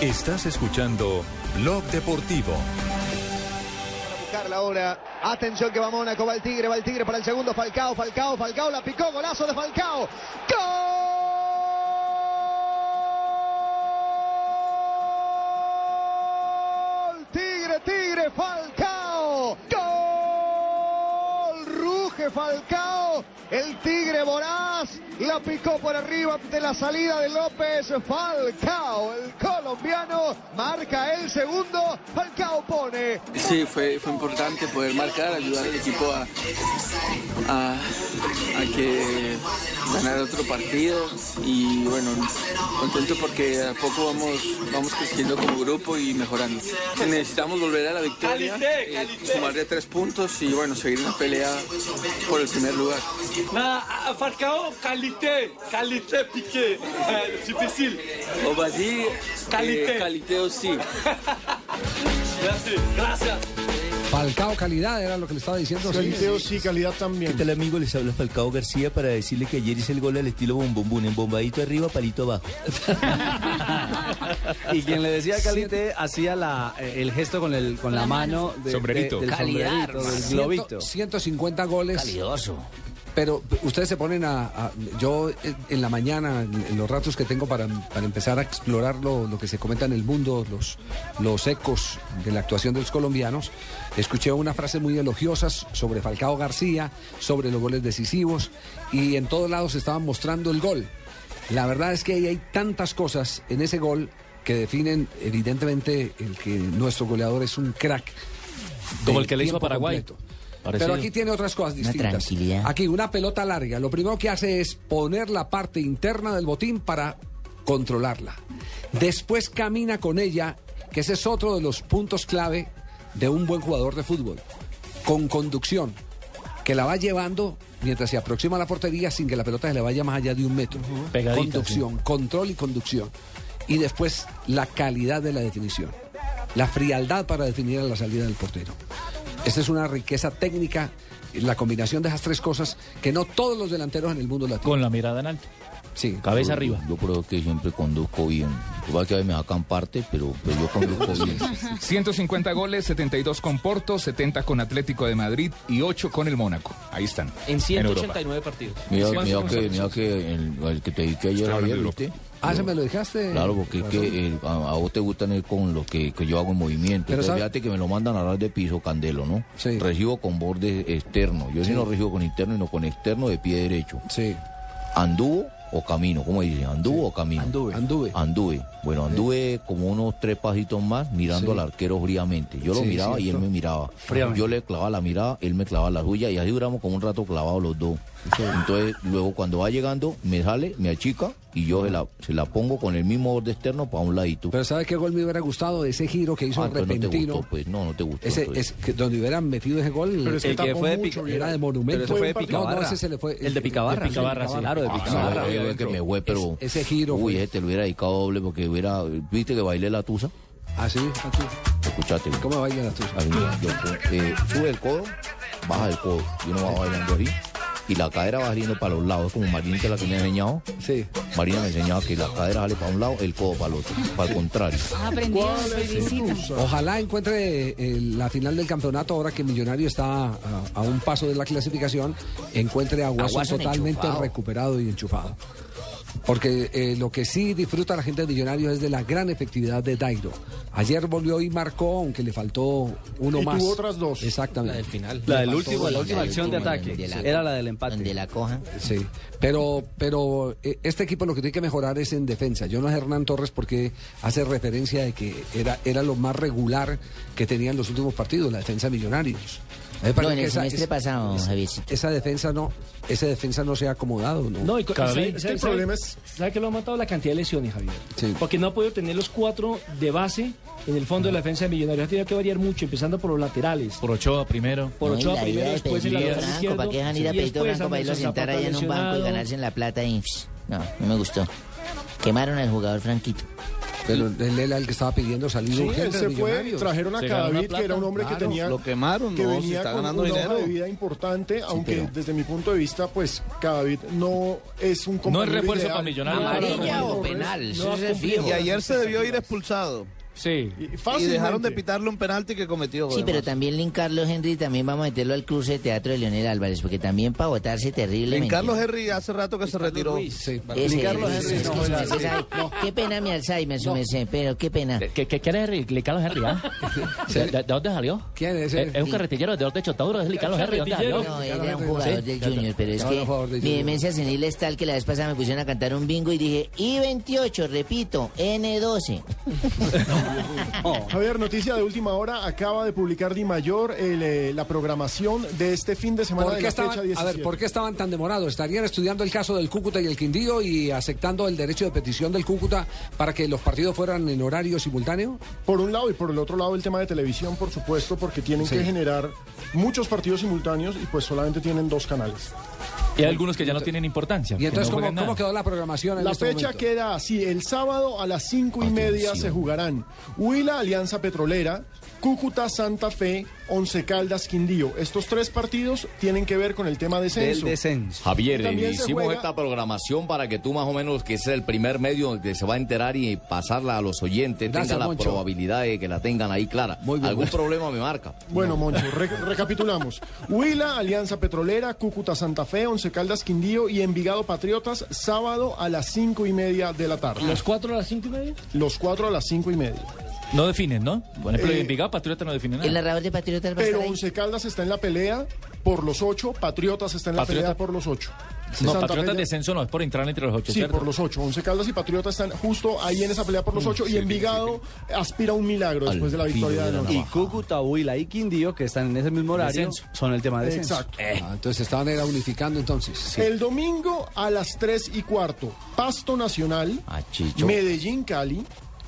[SPEAKER 49] Estás escuchando Blog Deportivo.
[SPEAKER 50] buscar la hora. Atención que va Mónaco, va el Tigre, va el Tigre para el segundo. Falcao, Falcao, Falcao, la picó, golazo de Falcao. ¡Gol! Tigre, Tigre, Falcao. ¡Gol! Ruge Falcao, el Tigre voraz, la picó por arriba ante la salida de López. Falcao, el colombiano, marca el segundo. Falcao pone.
[SPEAKER 16] Sí, fue, fue importante poder marcar, ayudar al equipo a, a- a que ganar otro partido y bueno, contento porque a poco vamos, vamos creciendo como grupo y mejorando. Necesitamos volver a la victoria, eh, sumar de tres puntos y bueno, seguir en la pelea por el primer lugar.
[SPEAKER 50] Nada, Falcao, qualité, qualité piqué, eh, difícil.
[SPEAKER 16] O va a decir,
[SPEAKER 50] Calité.
[SPEAKER 16] eh, calité o sí.
[SPEAKER 50] Gracias, gracias.
[SPEAKER 3] Falcao calidad era lo que le estaba diciendo.
[SPEAKER 51] sí, calidad también. ¿Qué tal, amigo? Les habla Falcao García para decirle que ayer hice el gol al estilo bombombón, embombadito arriba, palito abajo.
[SPEAKER 4] Y quien le decía a Calite hacía la, eh, el gesto con, el, con la mano de,
[SPEAKER 3] Sombrerito.
[SPEAKER 4] de- del sombrerito, del globito.
[SPEAKER 3] 150 goles. Calidoso. Pero ustedes se ponen a, a- yo eh, en la mañana, en en los ratos que tengo para, para empezar a explorar lo, lo que se comenta en el mundo, los, los ecos de la actuación de los colombianos, escuché unas frases muy elogiosas sobre Falcao García, sobre los goles decisivos y en todos lados estaban mostrando el gol. La verdad es que ahí hay tantas cosas en ese gol que definen evidentemente el que nuestro goleador es un crack.
[SPEAKER 52] Como
[SPEAKER 3] del
[SPEAKER 52] el que le hizo a
[SPEAKER 3] tiempo
[SPEAKER 52] Paraguay. Parecido.
[SPEAKER 3] Pero aquí tiene otras cosas
[SPEAKER 52] Una
[SPEAKER 3] distintas.
[SPEAKER 52] tranquilidad.
[SPEAKER 3] Aquí una pelota larga. Lo primero que hace es poner la parte interna del botín para controlarla. Después camina con ella, que ese es otro de los puntos clave de un buen jugador de fútbol. Con conducción, que la va llevando mientras se aproxima a la portería sin que la pelota se le vaya más allá de un metro.
[SPEAKER 52] Pegadita,
[SPEAKER 3] conducción, control y conducción. Y después la calidad de la definición. La frialdad para definir a la salida del portero. Esta es una riqueza técnica la combinación de esas tres cosas que no todos los delanteros en el mundo la tienen.
[SPEAKER 6] Con la mirada en alto.
[SPEAKER 3] Sí.
[SPEAKER 6] Cabeza
[SPEAKER 32] Yo-
[SPEAKER 6] arriba.
[SPEAKER 32] Yo creo que siempre conduzco bien. Igual que a veces me sacan parte, pero, pero yo conduzco bien.
[SPEAKER 19] 150 goles, 72 con Porto, 70 con Atlético de Madrid y 8 con el Mónaco. Ahí están.
[SPEAKER 53] En
[SPEAKER 19] Europa.
[SPEAKER 53] 189 partidos.
[SPEAKER 32] Mira,
[SPEAKER 19] Sí,
[SPEAKER 32] mira
[SPEAKER 19] sí,
[SPEAKER 32] que,
[SPEAKER 19] sí.
[SPEAKER 32] mira que el, el que te dije ayer,
[SPEAKER 3] Está hablando
[SPEAKER 32] Javier,
[SPEAKER 3] de
[SPEAKER 32] ¿viste?
[SPEAKER 3] Ah, se me lo dejaste. Ah,
[SPEAKER 32] Claro, porque es que eh, a, a vos te gustan el con lo que, que yo hago en movimiento.
[SPEAKER 3] Pero
[SPEAKER 32] Entonces,
[SPEAKER 3] sabe-
[SPEAKER 32] fíjate que me lo mandan a ras de piso, Candelo, ¿no? Recibo con borde externo. Yo
[SPEAKER 3] Sí.
[SPEAKER 32] si no recibo con interno, sino con externo de pie derecho.
[SPEAKER 3] Sí.
[SPEAKER 32] Anduvo o camino, ¿cómo dicen? ¿Anduvo o camino? Anduve.
[SPEAKER 3] Anduve.
[SPEAKER 32] Bueno, anduve como unos tres pasitos más
[SPEAKER 3] Sí.
[SPEAKER 32] mirando al arquero fríamente. Yo lo
[SPEAKER 3] Sí,
[SPEAKER 32] miraba y él
[SPEAKER 3] cierto.
[SPEAKER 32] me miraba.
[SPEAKER 3] Fríamente.
[SPEAKER 32] Yo le clavaba la mirada, él me clavaba la suya y así duramos como un rato clavados los dos. Entonces, luego cuando va llegando, me sale, me achica y yo se la, se la pongo con el mismo borde externo para un ladito.
[SPEAKER 3] Pero ¿sabe qué gol me hubiera gustado? Ese giro que hizo
[SPEAKER 32] Ah, entonces no te
[SPEAKER 3] repentino.
[SPEAKER 32] gustó, pues. No, no te gustó.
[SPEAKER 3] Ese,
[SPEAKER 32] entonces.
[SPEAKER 3] es que donde hubieran metido ese gol,
[SPEAKER 32] Pero es que El que tapó fue de mucho,
[SPEAKER 3] mucho,
[SPEAKER 32] Pica-
[SPEAKER 3] era
[SPEAKER 32] era
[SPEAKER 3] de
[SPEAKER 32] de
[SPEAKER 3] monumento.
[SPEAKER 32] pero ese fue de
[SPEAKER 3] No, no,
[SPEAKER 32] Picabarra.
[SPEAKER 3] ese se le fue.
[SPEAKER 32] El de Picabarra,
[SPEAKER 3] el
[SPEAKER 32] sí. Claro, de
[SPEAKER 3] Ah,
[SPEAKER 32] Picabarra.
[SPEAKER 3] no,
[SPEAKER 32] Yo veo que me fue, pero...
[SPEAKER 3] Ese, ese giro.
[SPEAKER 32] Uy,
[SPEAKER 3] fue.
[SPEAKER 32] ese te lo hubiera dedicado doble porque hubiera... ¿Viste que bailé la tusa?
[SPEAKER 3] Ah, sí, la tusa.
[SPEAKER 32] Escuchate.
[SPEAKER 3] ¿Cómo baila la tusa?
[SPEAKER 32] eh, sube el codo, baja el codo. Y uno va bailando así. Y la cadera va saliendo para los lados, como Marina que es la que me ha enseñado.
[SPEAKER 3] Sí.
[SPEAKER 32] Marina me enseñaba que la cadera sale para un lado, el codo para el otro. Para el contrario.
[SPEAKER 9] Aprendido,
[SPEAKER 3] ¿Cuál es
[SPEAKER 9] felicito.
[SPEAKER 3] tu- Ojalá encuentre eh, la final del campeonato ahora que Millonario está a, a un paso de la clasificación, encuentre a Guaso
[SPEAKER 9] Guaso
[SPEAKER 3] totalmente
[SPEAKER 9] enchufado.
[SPEAKER 3] recuperado y enchufado. Porque eh, lo que sí disfruta la gente de Millonario es de la gran efectividad de Dairo. Ayer volvió y marcó, aunque le faltó uno
[SPEAKER 7] Y
[SPEAKER 3] más.
[SPEAKER 7] tuvo otras dos. La
[SPEAKER 3] Exactamente.
[SPEAKER 7] del final.
[SPEAKER 3] Le
[SPEAKER 7] La del
[SPEAKER 3] faltó
[SPEAKER 7] último,
[SPEAKER 3] una.
[SPEAKER 7] la última acción de ataque.
[SPEAKER 4] Era la del empate.
[SPEAKER 3] Donde
[SPEAKER 38] la coja.
[SPEAKER 3] Sí, pero, pero eh, este equipo lo que tiene que mejorar es en defensa. Yo no sé Hernán Torres porque hace referencia de que era, era lo más regular que tenían los últimos partidos, la defensa de Millonarios. A mí me
[SPEAKER 38] No,
[SPEAKER 3] parece
[SPEAKER 38] en
[SPEAKER 3] que
[SPEAKER 38] el
[SPEAKER 3] esa-
[SPEAKER 38] semestre
[SPEAKER 3] es-
[SPEAKER 38] pasado,
[SPEAKER 3] es-
[SPEAKER 38] Javiercito.
[SPEAKER 3] Esa defensa no, esa defensa no se ha acomodado. No,
[SPEAKER 5] No, y co- ¿sabe- sabe- sabe- ¿Sabe que lo ha matado la cantidad de lesiones, Javier?
[SPEAKER 3] Sí.
[SPEAKER 5] Porque no ha podido tener los cuatro de base en el fondo de la defensa de Millonarios. Ha tenido que variar mucho, empezando por los laterales.
[SPEAKER 6] Por Ochoa primero.
[SPEAKER 5] Por
[SPEAKER 38] No, y
[SPEAKER 5] Ochoa
[SPEAKER 38] la
[SPEAKER 5] primero,
[SPEAKER 38] idea de
[SPEAKER 5] después el
[SPEAKER 38] pedirle a
[SPEAKER 5] lateral
[SPEAKER 38] Franco,
[SPEAKER 5] izquierdo.
[SPEAKER 38] ¿para qué dejan ir a
[SPEAKER 5] y
[SPEAKER 38] pedir a
[SPEAKER 5] después
[SPEAKER 38] Franco para irlo a
[SPEAKER 5] Anderson
[SPEAKER 38] sentar
[SPEAKER 5] Zapata
[SPEAKER 38] allá en un banco y
[SPEAKER 5] lesionado.
[SPEAKER 38] ganarse en la plata? Y, pss, no, no me gustó. Quemaron al jugador Franquito.
[SPEAKER 3] Pero él era el que estaba pidiendo salir
[SPEAKER 7] Sí,
[SPEAKER 3] urgente
[SPEAKER 7] él
[SPEAKER 3] de
[SPEAKER 7] se fue,
[SPEAKER 3] Millonarios.
[SPEAKER 7] trajeron a Cadavid, que era un hombre que
[SPEAKER 3] Claro,
[SPEAKER 7] tenía.
[SPEAKER 3] lo quemaron,
[SPEAKER 7] que
[SPEAKER 3] no,
[SPEAKER 7] venía
[SPEAKER 3] si está
[SPEAKER 7] con
[SPEAKER 3] ganando
[SPEAKER 7] una
[SPEAKER 3] dinero.
[SPEAKER 7] hoja de vida importante, aunque
[SPEAKER 3] pero-
[SPEAKER 7] desde mi punto de vista, pues Cadavid no es un
[SPEAKER 6] No es
[SPEAKER 7] compañero
[SPEAKER 6] refuerzo
[SPEAKER 7] ideal.
[SPEAKER 6] para Millonarios. Amarilla o penal, eso
[SPEAKER 7] ha
[SPEAKER 6] es
[SPEAKER 7] cumplido.
[SPEAKER 6] fijo.
[SPEAKER 17] Y ayer se debió ir expulsado.
[SPEAKER 6] Sí.
[SPEAKER 17] Y,
[SPEAKER 38] fácilmente.
[SPEAKER 17] dejaron de pitarle un penalti que cometió.
[SPEAKER 38] Sí, pero también Lin Carlos Henry también vamos a meterlo al cruce de teatro de Leonel Álvarez, porque también para votarse terriblemente.
[SPEAKER 17] En Carlos Henry hace rato que se retiró.
[SPEAKER 38] Ese,
[SPEAKER 17] Lin Carlos
[SPEAKER 38] es-
[SPEAKER 17] Henry
[SPEAKER 38] es que su
[SPEAKER 17] no, era-
[SPEAKER 38] merced sabe- Qué pena mi Alzheimer, su merced, pero qué pena.
[SPEAKER 6] ¿Qué, qué, qué era Henry? ¿Le Carlos Henry? ah? ¿De, de- de dónde salió? Eh,
[SPEAKER 3] ¿Quién es
[SPEAKER 6] Es,
[SPEAKER 3] ese?
[SPEAKER 6] un carretillero de Orte Chotauro, es el Carlos Henry. ¿Dónde salió?
[SPEAKER 38] No, era un jugador
[SPEAKER 6] Sí.
[SPEAKER 38] del Junior, pero es
[SPEAKER 6] Era un jugador
[SPEAKER 38] que
[SPEAKER 6] del
[SPEAKER 38] mi
[SPEAKER 6] Junior.
[SPEAKER 38] demencia senil es tal que la vez pasada me pusieron a cantar un bingo y dije, I28, repito, N12.
[SPEAKER 7] Javier, noticia de última hora. Acaba de publicar Di Mayor el, eh, la programación de este fin de semana
[SPEAKER 3] ¿Por
[SPEAKER 7] de
[SPEAKER 3] qué
[SPEAKER 7] la
[SPEAKER 3] estaban,
[SPEAKER 7] fecha
[SPEAKER 3] a
[SPEAKER 7] 17.
[SPEAKER 3] ver, ¿por qué estaban tan demorados? Estarían estudiando el caso del Cúcuta y el Quindío y aceptando el derecho de petición del Cúcuta para que los partidos fueran en horario simultáneo.
[SPEAKER 7] Por un lado y por el otro lado el tema de televisión, por supuesto, porque tienen
[SPEAKER 3] Sí.
[SPEAKER 7] que generar muchos partidos simultáneos y pues solamente tienen dos canales.
[SPEAKER 6] Y hay algunos que ya no tienen importancia.
[SPEAKER 7] Y entonces,
[SPEAKER 6] que no
[SPEAKER 7] ¿cómo-
[SPEAKER 6] juegan nada.
[SPEAKER 7] cómo
[SPEAKER 3] quedó la programación
[SPEAKER 7] La este fecha queda así, el sábado a las 5 y media se jugarán Huila Alianza Petrolera, Cúcuta Santa Fe, Once Caldas Quindío. Estos tres partidos tienen que ver con el tema descenso.
[SPEAKER 32] Javier,
[SPEAKER 7] También
[SPEAKER 32] eh,
[SPEAKER 7] se
[SPEAKER 32] hicimos
[SPEAKER 7] juega-
[SPEAKER 32] esta programación para que tú más o menos, que es el primer medio donde se va a enterar y pasarla a los oyentes,
[SPEAKER 7] Gracias,
[SPEAKER 32] tenga la
[SPEAKER 7] Moncho.
[SPEAKER 32] probabilidad de que la tengan ahí clara.
[SPEAKER 7] bien,
[SPEAKER 32] Algún
[SPEAKER 7] Moncho.
[SPEAKER 32] problema me marca.
[SPEAKER 7] Bueno, Moncho, re- recapitulamos. Huila, Alianza Petrolera, Cúcuta Santa Fe, Once Caldas Quindío y Envigado Patriotas, sábado a las cinco y media de la tarde.
[SPEAKER 5] ¿Los cuatro a las cinco y media?
[SPEAKER 7] Los cuatro a las cinco y media.
[SPEAKER 6] No definen, ¿no? Por ejemplo,
[SPEAKER 7] Eh,
[SPEAKER 6] en Vigado Patriota no define nada.
[SPEAKER 38] narrador de Patriotas
[SPEAKER 7] Pero Once Caldas está en la pelea por los ocho, Patriotas está en la
[SPEAKER 6] Patriota-
[SPEAKER 7] pelea por los ocho.
[SPEAKER 6] No,
[SPEAKER 7] Santa Fe
[SPEAKER 6] Patriota en
[SPEAKER 7] ya-
[SPEAKER 6] descenso no, es por entrar entre los ocho,
[SPEAKER 7] Sí,
[SPEAKER 6] ¿cierto?
[SPEAKER 7] por los ocho. Once Caldas y Patriotas están justo ahí en esa pelea por los
[SPEAKER 4] Mm,
[SPEAKER 7] ocho.
[SPEAKER 4] sí,
[SPEAKER 7] y Envigado aspira a un milagro después de la victoria de
[SPEAKER 4] Y
[SPEAKER 7] anoche.
[SPEAKER 4] Cúcuta, Huila y Quindío, que están en ese mismo horario,
[SPEAKER 7] Descenso.
[SPEAKER 4] son el tema de descenso.
[SPEAKER 7] Exacto.
[SPEAKER 3] Ah, entonces estaban era unificando entonces.
[SPEAKER 7] El domingo a las 3 y cuarto, Pasto Nacional,
[SPEAKER 3] Ah,
[SPEAKER 32] Chicho.
[SPEAKER 7] Medellín Cali,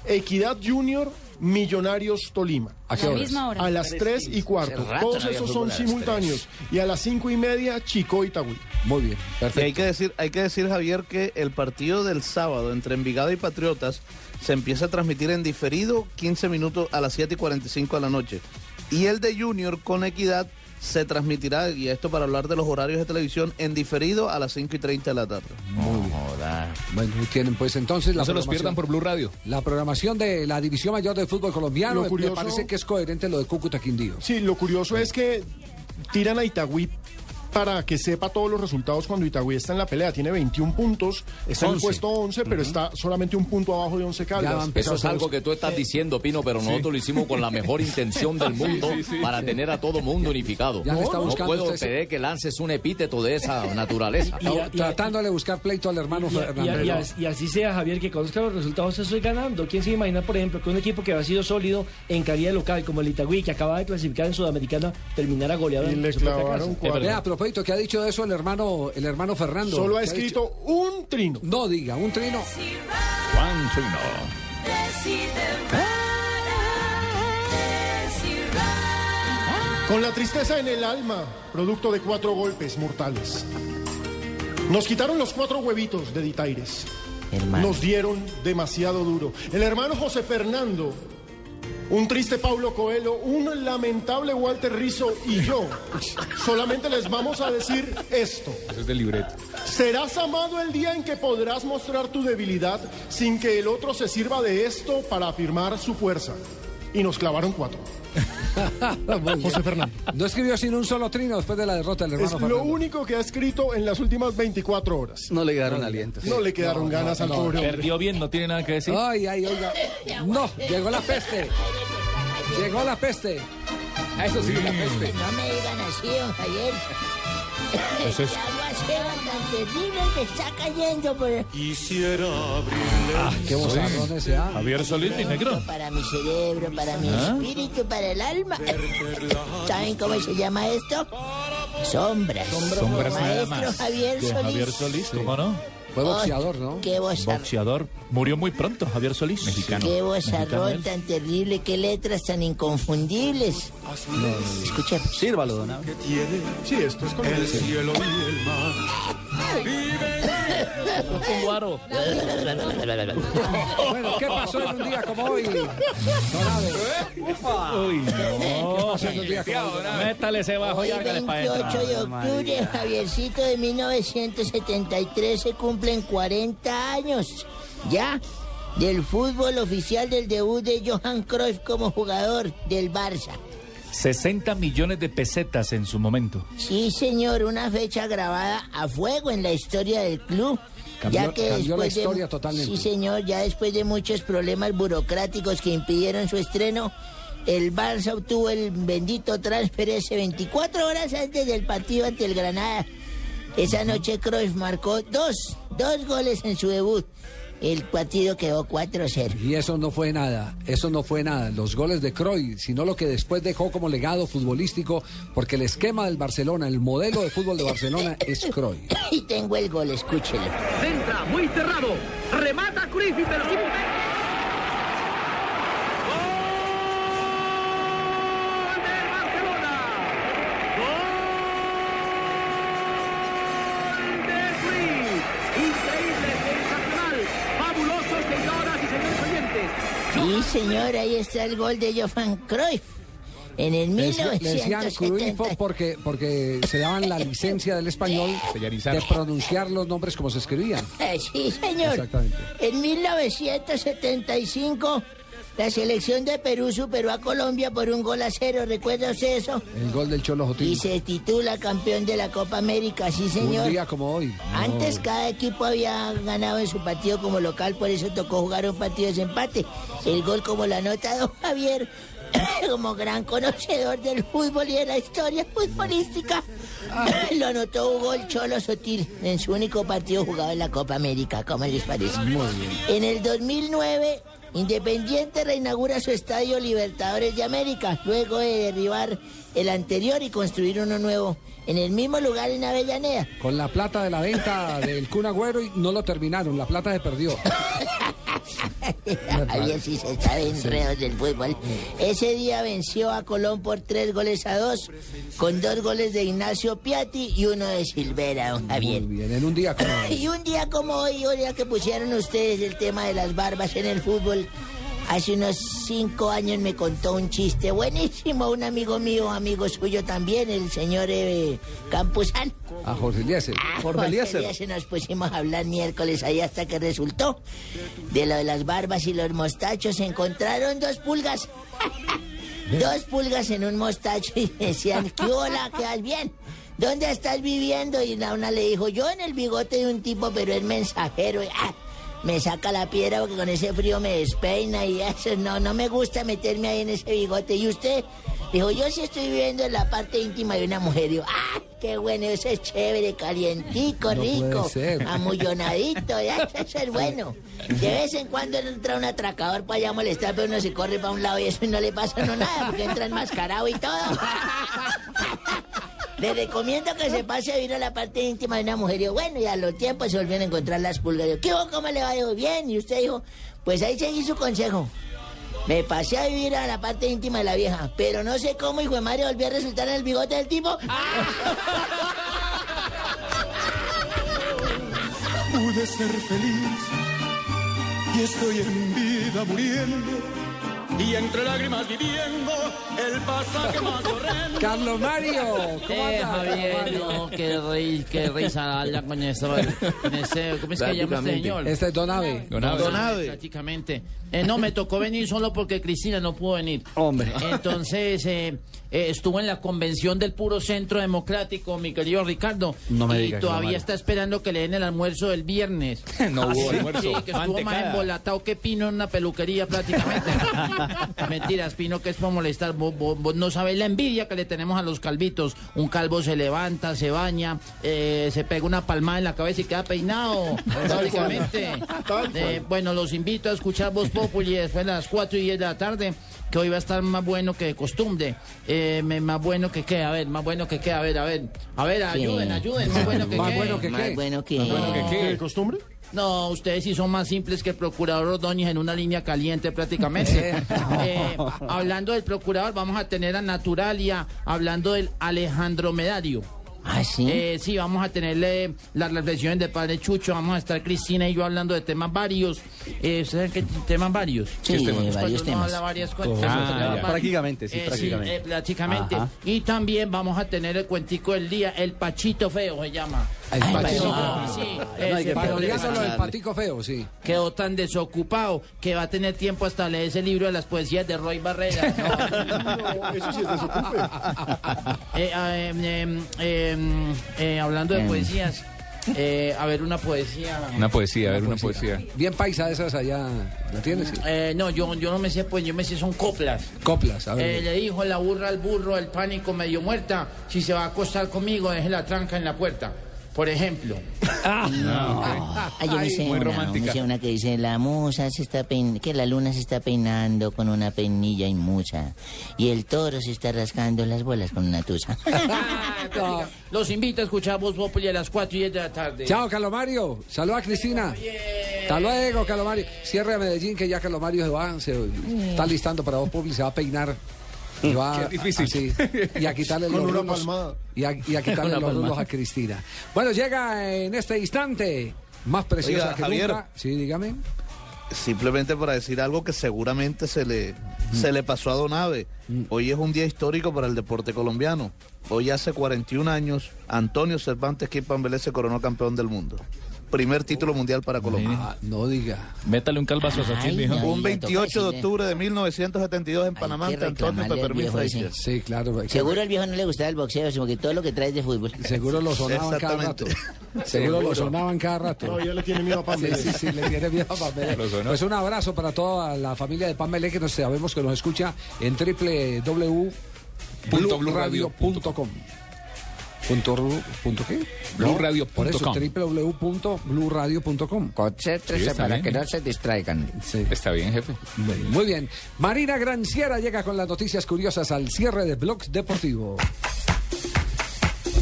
[SPEAKER 7] Equidad Junior, Millonarios Tolima.
[SPEAKER 3] ¿A qué La horas? misma hora.
[SPEAKER 7] A las 3 y cuarto.
[SPEAKER 3] Hace rato
[SPEAKER 7] Todos
[SPEAKER 3] no había
[SPEAKER 7] esos son
[SPEAKER 3] fútbol a las
[SPEAKER 7] simultáneos. Y a las 5 y media, Chico y Tagui.
[SPEAKER 3] Muy bien.
[SPEAKER 17] Y hay que decir, hay que decir, Javier, que el partido del sábado entre Envigado y Patriotas se empieza a transmitir en diferido 15 minutos a las 7 y 45 de la noche. Y el de Junior con Equidad se transmitirá, y esto para hablar de los horarios de televisión, en diferido a las 5 y 30 de la tarde.
[SPEAKER 3] Bueno, tienen pues entonces
[SPEAKER 17] No se los
[SPEAKER 3] programación-
[SPEAKER 17] pierdan por
[SPEAKER 15] Blue Radio.
[SPEAKER 3] La programación de la División Mayor del Fútbol Colombiano
[SPEAKER 7] Lo
[SPEAKER 3] me-
[SPEAKER 7] curioso-
[SPEAKER 3] me parece que es coherente lo de Cúcuta Quindío.
[SPEAKER 7] Sí, lo curioso es que tiran a Itagüí para que sepa todos los resultados cuando Itagüí está en la pelea. Tiene 21 puntos, está en el
[SPEAKER 45] Once.
[SPEAKER 7] puesto 11, pero está solamente un punto abajo de 11 Caldas.
[SPEAKER 45] Eso es algo que tú estás diciendo, Pino, pero nosotros lo hicimos con la mejor intención del mundo para tener a todo mundo unificado.
[SPEAKER 3] Ya le está
[SPEAKER 45] no
[SPEAKER 3] buscando
[SPEAKER 45] puedo
[SPEAKER 3] usted ese-
[SPEAKER 45] creer que lances un epíteto de esa naturaleza.
[SPEAKER 3] Tra- tratándole de buscar pleito al hermano
[SPEAKER 5] Y, a- y a- y a-
[SPEAKER 3] Fernández.
[SPEAKER 5] y así sea, Javier, que conozca los resultados, eso es ganando. ¿Quién se imagina, por ejemplo, que un equipo que ha sido sólido en calidad local, como el Itagüí, que acaba de clasificar en Sudamericana, terminara goleado en su propia casa?
[SPEAKER 3] Vea, a propósito, ¿qué ha dicho de eso el hermano, el hermano Fernando?
[SPEAKER 7] Solo ha
[SPEAKER 3] ¿Qué
[SPEAKER 7] escrito
[SPEAKER 3] dicho?
[SPEAKER 7] un trino.
[SPEAKER 3] No diga, un trino.
[SPEAKER 15] Juan Trino.
[SPEAKER 7] Con la tristeza en el alma, producto de cuatro golpes mortales. Nos quitaron los cuatro huevitos de Ditaires. Nos dieron demasiado duro. El hermano José Fernando, un triste Pablo Coelho, un lamentable Walter Rizzo y yo solamente les vamos a decir esto.
[SPEAKER 15] Eso es del libreto.
[SPEAKER 7] Serás amado el día en que podrás mostrar tu debilidad sin que el otro se sirva de esto para afirmar su fuerza. Y nos clavaron cuatro. José Fernández.
[SPEAKER 3] Ah, No escribió sin un solo trino después de la derrota del
[SPEAKER 7] Es
[SPEAKER 3] hermano
[SPEAKER 7] lo
[SPEAKER 3] Fernando.
[SPEAKER 7] único que ha escrito en las últimas 24 horas.
[SPEAKER 16] No le quedaron
[SPEAKER 7] alientos. No le quedaron
[SPEAKER 3] No,
[SPEAKER 7] ganas
[SPEAKER 3] no,
[SPEAKER 7] al
[SPEAKER 3] no.
[SPEAKER 7] pobre hombre.
[SPEAKER 6] Perdió bien, no tiene nada que decir.
[SPEAKER 3] Ay, ay, oiga. No, llegó la peste. Llegó la peste.
[SPEAKER 15] Eso sí, la peste.
[SPEAKER 54] No me digan así, don Javier.
[SPEAKER 10] Eso es-
[SPEAKER 54] Esa aguacero tan terrible que está cayendo por el...
[SPEAKER 10] Quisiera abrirle. Ah,
[SPEAKER 3] qué bozarrón ese, ah.
[SPEAKER 10] Javier Solís, mi negro.
[SPEAKER 54] Para mi cerebro, para mi
[SPEAKER 10] ¿Ah?
[SPEAKER 54] espíritu, para el alma. ¿Saben cómo se llama esto? Sombras.
[SPEAKER 45] Sombras nada
[SPEAKER 54] Maestro
[SPEAKER 45] más.
[SPEAKER 54] Javier
[SPEAKER 45] De
[SPEAKER 54] Solís.
[SPEAKER 45] Javier Solís, ¿cómo no?
[SPEAKER 54] Fue boxeador, ¿no? Qué bozarrón.
[SPEAKER 45] Boxeador. Murió muy pronto Javier Solís. Mexicano.
[SPEAKER 54] Qué
[SPEAKER 45] Mexicano
[SPEAKER 54] bozarrón
[SPEAKER 45] él.
[SPEAKER 54] tan terrible, qué letras tan inconfundibles. Escucha. Sírvalo, don
[SPEAKER 7] Sí, esto es con
[SPEAKER 10] El cielo y el mar.
[SPEAKER 3] Bueno, ¿qué pasó en un día como hoy?
[SPEAKER 6] Uy,
[SPEAKER 54] ¿Qué
[SPEAKER 6] no.
[SPEAKER 54] pasó en un día como hoy?
[SPEAKER 6] Métale ese bajo y
[SPEAKER 54] Hoy,
[SPEAKER 6] hágale para
[SPEAKER 54] 28 de octubre, Javiercito de 1973, se cumplen 40 años. ¿Ya? Del fútbol oficial del debut de Johan Cruyff como jugador del Barça.
[SPEAKER 45] 60 millones de pesetas en su momento.
[SPEAKER 54] Sí, señor, una fecha grabada a fuego en la historia del club.
[SPEAKER 45] Cambió-
[SPEAKER 3] cambió la
[SPEAKER 54] después de-
[SPEAKER 3] historia totalmente.
[SPEAKER 54] Sí, señor, ya después de muchos problemas burocráticos que impidieron su estreno, el Barça obtuvo el bendito transfer ese 24 horas antes del partido ante el Granada. Esa noche Cruyff marcó dos, dos goles en su debut. El partido quedó 4-0.
[SPEAKER 3] Y eso no fue nada, eso no fue nada, los goles de Croy, sino lo que después dejó como legado futbolístico, porque el esquema del Barcelona, el modelo de fútbol de Barcelona es Croy.
[SPEAKER 54] Y tengo el gol, escúchelo.
[SPEAKER 2] Centra, muy cerrado. Remata Cruyff y percibe. Increíble, sensacional, fabuloso, señoras y señores oyentes.
[SPEAKER 54] Sí, señor, ahí está el gol de Johan Cruyff. En el
[SPEAKER 3] Le decía- le decían
[SPEAKER 54] 1970.
[SPEAKER 3] Cruyffo porque, porque se daban la licencia del español de pronunciar los nombres como se escribían.
[SPEAKER 54] Eh, Sí, señor.
[SPEAKER 3] Exactamente.
[SPEAKER 54] En 1975, la selección de Perú superó a Colombia por un gol a cero. ¿Recuerda usted eso?
[SPEAKER 3] El gol del Cholo
[SPEAKER 54] Y
[SPEAKER 3] Jotín.
[SPEAKER 54] se titula campeón de la Copa América, sí,
[SPEAKER 3] Un
[SPEAKER 54] señor.
[SPEAKER 3] día como hoy.
[SPEAKER 54] Antes cada equipo había ganado en su partido como local, por eso tocó jugar un partido de empate. El gol como la nota don Javier, como gran conocedor del fútbol y de la historia futbolística, lo anotó un gol Cholo Sotil en su único partido jugado en la Copa América. ¿Cómo les parece? En el 2009, Independiente reinaugura su estadio Libertadores de América, luego de derribar el anterior y construir uno nuevo en el mismo lugar en Avellaneda.
[SPEAKER 3] Con la plata de la venta del Kun Agüero y no lo terminaron, la plata se perdió.
[SPEAKER 54] Javier sí se sabe enredos del fútbol. Ese día venció a Colón por tres goles a dos, con dos goles de Ignacio Piatti y uno de Silvera, don Javier.
[SPEAKER 3] Muy bien, en un día como hoy.
[SPEAKER 54] Y un día como hoy, hoy día que pusieron ustedes el tema de las barbas en el fútbol, Hace unos cinco años me contó un chiste buenísimo un amigo mío, amigo suyo también, el señor eh, Campuzán.
[SPEAKER 3] A Jorge Eliezer.
[SPEAKER 54] Ah, Jorge Eliezer, nos pusimos a hablar miércoles ahí hasta que resultó de lo de las barbas y los mostachos. Se encontraron dos pulgas. dos pulgas en un mostacho y decían, ¿qué hola? ¿Quedas bien? ¿Dónde estás viviendo? Y la una le dijo, yo en el bigote de un tipo, pero es mensajero. Y, ah, me saca la piedra porque con ese frío me despeina y eso no, no me gusta meterme ahí en ese bigote. ¿Y usted? Dijo, yo sí estoy viviendo en la parte íntima de una mujer. Y yo, ah, qué bueno, eso es chévere, calientico,
[SPEAKER 3] No puede
[SPEAKER 54] rico,
[SPEAKER 3] ser.
[SPEAKER 54] amullonadito, ya, eso es bueno. De vez en cuando entra un atracador para allá a molestar, pero uno se corre para un lado y eso no le pasa no nada porque entra enmascarado y todo. Le recomiendo que se pase a vivir a la parte íntima de una mujer. Y yo, bueno, y a los tiempos se volvieron a encontrar las pulgas. Yo, ¿qué hubo? ¿Cómo le va? Dijo, bien. Y usted dijo, pues ahí seguí su consejo. Me pasé a vivir a la parte íntima de la vieja, pero no sé cómo, hijo de madre, volví a resultar en el bigote del tipo.
[SPEAKER 2] Pude ser feliz y estoy en vida muriendo y entre lágrimas viviendo el pasaje más horrendo.
[SPEAKER 3] Carlos Mario, ¿cómo
[SPEAKER 55] Eh,
[SPEAKER 3] anda,
[SPEAKER 55] Javier,
[SPEAKER 3] Carlos Mario?
[SPEAKER 55] no, qué, ri- qué risa darla con eso. con ese- ¿Cómo es que se llama este
[SPEAKER 3] Prácticamente.
[SPEAKER 55] señor?
[SPEAKER 3] Este es Don Ave. Don Ave. Don Ave.
[SPEAKER 55] Prácticamente. Eh, no, me tocó venir solo porque Cristina no pudo venir.
[SPEAKER 3] Hombre.
[SPEAKER 55] Entonces, eh, eh, estuvo en la convención del Puro Centro Democrático, mi querido Ricardo.
[SPEAKER 3] No me
[SPEAKER 55] y
[SPEAKER 3] diga,
[SPEAKER 55] todavía
[SPEAKER 3] Mario.
[SPEAKER 55] está esperando que le den el almuerzo del viernes.
[SPEAKER 3] No hubo
[SPEAKER 55] Sí,
[SPEAKER 3] almuerzo.
[SPEAKER 55] Sí, que estuvo más
[SPEAKER 3] Mantecada.
[SPEAKER 55] embolatado que Pino en una peluquería prácticamente. Mentiras, Pino, que es para molestar. Vos, vos- vos no sabéis la envidia que le tenemos a los calvitos. Un calvo se levanta, se baña, eh, se pega una palmada en la cabeza y queda peinado. prácticamente. Eh, bueno, los invito a escuchar Voz Populi después de las 4 y 10 de la tarde, que hoy va a estar más bueno que de costumbre. Eh, me- más bueno que qué, a ver, más bueno que qué, a ver, a ver. A ver,
[SPEAKER 54] Sí.
[SPEAKER 55] ayuden, ayuden, más bueno que qué.
[SPEAKER 54] Más bueno que
[SPEAKER 55] ¿De
[SPEAKER 38] costumbre?
[SPEAKER 55] No, ustedes sí son más simples que el procurador Ordóñez en una línea caliente prácticamente. Eh, hablando del procurador, vamos a tener a Naturalia hablando del Alejandro Medario.
[SPEAKER 54] Ah, sí.
[SPEAKER 55] sí, vamos a tenerle las reflexiones de Padre Chucho, vamos a estar Cristina y yo hablando de temas varios. Eh, ¿Saben qué temas varios?
[SPEAKER 54] Sí,
[SPEAKER 55] Cuando uno
[SPEAKER 54] varios temas.
[SPEAKER 55] habla varias cosas,
[SPEAKER 54] Ah,
[SPEAKER 55] temas
[SPEAKER 54] ya.
[SPEAKER 55] varios.
[SPEAKER 4] Prácticamente, sí,
[SPEAKER 55] Eh,
[SPEAKER 4] prácticamente.
[SPEAKER 55] eh, prácticamente.
[SPEAKER 4] Ajá.
[SPEAKER 55] Y también vamos a tener el cuentico del día, el Pachito Feo se llama.
[SPEAKER 3] El Patico
[SPEAKER 55] Ah,
[SPEAKER 3] Feo.
[SPEAKER 55] sí,
[SPEAKER 3] No, hay
[SPEAKER 55] ese
[SPEAKER 3] que parodiándolo
[SPEAKER 55] Pachito.
[SPEAKER 3] el Patico Feo, sí.
[SPEAKER 55] Quedó tan desocupado que va a tener tiempo hasta leer ese libro de las poesías de Roy Barrera.
[SPEAKER 38] Eso sí es desocupe.
[SPEAKER 55] Eh, ah, em, em, em, eh, hablando de
[SPEAKER 56] Em.
[SPEAKER 55] poesías, eh, a ver una poesía.
[SPEAKER 56] Una poesía, a ver, una poesía.
[SPEAKER 3] Bien paisa esas allá, ¿la tienes? Sí.
[SPEAKER 55] Eh, no, yo, yo no me sé, pues yo me sé son coplas.
[SPEAKER 3] Coplas, a ver.
[SPEAKER 55] Eh, le dijo la burra al burro, el pánico medio muerta, si se va a acostar conmigo, deje la tranca en la puerta. Por ejemplo.
[SPEAKER 54] Ah.
[SPEAKER 55] Ah,
[SPEAKER 54] Ay, Ah, yo me sé una, me sé una que dice, la musa se está pein- que la luna se está peinando con una peinilla inmusa y el toro se está rascando las bolas con una tusa.
[SPEAKER 55] Ah, Los invito a escuchar Voz Populi a las 4 y 10 de la tarde.
[SPEAKER 3] Chao, Carlos Mario. Saluda a Cristina. Hasta luego, Carlos Mario. Cierre a Medellín, que ya Carlos Mario se va, se está listando para dos públicos, se va a peinar. Y va
[SPEAKER 38] Mm. Qué difícil.
[SPEAKER 3] así, y a quitarle
[SPEAKER 38] Con
[SPEAKER 3] los
[SPEAKER 38] una
[SPEAKER 3] rulos,
[SPEAKER 38] palmada.
[SPEAKER 3] y a, y a quitarle
[SPEAKER 38] Una
[SPEAKER 3] los rulos
[SPEAKER 38] palmada.
[SPEAKER 3] a Cristina. Bueno, llega en este instante, más preciosa
[SPEAKER 17] Oiga,
[SPEAKER 3] que
[SPEAKER 17] Javier.
[SPEAKER 3] nunca. Sí, dígame.
[SPEAKER 17] Simplemente para decir algo que seguramente se le, se le pasó a Donave. Hoy es un día histórico para el deporte colombiano. Hoy hace 41 años, Antonio Cervantes Kimpambelé se coronó campeón del mundo. Primer título mundial para Colombia.
[SPEAKER 3] no diga.
[SPEAKER 6] Métale un calvazo a Xochitl, hijo.
[SPEAKER 17] un 28 de octubre de 1972 en Panamá ante Antonio
[SPEAKER 54] reclamarle al
[SPEAKER 17] Peppermint
[SPEAKER 54] viejo ese.
[SPEAKER 17] Frazier.
[SPEAKER 3] Sí, claro.
[SPEAKER 54] Seguro al viejo no le gustaba el boxeo, sino que todo lo que traes de fútbol.
[SPEAKER 3] Seguro lo sonaban cada rato. Seguro lo sonaban cada rato.
[SPEAKER 38] Todavía le tiene miedo a Pamela.
[SPEAKER 3] Sí, sí, sí, le tiene miedo a Pamela.
[SPEAKER 38] Lo sonó.
[SPEAKER 3] Pues un abrazo para toda la familia de Pamela que nos sabemos que nos escucha en www.bluradio.com. Punto ru- punto qué? No, Por eso,
[SPEAKER 19] Bluradio.com.
[SPEAKER 3] www.bluradio.com.
[SPEAKER 19] Sí, está para bien. que no
[SPEAKER 3] se distraigan.
[SPEAKER 19] Está bien, jefe.
[SPEAKER 3] Muy bien. Marina Granciera llega con las noticias curiosas al cierre de Blog Deportivo.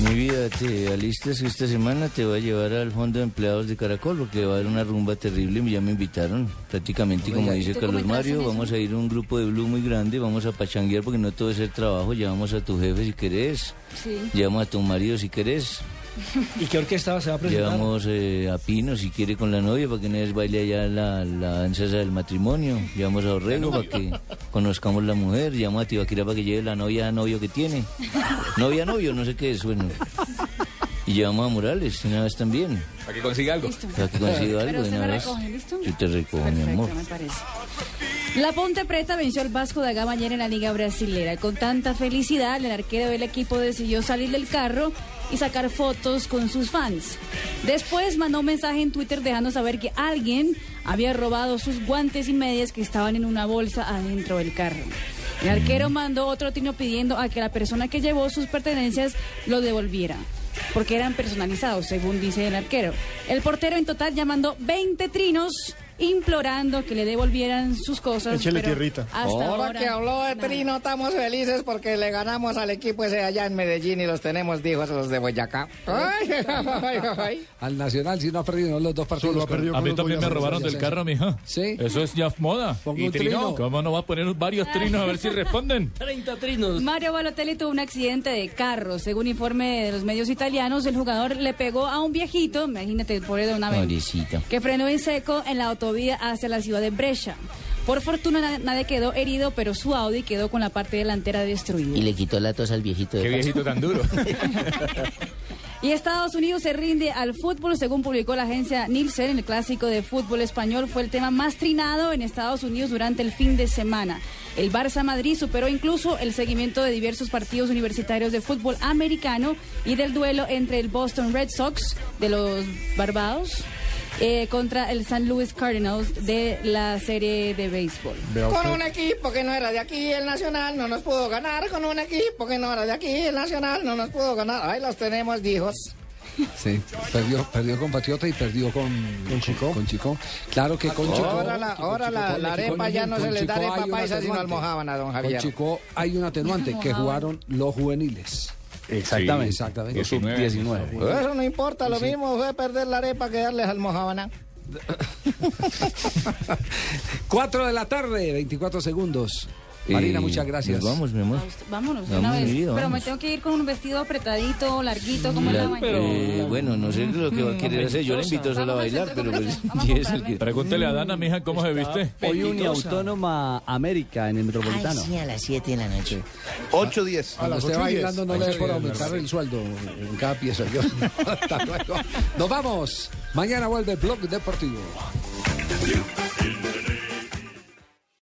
[SPEAKER 44] Mi vida, te alistas que esta semana te voy a llevar al Fondo de Empleados de Caracol porque va a haber una rumba terrible. Ya me invitaron prácticamente, como
[SPEAKER 32] Oiga, ¿y
[SPEAKER 44] dice
[SPEAKER 32] tú
[SPEAKER 44] Carlos
[SPEAKER 32] cómo entras en
[SPEAKER 44] Mario.
[SPEAKER 32] eso?
[SPEAKER 44] Vamos a ir un grupo de Blue muy grande, vamos a pachanguear porque no todo es el trabajo. Llevamos a tu jefe si querés,
[SPEAKER 32] Sí.
[SPEAKER 44] llevamos a tu marido si querés.
[SPEAKER 57] ¿Y qué orquesta se va a presentar?
[SPEAKER 44] Llevamos eh, a Pino, si quiere, con la novia, para que Nes baile allá la, la danza esa del matrimonio. Llevamos a Orrego para que conozcamos la mujer. Llevamos a Tibaquira para que lleve la novia a novio que tiene. Novia, novio, no sé qué es, bueno. Y llevamos a Morales, una vez también.
[SPEAKER 19] Para que consiga algo.
[SPEAKER 44] Para que consiga algo,
[SPEAKER 9] Pero
[SPEAKER 44] de
[SPEAKER 9] usted
[SPEAKER 44] una
[SPEAKER 9] me
[SPEAKER 44] vez.
[SPEAKER 9] recoge, ¿listo?
[SPEAKER 44] Yo te recojo, mi
[SPEAKER 9] Perfecto,
[SPEAKER 44] amor.
[SPEAKER 9] me parece. La Ponte Preta venció al Vasco da Gama ayer en la Liga Brasilera. Con tanta felicidad, el arquero del equipo decidió salir del carro y sacar fotos con sus fans. Después mandó un mensaje en Twitter dejando saber que alguien había robado sus guantes y medias que estaban en una bolsa adentro del carro. El arquero mandó otro tino pidiendo a que la persona que llevó sus pertenencias lo devolviera, porque eran personalizados, según dice el arquero. El portero en total ya mandó 20 trinos implorando que le devolvieran sus cosas.
[SPEAKER 7] Échele
[SPEAKER 9] pero
[SPEAKER 7] tierrita.
[SPEAKER 9] Hasta
[SPEAKER 38] ahora,
[SPEAKER 9] ahora,
[SPEAKER 38] que habló de
[SPEAKER 9] nada.
[SPEAKER 38] Trino, estamos felices porque le ganamos al equipo ese allá en Medellín y los tenemos, dijo, los de Boyacá. Ay, ay, ay.
[SPEAKER 3] Al Nacional sí no ha perdido los dos partidos.
[SPEAKER 38] Solo ha
[SPEAKER 3] con-
[SPEAKER 38] perdido
[SPEAKER 6] A mí también me robaron del carro, mija.
[SPEAKER 3] Sí.
[SPEAKER 6] Eso es ya moda.
[SPEAKER 3] Ponga un trino.
[SPEAKER 6] ¿Cómo no va a poner varios trinos a ver si responden?
[SPEAKER 57] 30 trinos.
[SPEAKER 9] Mario Balotelli tuvo un accidente de carro. Según informe de los medios italianos, el jugador le pegó a un viejito, imagínate, pobre de una vez,
[SPEAKER 44] Pobrecito.
[SPEAKER 9] que frenó en seco en la autovía hacia la ciudad de Brescia. Por fortuna na- nadie quedó herido, pero su Audi quedó con la parte delantera destruida.
[SPEAKER 38] Y le quitó la tos al viejito.
[SPEAKER 6] Qué viejito tan duro.
[SPEAKER 9] Y Estados Unidos se rinde al fútbol, según publicó la agencia Nielsen, el clásico de fútbol español fue el tema más trinado en Estados Unidos durante el fin de semana. El Barça Madrid superó incluso el seguimiento de diversos partidos universitarios de fútbol americano y del duelo entre el Boston Red Sox de los Barbados eh, contra el San Luis Cardinals de la serie de béisbol.
[SPEAKER 38] Con un equipo que no era de aquí, el Nacional no nos pudo ganar. Con un equipo que no era de aquí, el Nacional no nos pudo ganar. Ahí los tenemos, dijos.
[SPEAKER 3] Sí, perdió, perdió con Patriota y perdió con, con Chico. Con, Chico. Claro que con Chico.
[SPEAKER 38] Ah, Ahora la, ahora
[SPEAKER 3] con
[SPEAKER 38] la-
[SPEAKER 3] Chico-
[SPEAKER 38] la
[SPEAKER 3] con
[SPEAKER 38] arepa
[SPEAKER 3] Chico-
[SPEAKER 38] ya no
[SPEAKER 3] con
[SPEAKER 38] se les da
[SPEAKER 3] Chico hay
[SPEAKER 38] arepa
[SPEAKER 3] un
[SPEAKER 38] paisa sino
[SPEAKER 3] atenuante.
[SPEAKER 38] almojábana, don
[SPEAKER 3] Con
[SPEAKER 38] Javier.
[SPEAKER 3] Chico hay un atenuante que jugaron los juveniles.
[SPEAKER 38] Exactamente.
[SPEAKER 3] Exactamente.
[SPEAKER 38] Los sub-
[SPEAKER 3] 19.
[SPEAKER 44] ¿Eh?
[SPEAKER 38] Eso no importa, lo mismo fue perder la arepa que darles almojábana.
[SPEAKER 3] 4 de la tarde, 24 segundos. Marina,
[SPEAKER 44] Eh,
[SPEAKER 3] muchas gracias.
[SPEAKER 44] nos vamos, mi amor.
[SPEAKER 9] Vámonos, de
[SPEAKER 44] Vamos,
[SPEAKER 9] una vez.
[SPEAKER 44] mi vida,
[SPEAKER 9] Pero me
[SPEAKER 44] vamos.
[SPEAKER 9] tengo que ir con un vestido apretadito, larguito, como
[SPEAKER 44] La-
[SPEAKER 9] la mañana.
[SPEAKER 44] eh, bueno, no sé lo que va a querer hacer. Yo le
[SPEAKER 6] Apetitosa.
[SPEAKER 44] invito solo a bailar, pero pues. y es el que-
[SPEAKER 6] Pregúntele a Dana, mija, cómo se viste.
[SPEAKER 4] Hoy Uniautónoma América en el Metropolitano.
[SPEAKER 38] sí, a las 7 de la noche.
[SPEAKER 58] 8, 10.
[SPEAKER 3] Cuando esté bailando no le dé por aumentar el sueldo en cada pieza. Yo- Hasta luego. Nos vamos. Mañana vuelve el Blog Deportivo.
[SPEAKER 2] El